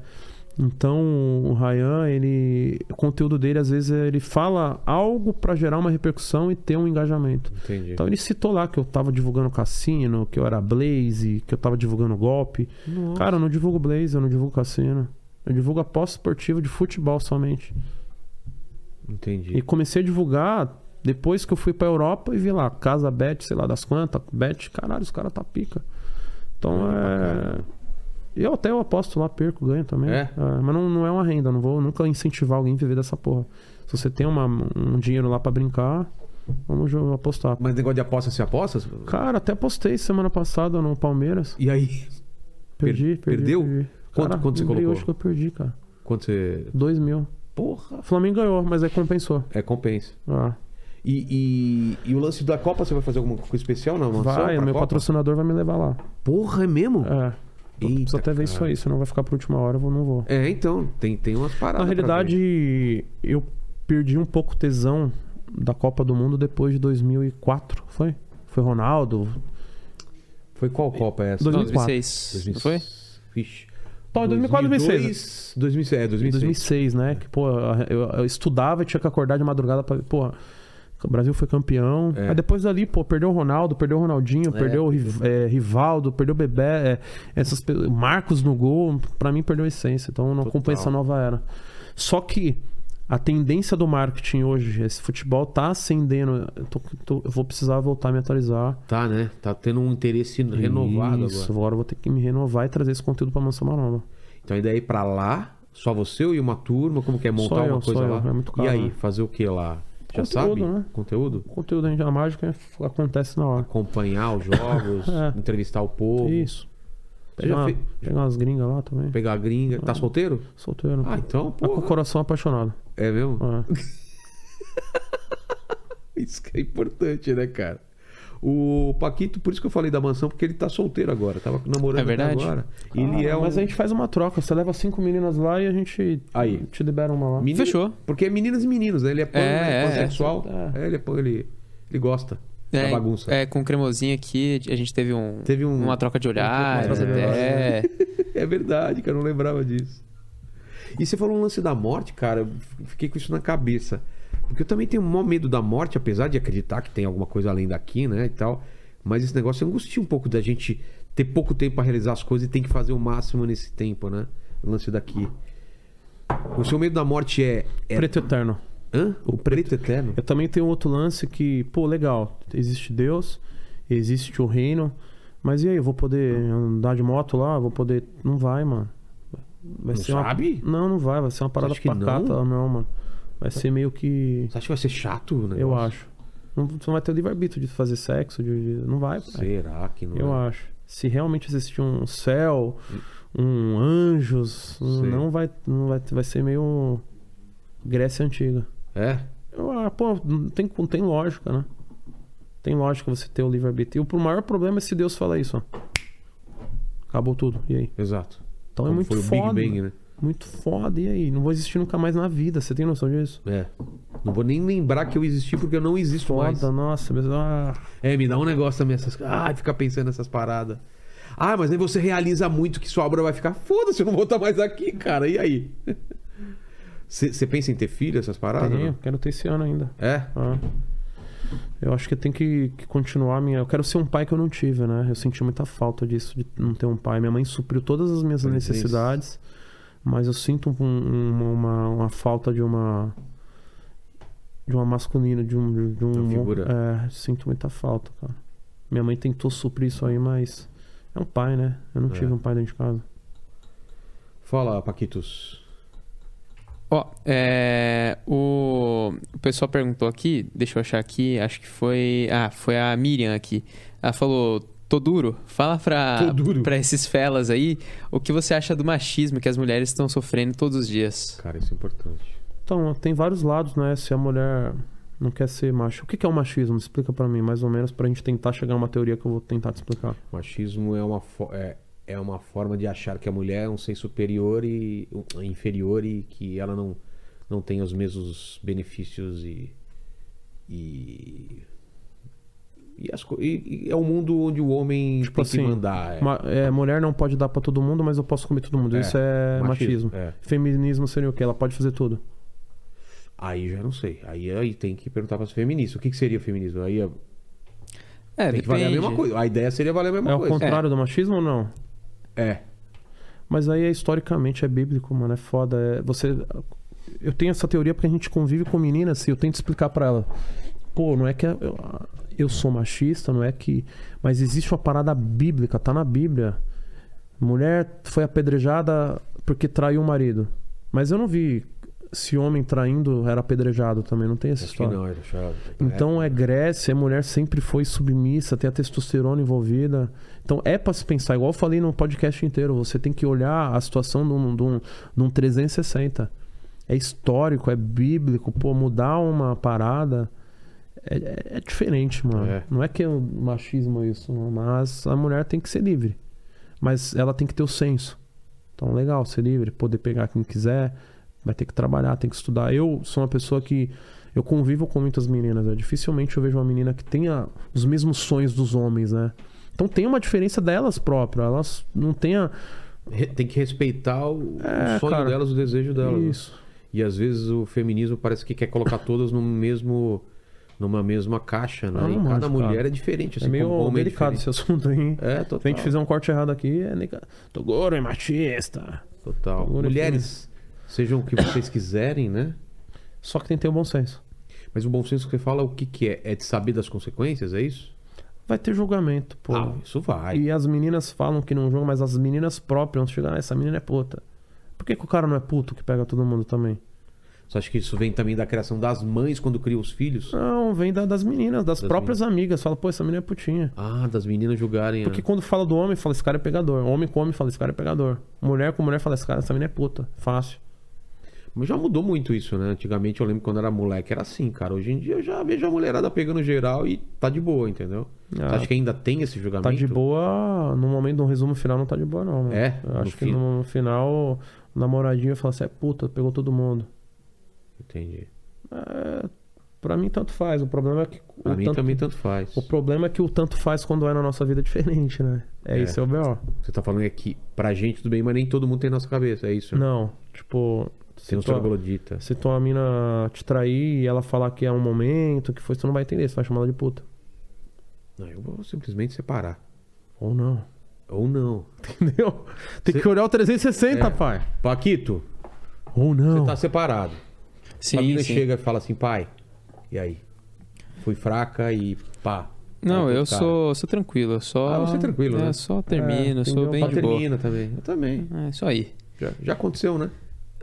[SPEAKER 3] Então, o Ryan, ele, o conteúdo dele às vezes ele fala algo pra gerar uma repercussão e ter um engajamento.
[SPEAKER 1] Entendi.
[SPEAKER 3] Então ele citou lá que eu tava divulgando cassino, que eu era Blaze, que eu tava divulgando golpe.
[SPEAKER 1] Nossa.
[SPEAKER 3] Cara, eu não divulgo Blaze, eu não divulgo cassino. Eu divulgo aposta esportiva de futebol somente.
[SPEAKER 1] Entendi.
[SPEAKER 3] E comecei a divulgar depois que eu fui pra Europa e vi lá, Casa Bet, sei lá das quantas, Bet, caralho, os caras tá pica. Então é. Eu até eu aposto lá, perco, ganho também.
[SPEAKER 1] É?
[SPEAKER 3] mas não, não é uma renda, não vou nunca incentivar alguém a viver dessa porra. Se você tem uma- um dinheiro lá pra brincar, vamos jo- apostar.
[SPEAKER 1] Mas negócio de aposta se aposta?
[SPEAKER 3] Cara, até postei semana passada no Palmeiras.
[SPEAKER 1] E aí?
[SPEAKER 3] Perdi,
[SPEAKER 1] Per-
[SPEAKER 3] perdi.
[SPEAKER 1] perdeu?
[SPEAKER 3] Perdi.
[SPEAKER 1] Quanto-
[SPEAKER 3] Cara,
[SPEAKER 1] quanto você
[SPEAKER 3] lembrei
[SPEAKER 1] colocou?
[SPEAKER 3] hoje que eu perdi, cara.
[SPEAKER 1] Quando você.
[SPEAKER 3] 2 mil.
[SPEAKER 1] Porra!
[SPEAKER 3] O Flamengo ganhou, mas aí compensou.
[SPEAKER 1] É compensa.
[SPEAKER 3] Ah,
[SPEAKER 1] E, e, e o lance da Copa, você vai fazer alguma coisa especial na mansão?
[SPEAKER 3] vai,
[SPEAKER 1] pra
[SPEAKER 3] o meu
[SPEAKER 1] Copa?
[SPEAKER 3] patrocinador vai me levar lá.
[SPEAKER 1] Porra, é mesmo?
[SPEAKER 3] É. Eu
[SPEAKER 1] Eita,
[SPEAKER 3] preciso até ver
[SPEAKER 1] cara.
[SPEAKER 3] isso aí, senão vai ficar pra última hora, eu vou- não vou.
[SPEAKER 1] É, então, tem, tem umas paradas. pra
[SPEAKER 3] Na
[SPEAKER 1] ver.
[SPEAKER 3] realidade, eu perdi um pouco o tesão da Copa do Mundo depois de 2004, foi? Foi Ronaldo?
[SPEAKER 1] Foi qual Copa é essa?
[SPEAKER 3] Dois-
[SPEAKER 2] 2006. Não foi?
[SPEAKER 1] Vixe.
[SPEAKER 3] Tá, 2004,
[SPEAKER 1] 2002,
[SPEAKER 3] né?
[SPEAKER 1] 2006. É,
[SPEAKER 3] 2006,
[SPEAKER 1] 2006.
[SPEAKER 3] 2006 né? Que, pô, eu, eu estudava e tinha que acordar de madrugada pra. Pô, o Brasil foi campeão.
[SPEAKER 1] É.
[SPEAKER 3] Aí depois dali, pô, perdeu o Ronaldo, perdeu o Ronaldinho,
[SPEAKER 1] É.
[SPEAKER 3] perdeu o Riv- é, Rivaldo, perdeu o Bebé, é, essas pe- Marcos no gol. Pra mim, perdeu a essência. Então, eu não acompanho essa nova era. Só que a tendência do marketing hoje, esse futebol tá acendendo. Eu, tô- tô- eu vou precisar voltar a me atualizar.
[SPEAKER 1] Tá, né? Tá tendo um interesse renovado
[SPEAKER 3] Isso,
[SPEAKER 1] agora.
[SPEAKER 3] agora eu vou ter que me renovar e trazer esse conteúdo pra Mansão Maromba.
[SPEAKER 1] Então, ainda ir pra lá, só você e uma turma, como que é? Montar
[SPEAKER 3] Só
[SPEAKER 1] uma
[SPEAKER 3] eu,
[SPEAKER 1] coisa
[SPEAKER 3] só eu,
[SPEAKER 1] lá?
[SPEAKER 3] é muito caro,
[SPEAKER 1] e aí,
[SPEAKER 3] né?
[SPEAKER 1] fazer o que lá? Já
[SPEAKER 3] Conteúdo,
[SPEAKER 1] sabe?
[SPEAKER 3] né?
[SPEAKER 1] Conteúdo?
[SPEAKER 3] O conteúdo, a gente- a mágica acontece na hora.
[SPEAKER 1] Acompanhar os jogos,
[SPEAKER 3] É.
[SPEAKER 1] entrevistar o povo,
[SPEAKER 3] Isso.
[SPEAKER 1] Você
[SPEAKER 3] Pegar,
[SPEAKER 1] já
[SPEAKER 3] uma-
[SPEAKER 1] fez-
[SPEAKER 3] pegar umas gringas lá também.
[SPEAKER 1] pegar a gringa. Tá solteiro?
[SPEAKER 3] Solteiro.
[SPEAKER 1] Ah, então,
[SPEAKER 3] Tá com
[SPEAKER 1] pô.
[SPEAKER 3] o coração apaixonado.
[SPEAKER 1] É mesmo?
[SPEAKER 3] É.
[SPEAKER 1] Isso que é importante, né, cara? O Paquito, por isso que eu falei da mansão, porque ele tá solteiro agora. Tava namorando
[SPEAKER 2] É
[SPEAKER 1] até
[SPEAKER 2] verdade.
[SPEAKER 1] agora. ele
[SPEAKER 3] Ah,
[SPEAKER 1] é um...
[SPEAKER 3] Mas a gente faz uma troca. Você leva cinco meninas lá e a gente
[SPEAKER 1] Aí.
[SPEAKER 3] te libera uma lá.
[SPEAKER 1] Menino-
[SPEAKER 2] Fechou.
[SPEAKER 1] Porque é meninas e meninos, né? Ele é, pan,
[SPEAKER 2] É,
[SPEAKER 1] né?
[SPEAKER 2] é,
[SPEAKER 1] pansexual.
[SPEAKER 3] é.
[SPEAKER 1] É, ele é pan, ele, ele gosta da Tá bagunça.
[SPEAKER 2] É, com o cremosinho aqui, a gente teve, um,
[SPEAKER 1] Teve um-
[SPEAKER 2] uma troca de
[SPEAKER 3] uma
[SPEAKER 2] olhares
[SPEAKER 3] troca de
[SPEAKER 2] até.
[SPEAKER 1] É verdade, cara, eu não lembrava disso. E você falou um lance da morte, cara, eu f- fiquei com isso na cabeça. Porque eu também tenho um maior medo da morte, apesar de acreditar que tem alguma coisa além daqui, né, e tal. Mas esse negócio angustia um pouco da gente ter pouco tempo pra realizar as coisas e tem que fazer o máximo nesse tempo, né? O lance daqui. O seu medo da morte é. é-
[SPEAKER 3] Preto eterno.
[SPEAKER 1] Hã? O preto, eterno?
[SPEAKER 3] Eu também tenho outro lance que, pô, legal. Existe Deus, existe o reino. Mas e aí, eu vou poder andar de moto lá? Vou poder. Não vai, mano. Vai
[SPEAKER 1] Não
[SPEAKER 3] uma-
[SPEAKER 1] sabe?
[SPEAKER 3] Não, não vai. Vai ser uma parada
[SPEAKER 1] acha que não?
[SPEAKER 3] pacata, não? mano. Vai ser meio que.
[SPEAKER 1] Você acha que vai ser chato o negócio?
[SPEAKER 3] Eu acho. Não, você não vai ter o livre-arbítrio de fazer sexo, de, de- não vai. pai.
[SPEAKER 1] Será que não?
[SPEAKER 3] Eu
[SPEAKER 1] é?
[SPEAKER 3] acho. Se realmente existir um céu, um anjos, um-
[SPEAKER 1] Sei.
[SPEAKER 3] não vai, não vai, vai ser meio Grécia antiga.
[SPEAKER 1] É?
[SPEAKER 3] Eu, ah, pô, não tem, não tem lógica, né? Tem lógica você ter o livre-arbítrio. E O maior problema é se Deus falar isso, ó. Acabou tudo. E aí?
[SPEAKER 1] Exato.
[SPEAKER 3] Então é
[SPEAKER 1] Como
[SPEAKER 3] muito
[SPEAKER 1] foi o Big
[SPEAKER 3] foda.
[SPEAKER 1] Bang, né?
[SPEAKER 3] Muito foda. E aí? Não vou existir nunca mais na vida. Você tem noção disso?
[SPEAKER 1] É. Não vou nem lembrar que eu existi porque eu não existo mais.
[SPEAKER 3] Foda, nossa. Mas, ah,
[SPEAKER 1] É, me dá um negócio também essas. Ai, ficar pensando nessas paradas. Ah, mas aí você realiza muito que sua obra vai ficar. Foda-se, eu não vou estar mais aqui, cara. E aí? Você pensa em ter filho, essas paradas?
[SPEAKER 3] tenho,
[SPEAKER 1] não?
[SPEAKER 3] quero ter esse ano ainda.
[SPEAKER 1] É?
[SPEAKER 3] Ah. É. Eu acho que tem que, que continuar a minha. Eu quero ser um pai que eu não tive, né? Eu senti muita falta disso, de não ter um pai. Minha mãe supriu todas as minhas
[SPEAKER 1] Pois é,
[SPEAKER 3] necessidades, mas eu sinto um- um- uma, uma falta de uma. De uma masculina, de um. De um
[SPEAKER 1] Uma figura.
[SPEAKER 3] É, sinto muita falta, cara. Minha mãe tentou suprir isso aí, mas. É um pai, né? Eu não
[SPEAKER 1] É.
[SPEAKER 3] tive um pai dentro de casa.
[SPEAKER 1] Fala, Paquitos.
[SPEAKER 2] Ó, é, o, o pessoal perguntou aqui, deixa eu achar aqui, acho que foi. Ah, foi a Miriam aqui. Ela falou. Toduro, fala pra,
[SPEAKER 1] Toduro.
[SPEAKER 2] pra esses felas aí o que você acha do machismo que as mulheres estão sofrendo todos os dias.
[SPEAKER 1] Cara, isso é importante.
[SPEAKER 3] Então, tem vários lados, né? Se a mulher não quer ser macho. O que que é o machismo? Explica pra mim, mais ou menos, pra gente tentar chegar a uma teoria que eu vou tentar te explicar.
[SPEAKER 1] Machismo é uma, fo- é, é uma forma de achar que a mulher é um ser superior e um- inferior e que ela não, não tem os mesmos benefícios e. E. E, as co- e- e é um mundo onde o homem
[SPEAKER 3] Tipo
[SPEAKER 1] tem
[SPEAKER 3] assim,
[SPEAKER 1] que mandar. é.
[SPEAKER 3] Ma- é, mulher não pode dar pra todo mundo, mas eu posso comer todo mundo.
[SPEAKER 1] É,
[SPEAKER 3] Isso é machismo.
[SPEAKER 1] é.
[SPEAKER 3] Feminismo seria o quê? Ela pode fazer tudo.
[SPEAKER 1] Aí já não sei. Aí, aí tem que perguntar para os feministas. O que, que seria feminismo? Aí é-
[SPEAKER 2] É,
[SPEAKER 1] tem que valer a mesma coisa. A ideia seria valer a mesma
[SPEAKER 3] é o
[SPEAKER 1] coisa.
[SPEAKER 3] contrário do machismo ou não?
[SPEAKER 1] É.
[SPEAKER 3] Mas aí é historicamente, é bíblico, mano. É foda. É, você. Eu tenho essa teoria porque a gente convive com meninas e eu tento explicar pra ela. Pô, não é que eu, eu sou machista, não é que. Mas existe uma parada bíblica, tá na Bíblia. Mulher foi apedrejada porque traiu o marido. Mas eu não vi se homem traindo era apedrejado também, não tem essa
[SPEAKER 1] Acho que
[SPEAKER 3] história.
[SPEAKER 1] não, eu acho-
[SPEAKER 3] Então é Grécia, a mulher sempre foi submissa, tem a testosterona envolvida. Então é pra se pensar, igual eu falei no podcast inteiro, você tem que olhar a situação de um, de um- de um 360. É histórico, é bíblico, pô, mudar uma parada é, é- é diferente, mano.
[SPEAKER 1] É.
[SPEAKER 3] Não é que é um machismo isso, mas a mulher tem que ser livre. Mas ela tem que ter o senso. Então, legal, ser livre, poder pegar quem quiser, vai ter que trabalhar, tem que estudar. Eu sou uma pessoa que. Eu convivo com muitas meninas, né? dificilmente eu vejo uma menina que tenha os mesmos sonhos dos homens, né? Então tem uma diferença delas próprias, elas não tenha
[SPEAKER 1] é, Re- Tem que respeitar o, o
[SPEAKER 3] É,
[SPEAKER 1] sonho
[SPEAKER 3] cara.
[SPEAKER 1] delas, o desejo delas. né?
[SPEAKER 3] isso.
[SPEAKER 1] E às vezes o feminismo parece que quer colocar todas no mesmo, numa mesma caixa, né?
[SPEAKER 3] Ah, não
[SPEAKER 1] e
[SPEAKER 3] manjo,
[SPEAKER 1] cada
[SPEAKER 3] cara.
[SPEAKER 1] mulher é diferente, assim,
[SPEAKER 3] é meio
[SPEAKER 1] como homem é
[SPEAKER 3] delicado
[SPEAKER 1] diferente.
[SPEAKER 3] esse assunto aí.
[SPEAKER 1] É, total.
[SPEAKER 3] Se a gente fizer um corte errado aqui, é nega. Togoro é machista.
[SPEAKER 1] Total.
[SPEAKER 3] Agora,
[SPEAKER 1] Mulheres, sejam o que vocês quiserem, né?
[SPEAKER 3] Só que tem que ter o bom senso.
[SPEAKER 1] Mas o bom senso que você fala, o que, que é? É de saber das consequências, é isso?
[SPEAKER 3] Vai ter julgamento, pô.
[SPEAKER 1] Ah, isso vai.
[SPEAKER 3] E as meninas falam que não jogam, mas as meninas próprias chegam, ah, essa menina é puta. Por que, que o cara não é puto que pega todo mundo também?
[SPEAKER 1] Você acha que isso vem também da criação das mães quando criam os filhos?
[SPEAKER 3] Não, vem da- das meninas, das,
[SPEAKER 1] Das
[SPEAKER 3] próprias amigas. Fala, pô, essa menina é putinha.
[SPEAKER 1] Ah, das meninas julgarem.
[SPEAKER 3] Porque
[SPEAKER 1] a...
[SPEAKER 3] quando fala do homem, fala, esse cara é pegador. Homem com homem, fala, esse cara é pegador. Mulher com mulher, fala, esse cara, essa menina é puta. Fácil.
[SPEAKER 1] Mas já mudou muito isso, né? Antigamente eu lembro quando era moleque era assim, cara. Hoje em dia eu já vejo a mulherada pegando geral e tá de boa, entendeu?
[SPEAKER 3] Ah.
[SPEAKER 1] Você acha que ainda tem esse julgamento?
[SPEAKER 3] Tá de boa, no momento, no resumo final, não tá de boa, não. mano.
[SPEAKER 1] É?
[SPEAKER 3] Eu acho
[SPEAKER 1] No
[SPEAKER 3] que
[SPEAKER 1] fim.
[SPEAKER 3] no final, o namoradinho fala, você é puta, pegou todo mundo.
[SPEAKER 1] Entendi.
[SPEAKER 3] É, pra mim, tanto faz. O problema é que.
[SPEAKER 1] Pra
[SPEAKER 3] o
[SPEAKER 1] mim
[SPEAKER 3] tanto-
[SPEAKER 1] também tanto faz.
[SPEAKER 3] O problema é que o tanto faz quando é na nossa vida diferente, né? É,
[SPEAKER 1] É.
[SPEAKER 3] isso, é o B.O.
[SPEAKER 1] Você tá falando é que pra gente tudo bem, mas nem todo mundo tem nossa cabeça, é isso?
[SPEAKER 3] Não, tipo. se
[SPEAKER 1] Tem um uns
[SPEAKER 3] tua-
[SPEAKER 1] trogloditas.
[SPEAKER 3] Se tua mina te trair e ela falar que é um momento, que foi, tu não vai entender, você vai chamar ela de puta.
[SPEAKER 1] Não, eu vou simplesmente separar.
[SPEAKER 3] Ou não.
[SPEAKER 1] Ou não.
[SPEAKER 3] Entendeu? Tem
[SPEAKER 1] Cê-
[SPEAKER 3] que olhar o 360,
[SPEAKER 1] É.
[SPEAKER 3] pai.
[SPEAKER 1] Paquito,
[SPEAKER 3] Ou
[SPEAKER 1] você
[SPEAKER 3] não.
[SPEAKER 1] tá separado. a
[SPEAKER 2] Sim,
[SPEAKER 1] menina
[SPEAKER 2] sim.
[SPEAKER 1] chega e fala assim, pai, e aí? Fui fraca e pá. Aí tá.
[SPEAKER 2] Não,
[SPEAKER 1] tem cara.
[SPEAKER 2] eu sou, sou tranquilo, eu só.
[SPEAKER 1] é Ah, você é tranquilo,
[SPEAKER 2] é,
[SPEAKER 1] né?
[SPEAKER 2] só termino,
[SPEAKER 3] É,
[SPEAKER 2] sou
[SPEAKER 3] entendeu?
[SPEAKER 1] Ela
[SPEAKER 2] bem de boa.
[SPEAKER 1] termina também. Eu também.
[SPEAKER 2] É, isso aí.
[SPEAKER 1] Já, já aconteceu, né?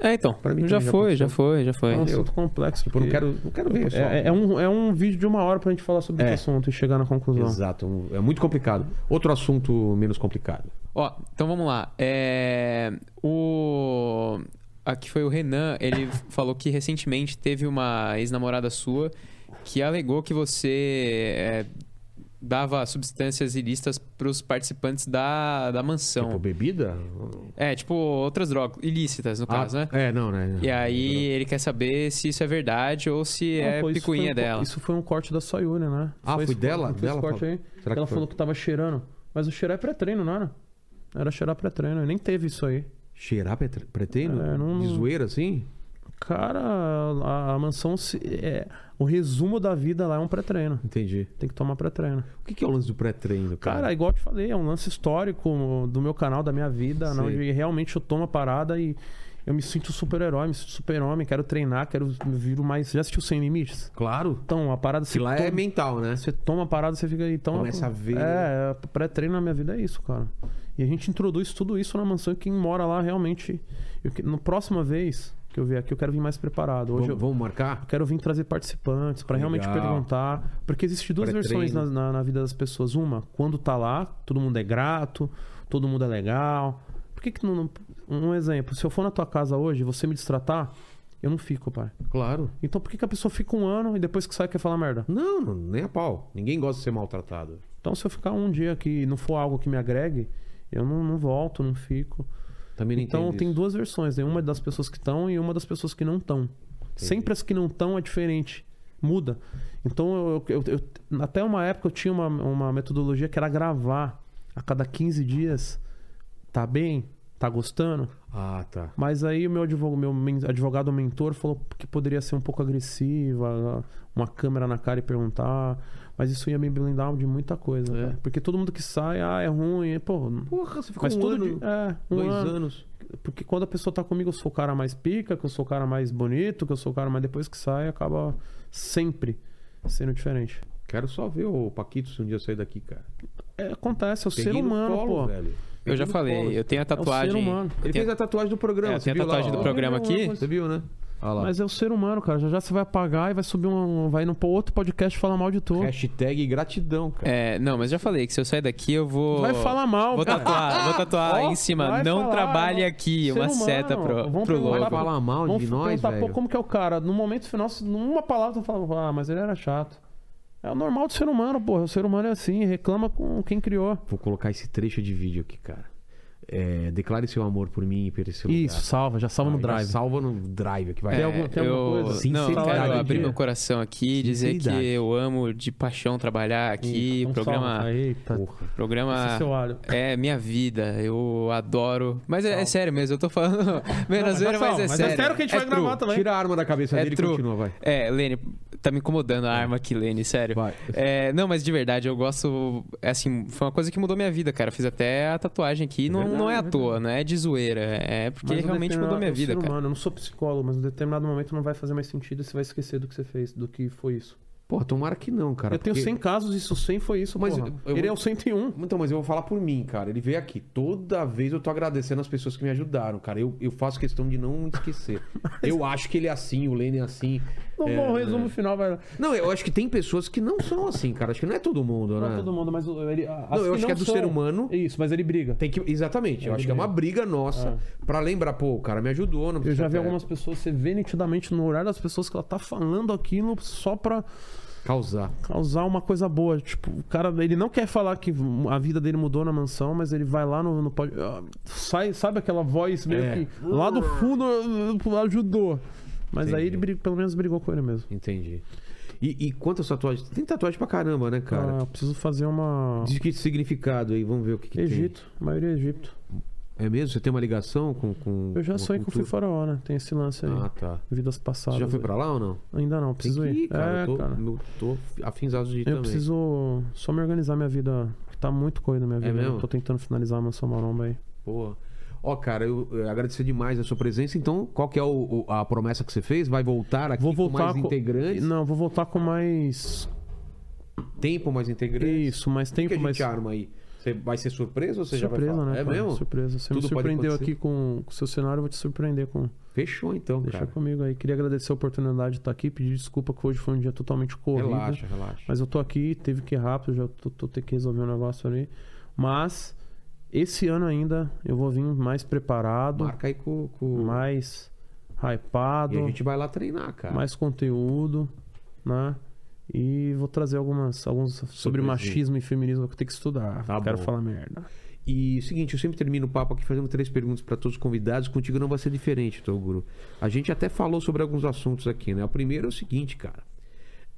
[SPEAKER 2] É, então.
[SPEAKER 1] Pra mim
[SPEAKER 2] já
[SPEAKER 1] também já
[SPEAKER 2] foi,
[SPEAKER 1] aconteceu.
[SPEAKER 2] já foi, já foi.
[SPEAKER 3] É um assunto complexo.
[SPEAKER 1] Tipo, eu não
[SPEAKER 3] porque
[SPEAKER 1] quero, não quero ver só.
[SPEAKER 3] É, é um, é um vídeo de uma hora pra gente falar sobre
[SPEAKER 1] É.
[SPEAKER 3] esse assunto e chegar na conclusão.
[SPEAKER 1] Exato, um- é muito complicado. Outro assunto menos complicado.
[SPEAKER 2] Ó, então vamos lá. É, o aqui foi o Renan, ele falou que recentemente teve uma ex-namorada sua que alegou que você é, dava substâncias ilícitas para os participantes da, da mansão.
[SPEAKER 1] Tipo, bebida?
[SPEAKER 2] É, tipo, outras drogas ilícitas, no caso, né?
[SPEAKER 1] É, não, né?
[SPEAKER 2] E aí ele quer saber se isso é verdade ou se
[SPEAKER 3] Não,
[SPEAKER 2] é
[SPEAKER 3] pô, isso foi
[SPEAKER 2] picuinha
[SPEAKER 3] um co-
[SPEAKER 2] dela.
[SPEAKER 3] Isso foi um corte da Sayuri, né?
[SPEAKER 1] Ah, foi
[SPEAKER 3] esse-
[SPEAKER 1] dela?
[SPEAKER 3] não foi esse
[SPEAKER 1] Dela
[SPEAKER 3] corte
[SPEAKER 1] falou.
[SPEAKER 3] aí.
[SPEAKER 1] Será que
[SPEAKER 3] ela
[SPEAKER 1] foi?
[SPEAKER 3] falou que tava cheirando. Mas o cheirar é pré-treino, não era? Era cheirar pré-treino. e Nem teve isso aí.
[SPEAKER 1] Cheirar petre- pretendo?
[SPEAKER 3] É, não-
[SPEAKER 1] De zoeira, assim?
[SPEAKER 3] Cara, a, a mansão. se- é, o resumo da vida lá é um pré-treino.
[SPEAKER 1] Entendi.
[SPEAKER 3] Tem que tomar pré-treino.
[SPEAKER 1] O que que é o lance do pré-treino,
[SPEAKER 3] Cara,
[SPEAKER 1] cara?
[SPEAKER 3] igual eu te falei, é um lance histórico do meu canal, da minha vida, né,
[SPEAKER 1] Sei.
[SPEAKER 3] onde realmente eu tomo a parada e eu me sinto super-herói, me sinto super-homem, quero treinar, quero vir mais. Já assistiu Sem Limites?
[SPEAKER 1] claro.
[SPEAKER 3] Então, a parada se
[SPEAKER 1] Que lá é mental, né?
[SPEAKER 3] Você toma a parada, você fica aí. Então,
[SPEAKER 1] Começa a ver. né?
[SPEAKER 3] É, é, pré-treino na minha vida é isso, cara. E a gente introduz tudo isso na mansão e quem mora lá realmente. Eu, que- no próxima vez que eu vier aqui, eu quero vir mais preparado.
[SPEAKER 1] Vamos,
[SPEAKER 3] Hoje eu
[SPEAKER 1] vamos marcar?
[SPEAKER 3] eu quero vir trazer participantes pra realmente
[SPEAKER 1] Legal.
[SPEAKER 3] perguntar. Porque existe duas
[SPEAKER 1] Pré-treino.
[SPEAKER 3] versões na, na- na vida das pessoas. Uma, quando tá lá, todo mundo é grato, todo mundo é legal. Por que, que não. não- Um exemplo, se eu for na tua casa hoje e você me destratar, eu não fico, pai.
[SPEAKER 1] Claro.
[SPEAKER 3] Então por que, que a pessoa fica um ano e depois que sai quer falar merda?
[SPEAKER 1] Não, não, nem a pau. Ninguém gosta de ser maltratado.
[SPEAKER 3] Então, se eu ficar um dia aqui e não for algo que me agregue, eu não, não volto, não fico.
[SPEAKER 1] Também não
[SPEAKER 3] então,
[SPEAKER 1] entendo
[SPEAKER 3] tem
[SPEAKER 1] isso.
[SPEAKER 3] duas versões: né? uma das pessoas que estão e uma das pessoas que não estão. Sempre as que não estão é diferente, muda. Então, eu, eu- eu- até uma época eu tinha uma, uma metodologia que era gravar a cada 15 dias. Tá bem? Tá gostando?
[SPEAKER 1] Ah, tá.
[SPEAKER 3] Mas aí o meu advogado, meu men- advogado mentor falou que poderia ser um pouco agressiva, uma câmera na cara e perguntar. Mas isso ia me blindar de muita coisa.
[SPEAKER 1] É.
[SPEAKER 3] cara. Porque todo mundo que sai, ah, é ruim, pô.
[SPEAKER 1] Porra, você ficou
[SPEAKER 3] mas
[SPEAKER 1] um
[SPEAKER 3] todo
[SPEAKER 1] ano,
[SPEAKER 3] dia- é, um
[SPEAKER 1] dois
[SPEAKER 3] ano.
[SPEAKER 1] anos.
[SPEAKER 3] Porque quando a pessoa tá comigo, eu sou o cara mais pica, que eu sou o cara mais bonito, que eu sou o cara mais depois que sai, acaba sempre sendo diferente.
[SPEAKER 1] Quero só ver o Paquito se um dia sair daqui, cara.
[SPEAKER 3] É, acontece, é o
[SPEAKER 1] Peguei
[SPEAKER 3] ser
[SPEAKER 1] no
[SPEAKER 3] humano,
[SPEAKER 1] colo,
[SPEAKER 3] pô.
[SPEAKER 1] velho.
[SPEAKER 2] Eu
[SPEAKER 1] Peguei
[SPEAKER 2] já
[SPEAKER 1] no
[SPEAKER 2] falei,
[SPEAKER 1] colo.
[SPEAKER 2] eu tenho a tatuagem.
[SPEAKER 3] É humano.
[SPEAKER 2] eu
[SPEAKER 1] Ele
[SPEAKER 2] tenho-
[SPEAKER 1] fez a tatuagem do programa.
[SPEAKER 2] É,
[SPEAKER 1] você
[SPEAKER 2] tem a
[SPEAKER 1] viu lá,
[SPEAKER 2] tatuagem
[SPEAKER 1] ó?
[SPEAKER 2] do programa aqui.
[SPEAKER 1] Você viu, né? Olha lá.
[SPEAKER 3] Mas é o ser humano, cara. Já já você vai apagar e vai subir um. Vai no outro podcast falar mal de tu.
[SPEAKER 1] Hashtag gratidão, cara.
[SPEAKER 2] É, não, mas já falei que se eu sair daqui eu vou.
[SPEAKER 3] Vai falar mal,
[SPEAKER 2] Vou
[SPEAKER 3] cara.
[SPEAKER 2] tatuar, vou tatuar
[SPEAKER 3] Ó,
[SPEAKER 2] em cima.
[SPEAKER 3] vai
[SPEAKER 2] Não
[SPEAKER 3] falar,
[SPEAKER 2] trabalhe
[SPEAKER 3] ó.
[SPEAKER 2] aqui.
[SPEAKER 3] Ser
[SPEAKER 2] Uma
[SPEAKER 3] humano.
[SPEAKER 2] seta pro,
[SPEAKER 3] Vamos
[SPEAKER 2] pro
[SPEAKER 3] perguntar
[SPEAKER 1] Vai
[SPEAKER 2] lobo.
[SPEAKER 3] pra-
[SPEAKER 1] falar mal
[SPEAKER 3] Vamos
[SPEAKER 1] de nós,
[SPEAKER 3] perguntar, pô,
[SPEAKER 1] velho.
[SPEAKER 3] como que é o cara? No momento final, se numa palavra tu fala, ah, mas ele era chato. É o normal do ser humano, pô. O ser humano é assim, reclama com quem criou.
[SPEAKER 1] Vou colocar esse trecho de vídeo aqui, cara. É, declare seu amor por mim e por esse lugar.
[SPEAKER 3] Isso, salva, já salva
[SPEAKER 1] Aí
[SPEAKER 3] no
[SPEAKER 1] já
[SPEAKER 3] drive.
[SPEAKER 1] Salva no drive aqui, vai.
[SPEAKER 2] É,
[SPEAKER 3] Tem algum- tem
[SPEAKER 2] eu...
[SPEAKER 3] alguma coisa? assim?
[SPEAKER 2] Não, eu
[SPEAKER 1] Sinceridade.
[SPEAKER 2] quero abrir meu coração aqui e dizer que
[SPEAKER 1] Sinceridade.
[SPEAKER 2] eu amo de paixão trabalhar aqui. o
[SPEAKER 3] Então
[SPEAKER 2] programa.
[SPEAKER 3] salva. Eita,
[SPEAKER 1] é, Porra.
[SPEAKER 2] programa.
[SPEAKER 3] esse seu alho.
[SPEAKER 2] É minha vida, eu adoro. Mas é, é sério mesmo, eu tô falando menos zoeira, mas,
[SPEAKER 3] salva,
[SPEAKER 2] é
[SPEAKER 3] mas
[SPEAKER 2] sério.
[SPEAKER 3] é sério que a gente
[SPEAKER 2] é
[SPEAKER 3] vai
[SPEAKER 2] true.
[SPEAKER 3] gravar também.
[SPEAKER 1] Tira a arma da cabeça
[SPEAKER 2] É
[SPEAKER 1] dele
[SPEAKER 2] true.
[SPEAKER 1] e continua, vai.
[SPEAKER 2] É, Lene, tá me incomodando a
[SPEAKER 3] É.
[SPEAKER 2] arma aqui, Lene, sério.
[SPEAKER 1] Vai.
[SPEAKER 2] É, não, mas de verdade, eu gosto. Assim, foi uma coisa que mudou minha vida, cara. Eu Fiz até a tatuagem aqui. Não,
[SPEAKER 3] verdade,
[SPEAKER 2] não é à
[SPEAKER 3] é
[SPEAKER 2] toa, não é de zoeira. É porque
[SPEAKER 3] Mas um
[SPEAKER 2] realmente
[SPEAKER 3] determinado-
[SPEAKER 2] mudou minha
[SPEAKER 3] é um ser
[SPEAKER 2] vida, cara.
[SPEAKER 3] Humano. Eu não sou psicólogo, mas em determinado momento não vai fazer mais sentido e você vai esquecer do que você fez, do que foi isso.
[SPEAKER 1] Pô, tomara que não, cara.
[SPEAKER 3] eu tenho
[SPEAKER 1] porque-
[SPEAKER 3] 100 casos, isso 100 foi isso,
[SPEAKER 1] Mas
[SPEAKER 3] mas
[SPEAKER 1] eu- eu-
[SPEAKER 3] ele é o 101.
[SPEAKER 1] Então, mas eu vou falar por mim, cara. Ele veio aqui. Toda vez eu tô agradecendo as pessoas que me ajudaram, cara. Eu, eu faço questão de não esquecer. Eu acho que ele é assim, o Lene é assim.
[SPEAKER 3] No
[SPEAKER 1] É,
[SPEAKER 3] bom
[SPEAKER 1] né?
[SPEAKER 3] resumo final, vai.
[SPEAKER 1] Não, eu acho que tem pessoas que não são assim, cara. Acho que não é todo mundo,
[SPEAKER 3] Não
[SPEAKER 1] né?
[SPEAKER 3] é todo mundo, mas ele. Não,
[SPEAKER 1] eu acho que é do ser humano.
[SPEAKER 3] Isso, mas ele briga.
[SPEAKER 1] Tem que, exatamente. Eu acho que é uma briga nossa pra lembrar, pô, o cara me ajudou. Não
[SPEAKER 3] É. Eu
[SPEAKER 1] precisa
[SPEAKER 3] já vi
[SPEAKER 1] ter-
[SPEAKER 3] algumas pessoas, você vê nitidamente no horário das pessoas que ela tá falando aquilo só pra
[SPEAKER 1] Causar.
[SPEAKER 3] causar uma coisa boa. Tipo, o cara, ele não quer falar que a vida dele mudou na mansão, mas ele vai lá no. no pod- ah, sai, sabe aquela voz meio
[SPEAKER 1] É.
[SPEAKER 3] que lá do fundo ah, ajudou. Mas aí
[SPEAKER 1] Entendi.
[SPEAKER 3] ele brig- pelo menos brigou com ele mesmo.
[SPEAKER 1] Entendi. E, e quantas tatuagens? Tem tatuagem pra caramba, né,
[SPEAKER 3] Ah,
[SPEAKER 1] cara?
[SPEAKER 3] eu preciso fazer uma.
[SPEAKER 1] Diz que significado aí, vamos ver o que, que tem.
[SPEAKER 3] Egito, a maioria é Egito.
[SPEAKER 1] É mesmo? Você tem uma ligação com. com
[SPEAKER 3] Eu já
[SPEAKER 1] com a
[SPEAKER 3] sonhei que eu fui
[SPEAKER 1] cultura?
[SPEAKER 3] faraó, né? Tem esse lance aí.
[SPEAKER 1] Ah, tá.
[SPEAKER 3] Vidas
[SPEAKER 1] Você
[SPEAKER 3] passadas.
[SPEAKER 1] já foi pra lá ou não?
[SPEAKER 3] Ainda
[SPEAKER 1] Tem
[SPEAKER 3] não, preciso
[SPEAKER 1] que ir, cara.
[SPEAKER 3] É,
[SPEAKER 1] eu tô,
[SPEAKER 3] cara.
[SPEAKER 1] eu tô afinzado de ir
[SPEAKER 3] Eu
[SPEAKER 1] também.
[SPEAKER 3] preciso só me organizar minha vida, que tá muito corrida minha vida. né?
[SPEAKER 1] É mesmo?
[SPEAKER 3] Tô tentando finalizar a mansão maromba aí.
[SPEAKER 1] Boa. Ó, cara, eu, eu agradecer demais a sua presença. Então, qual que é o- o- a promessa que você fez? Vai voltar aqui
[SPEAKER 3] Vou voltar
[SPEAKER 1] com mais integrantes?
[SPEAKER 3] Não, vou voltar com mais.
[SPEAKER 1] Tempo mais integrantes?
[SPEAKER 3] Isso, mais
[SPEAKER 1] O que
[SPEAKER 3] tempo,
[SPEAKER 1] a gente
[SPEAKER 3] mais.
[SPEAKER 1] arma aí? Você vai ser surpresa ou você já vai
[SPEAKER 3] surpresa,
[SPEAKER 1] falar?
[SPEAKER 3] né?
[SPEAKER 1] É
[SPEAKER 3] cara?
[SPEAKER 1] mesmo?
[SPEAKER 3] Surpresa. Você
[SPEAKER 1] Tudo
[SPEAKER 3] me
[SPEAKER 1] pode
[SPEAKER 3] surpreendeu
[SPEAKER 1] acontecer.
[SPEAKER 3] aqui com com o seu cenário, eu vou te surpreender com.
[SPEAKER 1] Fechou então,
[SPEAKER 3] Deixa
[SPEAKER 1] cara.
[SPEAKER 3] comigo aí. Queria agradecer a oportunidade de estar aqui, pedir desculpa que hoje foi um dia totalmente corrido.
[SPEAKER 1] Relaxa, relaxa.
[SPEAKER 3] Mas eu tô aqui, teve que ir rápido, já tô, tô tendo que resolver um negócio ali. Mas esse ano ainda eu vou vir mais preparado,
[SPEAKER 1] Marca aí com, com...
[SPEAKER 3] mais
[SPEAKER 1] E
[SPEAKER 3] hypado.
[SPEAKER 1] a gente vai lá treinar, cara.
[SPEAKER 3] mais conteúdo, né? E vou trazer algumas alguns sobre
[SPEAKER 1] Surpresinha.
[SPEAKER 3] machismo e feminismo que eu tenho que estudar.
[SPEAKER 1] Tá
[SPEAKER 3] não quero
[SPEAKER 1] bom.
[SPEAKER 3] falar merda.
[SPEAKER 1] E seguinte, eu sempre termino o papo aqui fazendo três perguntas para todos os convidados. Contigo não vai ser diferente, Toguro. A gente até falou sobre alguns assuntos aqui, né? O primeiro é o seguinte, cara.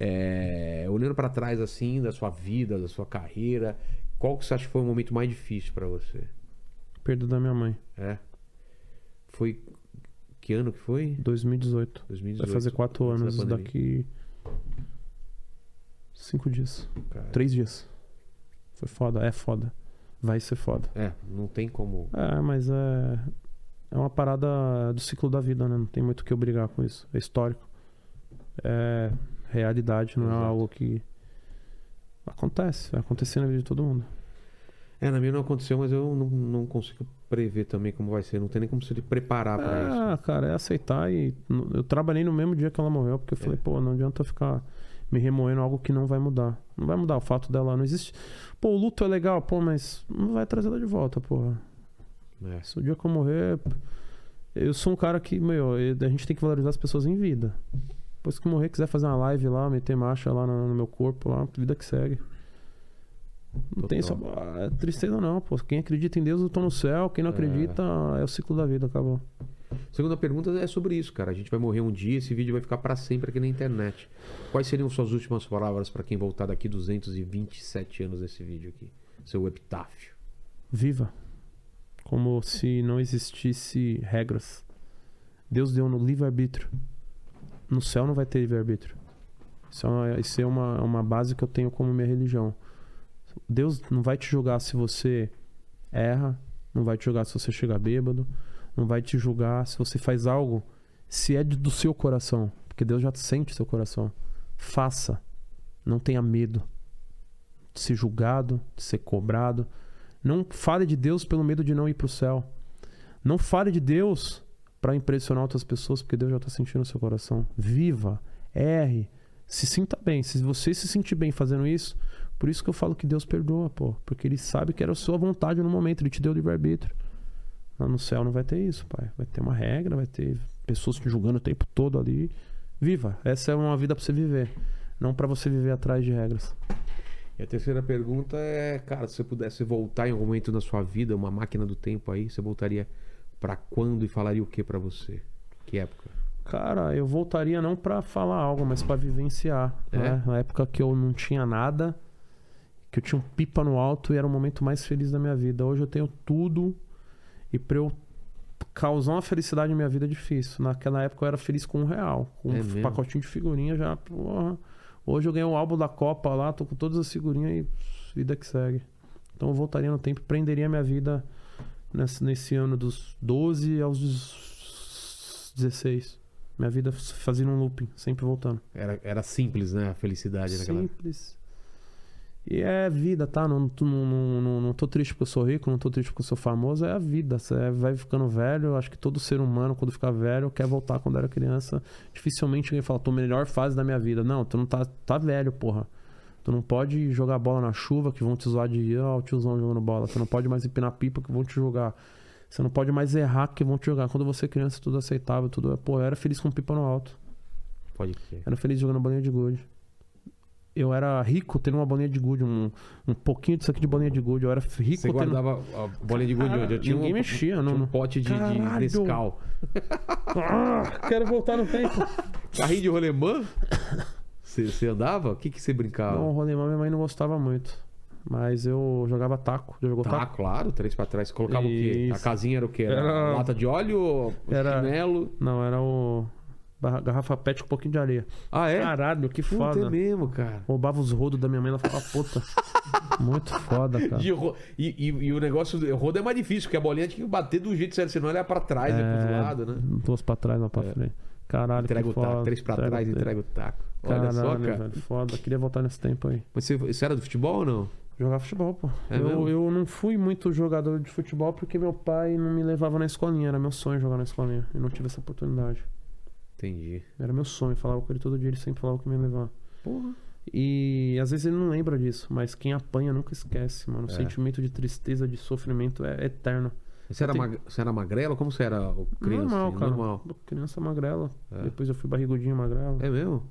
[SPEAKER 1] É, Olhando para trás, assim, da sua vida, da sua carreira, qual que você acha que foi o momento mais difícil para você?
[SPEAKER 3] Perda da minha mãe,
[SPEAKER 1] É. Foi. Que ano que foi?
[SPEAKER 3] 2018.
[SPEAKER 1] 2018.
[SPEAKER 3] Vai fazer quatro
[SPEAKER 1] antes da
[SPEAKER 3] anos
[SPEAKER 1] pandemia.
[SPEAKER 3] daqui. Cinco dias.
[SPEAKER 1] Cara,
[SPEAKER 3] Três dias. Foi foda, é foda. Vai ser foda.
[SPEAKER 1] É, não tem como.
[SPEAKER 3] É, mas é. É uma parada do ciclo da vida, né? Não tem muito o que eu brigar com isso. É histórico. É realidade, não
[SPEAKER 1] Exato.
[SPEAKER 3] é algo que. Acontece, vai acontecer na vida de todo mundo.
[SPEAKER 1] É, na minha não aconteceu, mas eu não, não consigo prever também como vai ser. Não tem nem como se preparar pra isso.
[SPEAKER 3] Ah, cara, é aceitar e. n- Eu trabalhei no mesmo dia que ela morreu, porque eu falei, pô, não adianta eu ficar me remoendo algo que não vai mudar. Não vai mudar o fato dela, não existe. Pô, o luto é legal, pô, mas não vai trazer ela de volta, porra.
[SPEAKER 1] né?
[SPEAKER 3] Se o dia que eu morrer. p- Eu sou um cara que, meu, eu- a gente tem que valorizar as pessoas em vida. Depois que morrer, quiser fazer uma live lá, meter marcha lá no, no meu corpo, lá, vida que segue. Não tem essa
[SPEAKER 1] Total.
[SPEAKER 3] ah, tristeza, não, pô. Quem acredita em Deus, eu tô no céu. Quem não
[SPEAKER 1] É.
[SPEAKER 3] acredita, é o ciclo da vida, acabou.
[SPEAKER 1] Segunda pergunta é sobre isso, cara. A gente vai morrer um dia, esse vídeo vai ficar pra sempre aqui na internet. Quais seriam suas últimas palavras pra quem voltar daqui 227 anos nesse vídeo aqui? Seu epitáfio.
[SPEAKER 3] Viva. Como se não existisse regras. Deus deu no livre-arbítrio. No céu não vai ter livre-arbítrio. Isso é, uma, isso é uma, uma base que eu tenho como minha religião. Deus não vai te julgar se você erra, não vai te julgar se você chega bêbado, não vai te julgar se você faz algo, se é de- do seu coração, porque Deus já sente seu coração. Faça. Não tenha medo de ser julgado, de ser cobrado. Não fale de Deus pelo medo de não ir pro céu. Não fale de Deus para impressionar outras pessoas, porque Deus já tá sentindo o seu coração. Viva, erre, se sinta bem. Se você se sentir bem fazendo isso, por isso que eu falo que Deus perdoa, pô. Porque ele sabe que era a sua vontade no momento, ele te deu o livre-arbítrio. Lá no céu não vai ter isso, pai. Vai ter uma regra, vai ter pessoas te julgando o tempo todo ali. Viva, essa é uma vida pra você viver, não pra você viver atrás de regras.
[SPEAKER 1] E a terceira pergunta é, cara, se você pudesse voltar em algum momento da sua vida, uma máquina do tempo aí, você voltaria pra quando e falaria o que pra você? Que época?
[SPEAKER 3] Cara, eu voltaria não pra falar algo, mas pra vivenciar.
[SPEAKER 1] É?
[SPEAKER 3] né? Na época que eu não tinha nada, que eu tinha um pipa no alto e era o momento mais feliz da minha vida. Hoje eu tenho tudo e pra eu causar uma felicidade na minha vida é difícil. Naquela época eu era feliz com um real, com
[SPEAKER 1] É
[SPEAKER 3] um
[SPEAKER 1] mesmo?
[SPEAKER 3] pacotinho de figurinha já. porra. Hoje eu ganhei um álbum da Copa lá, tô com todas as figurinhas e vida que segue. Então eu voltaria no tempo, e prenderia minha vida nesse, nesse ano dos 12 aos 16. Minha vida f- fazendo um looping, sempre voltando.
[SPEAKER 1] Era, era simples, né? A felicidade naquela época.
[SPEAKER 3] Simples. E é vida, tá? Não, tu- não, não, não, não tô triste porque eu sou rico, não tô triste porque eu sou famoso, é a vida. Você vai ficando velho, acho que todo ser humano, quando fica velho, quer voltar quando era criança. Dificilmente alguém fala, tô na melhor fase da minha vida. Não, tu não tá, tá velho, porra. Tu não pode jogar bola na chuva, que vão te zoar de ó, o tiozão jogando bola. Tu não pode mais empinar pipa, que vão te jogar. Você não pode mais errar, que vão te jogar. Quando você é criança, tudo aceitável, tudo. é- Pô, eu era feliz com pipa no alto.
[SPEAKER 1] Pode crer.
[SPEAKER 3] Era feliz jogando bolinha de gude. Eu era rico tendo uma bolinha de gude, um, um pouquinho disso aqui de bolinha de gude. Eu era rico
[SPEAKER 1] Você
[SPEAKER 3] tendo.
[SPEAKER 1] guardava a bolinha de gude
[SPEAKER 3] Cara,
[SPEAKER 1] onde? Eu tinha
[SPEAKER 3] ninguém
[SPEAKER 1] um,
[SPEAKER 3] mexia,
[SPEAKER 1] tinha
[SPEAKER 3] não-
[SPEAKER 1] um pote de, de
[SPEAKER 3] Caralho!
[SPEAKER 1] Nescau.
[SPEAKER 3] Ah, quero voltar no tempo.
[SPEAKER 1] Tá. Carrinho de rolemã? Você você andava? O que, que você brincava?
[SPEAKER 3] Não, o rolemã minha mãe não gostava muito. Mas eu jogava taco. Já jogou
[SPEAKER 1] Tá,
[SPEAKER 3] taco?
[SPEAKER 1] claro, três pra trás. Colocava o quê? A
[SPEAKER 3] Isso.
[SPEAKER 1] casinha era o quê? Era,
[SPEAKER 3] Era-
[SPEAKER 1] lata de óleo,
[SPEAKER 3] Era-
[SPEAKER 1] chinelo.
[SPEAKER 3] Não, era o. barra- Garrafa pet com um pouquinho de areia.
[SPEAKER 1] Ah, é?
[SPEAKER 3] Caralho, que
[SPEAKER 1] Puta, é
[SPEAKER 3] foda.
[SPEAKER 1] mesmo, cara.
[SPEAKER 3] Roubava os rodos da minha mãe, ela ficava puta. Muito foda, cara.
[SPEAKER 1] E, o ro- e- e- e o negócio do rodo é mais difícil, porque a bolinha tinha que bater do jeito certo, senão ela ia pra trás, é... pro outro lado, né?
[SPEAKER 3] Duas pra trás, uma pra frente. Caralho,
[SPEAKER 1] Entrega
[SPEAKER 3] que
[SPEAKER 1] o
[SPEAKER 3] foda.
[SPEAKER 1] taco, três pra trás, entrega o taco. Olha só,
[SPEAKER 3] Caralho,
[SPEAKER 1] cara.
[SPEAKER 3] velho, foda. Queria voltar nesse tempo aí.
[SPEAKER 1] Mas você, você era do futebol ou não?
[SPEAKER 3] Jogar futebol, pô.
[SPEAKER 1] É mesmo?
[SPEAKER 3] eu, eu não fui muito jogador de futebol porque meu pai não me levava na escolinha. Era meu sonho jogar na escolinha. Eu não tive essa oportunidade.
[SPEAKER 1] Entendi.
[SPEAKER 3] Era meu sonho. Falava com ele todo dia, ele sempre falava que me ia levar.
[SPEAKER 1] Porra.
[SPEAKER 3] E às vezes ele não lembra disso, mas quem apanha nunca esquece, mano. O
[SPEAKER 1] É.
[SPEAKER 3] sentimento de tristeza, de sofrimento é eterno.
[SPEAKER 1] Você era,
[SPEAKER 3] Eu
[SPEAKER 1] mag... você era magrelo? Como você era o criança?
[SPEAKER 3] normal,
[SPEAKER 1] assim?
[SPEAKER 3] cara.
[SPEAKER 1] Normal.
[SPEAKER 3] Criança magrela.
[SPEAKER 1] É.
[SPEAKER 3] Depois eu fui barrigudinho magrela.
[SPEAKER 1] É mesmo?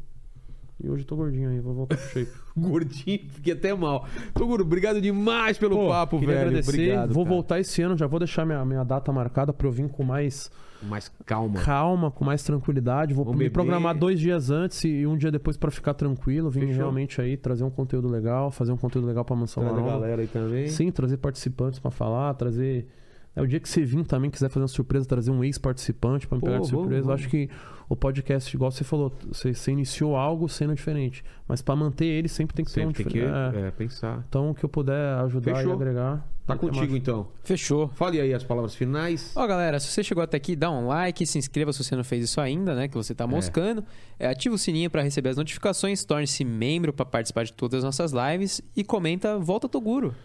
[SPEAKER 3] E hoje eu tô gordinho aí, vou voltar pro shape.
[SPEAKER 1] Gordinho, fiquei até mal. Toguro, obrigado demais pelo
[SPEAKER 3] Pô,
[SPEAKER 1] papo,
[SPEAKER 3] queria
[SPEAKER 1] velho.
[SPEAKER 3] agradecer.
[SPEAKER 1] Obrigado.
[SPEAKER 3] vou
[SPEAKER 1] cara.
[SPEAKER 3] voltar esse ano, já vou deixar minha, minha data marcada pra eu vir com mais
[SPEAKER 1] Mas calma.
[SPEAKER 3] calma, com mais tranquilidade. Vou,
[SPEAKER 1] Vou
[SPEAKER 3] me
[SPEAKER 1] beber.
[SPEAKER 3] programar dois dias antes e e um dia depois pra ficar tranquilo. Vim
[SPEAKER 1] Fechou.
[SPEAKER 3] realmente aí trazer um conteúdo legal, fazer um conteúdo legal pra Mansão
[SPEAKER 1] Traz a
[SPEAKER 3] Maromba.
[SPEAKER 1] galera aí também.
[SPEAKER 3] Sim, trazer participantes pra falar, trazer. É o dia que você vir também, quiser fazer uma surpresa, trazer um ex-participante pra me
[SPEAKER 1] Pô,
[SPEAKER 3] pegar de
[SPEAKER 1] vou,
[SPEAKER 3] surpresa.
[SPEAKER 1] vou.
[SPEAKER 3] Eu acho que o podcast, igual você falou, você, você iniciou algo sendo diferente. Mas pra manter ele sempre tem que ser um
[SPEAKER 1] Sempre tem que
[SPEAKER 3] diferente.
[SPEAKER 1] é, pensar.
[SPEAKER 3] Então, o que eu puder ajudar
[SPEAKER 1] Fechou.
[SPEAKER 3] e agregar.
[SPEAKER 1] Tá
[SPEAKER 3] até
[SPEAKER 1] contigo
[SPEAKER 3] mais.
[SPEAKER 1] então.
[SPEAKER 2] Fechou.
[SPEAKER 1] Fale aí as palavras finais.
[SPEAKER 2] Ó, galera, se você chegou até aqui, dá um like, se inscreva se você não fez isso ainda, né? Que você tá moscando. É, ativa o sininho pra receber as notificações, torne-se membro pra participar de todas as nossas lives e comenta Volta Toguro.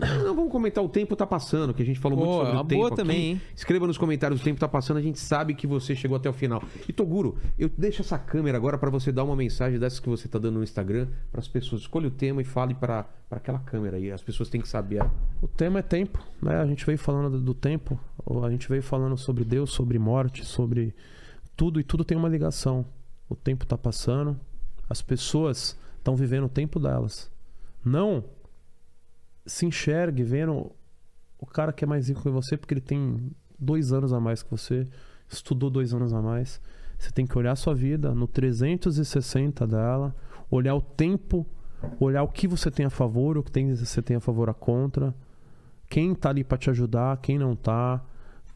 [SPEAKER 1] Ah, Não, vamos comentar o tempo tá passando, que a gente falou
[SPEAKER 2] Pô,
[SPEAKER 1] muito sobre
[SPEAKER 2] é uma
[SPEAKER 1] o tempo
[SPEAKER 2] boa
[SPEAKER 1] aqui.
[SPEAKER 2] também, hein?
[SPEAKER 1] Escreva nos comentários o tempo tá passando, a gente sabe que você chegou até o final. E Toguro, eu deixo essa câmera agora pra você dar uma mensagem dessas que você tá dando no Instagram pras pessoas. Escolha o tema e fale pra pra aquela câmera aí. As pessoas têm que saber.
[SPEAKER 3] O tema é tempo, né? A gente veio falando do- do tempo, ou a gente veio falando sobre Deus, sobre morte, sobre tudo, e tudo tem uma ligação. O tempo tá passando, as pessoas estão vivendo o tempo delas. Não se enxergue vendo o cara que é mais rico que você, porque ele tem dois anos a mais que você, estudou dois anos a mais. Você tem que olhar a sua vida no 360 dela, olhar o tempo, olhar o que você tem a favor, o que tem, você tem a favor a contra, quem tá ali pra te ajudar, quem não tá,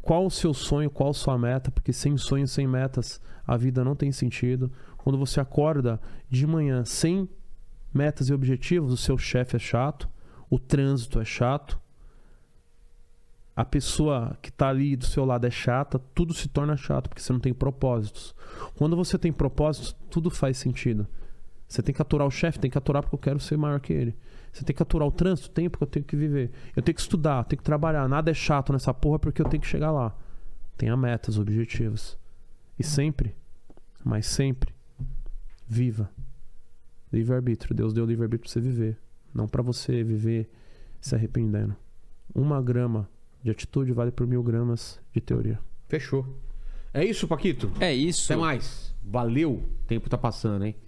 [SPEAKER 3] qual o seu sonho, qual a sua meta, porque sem sonhos, sem metas, a vida não tem sentido. Quando você acorda de manhã sem metas e objetivos, o seu chefe é chato, o trânsito é chato, a pessoa que tá ali do seu lado é chata, tudo se torna chato, porque você não tem propósitos. Quando você tem propósitos, tudo faz sentido. Você tem que aturar o chefe, tem que aturar porque eu quero ser maior que ele. Você tem que aturar o trânsito, tem porque eu tenho que viver. Eu tenho que estudar, eu tenho que trabalhar. Nada é chato nessa porra porque eu tenho que chegar lá. Tenha metas, objetivos. E sempre, mas sempre, viva. Livre-arbítrio. Deus deu livre-arbítrio pra você viver. Não pra você viver se arrependendo. Uma grama de atitude vale por mil gramas de teoria.
[SPEAKER 1] Fechou. É isso, Paquito?
[SPEAKER 2] É isso.
[SPEAKER 1] Até mais. Valeu. O tempo tá passando, hein?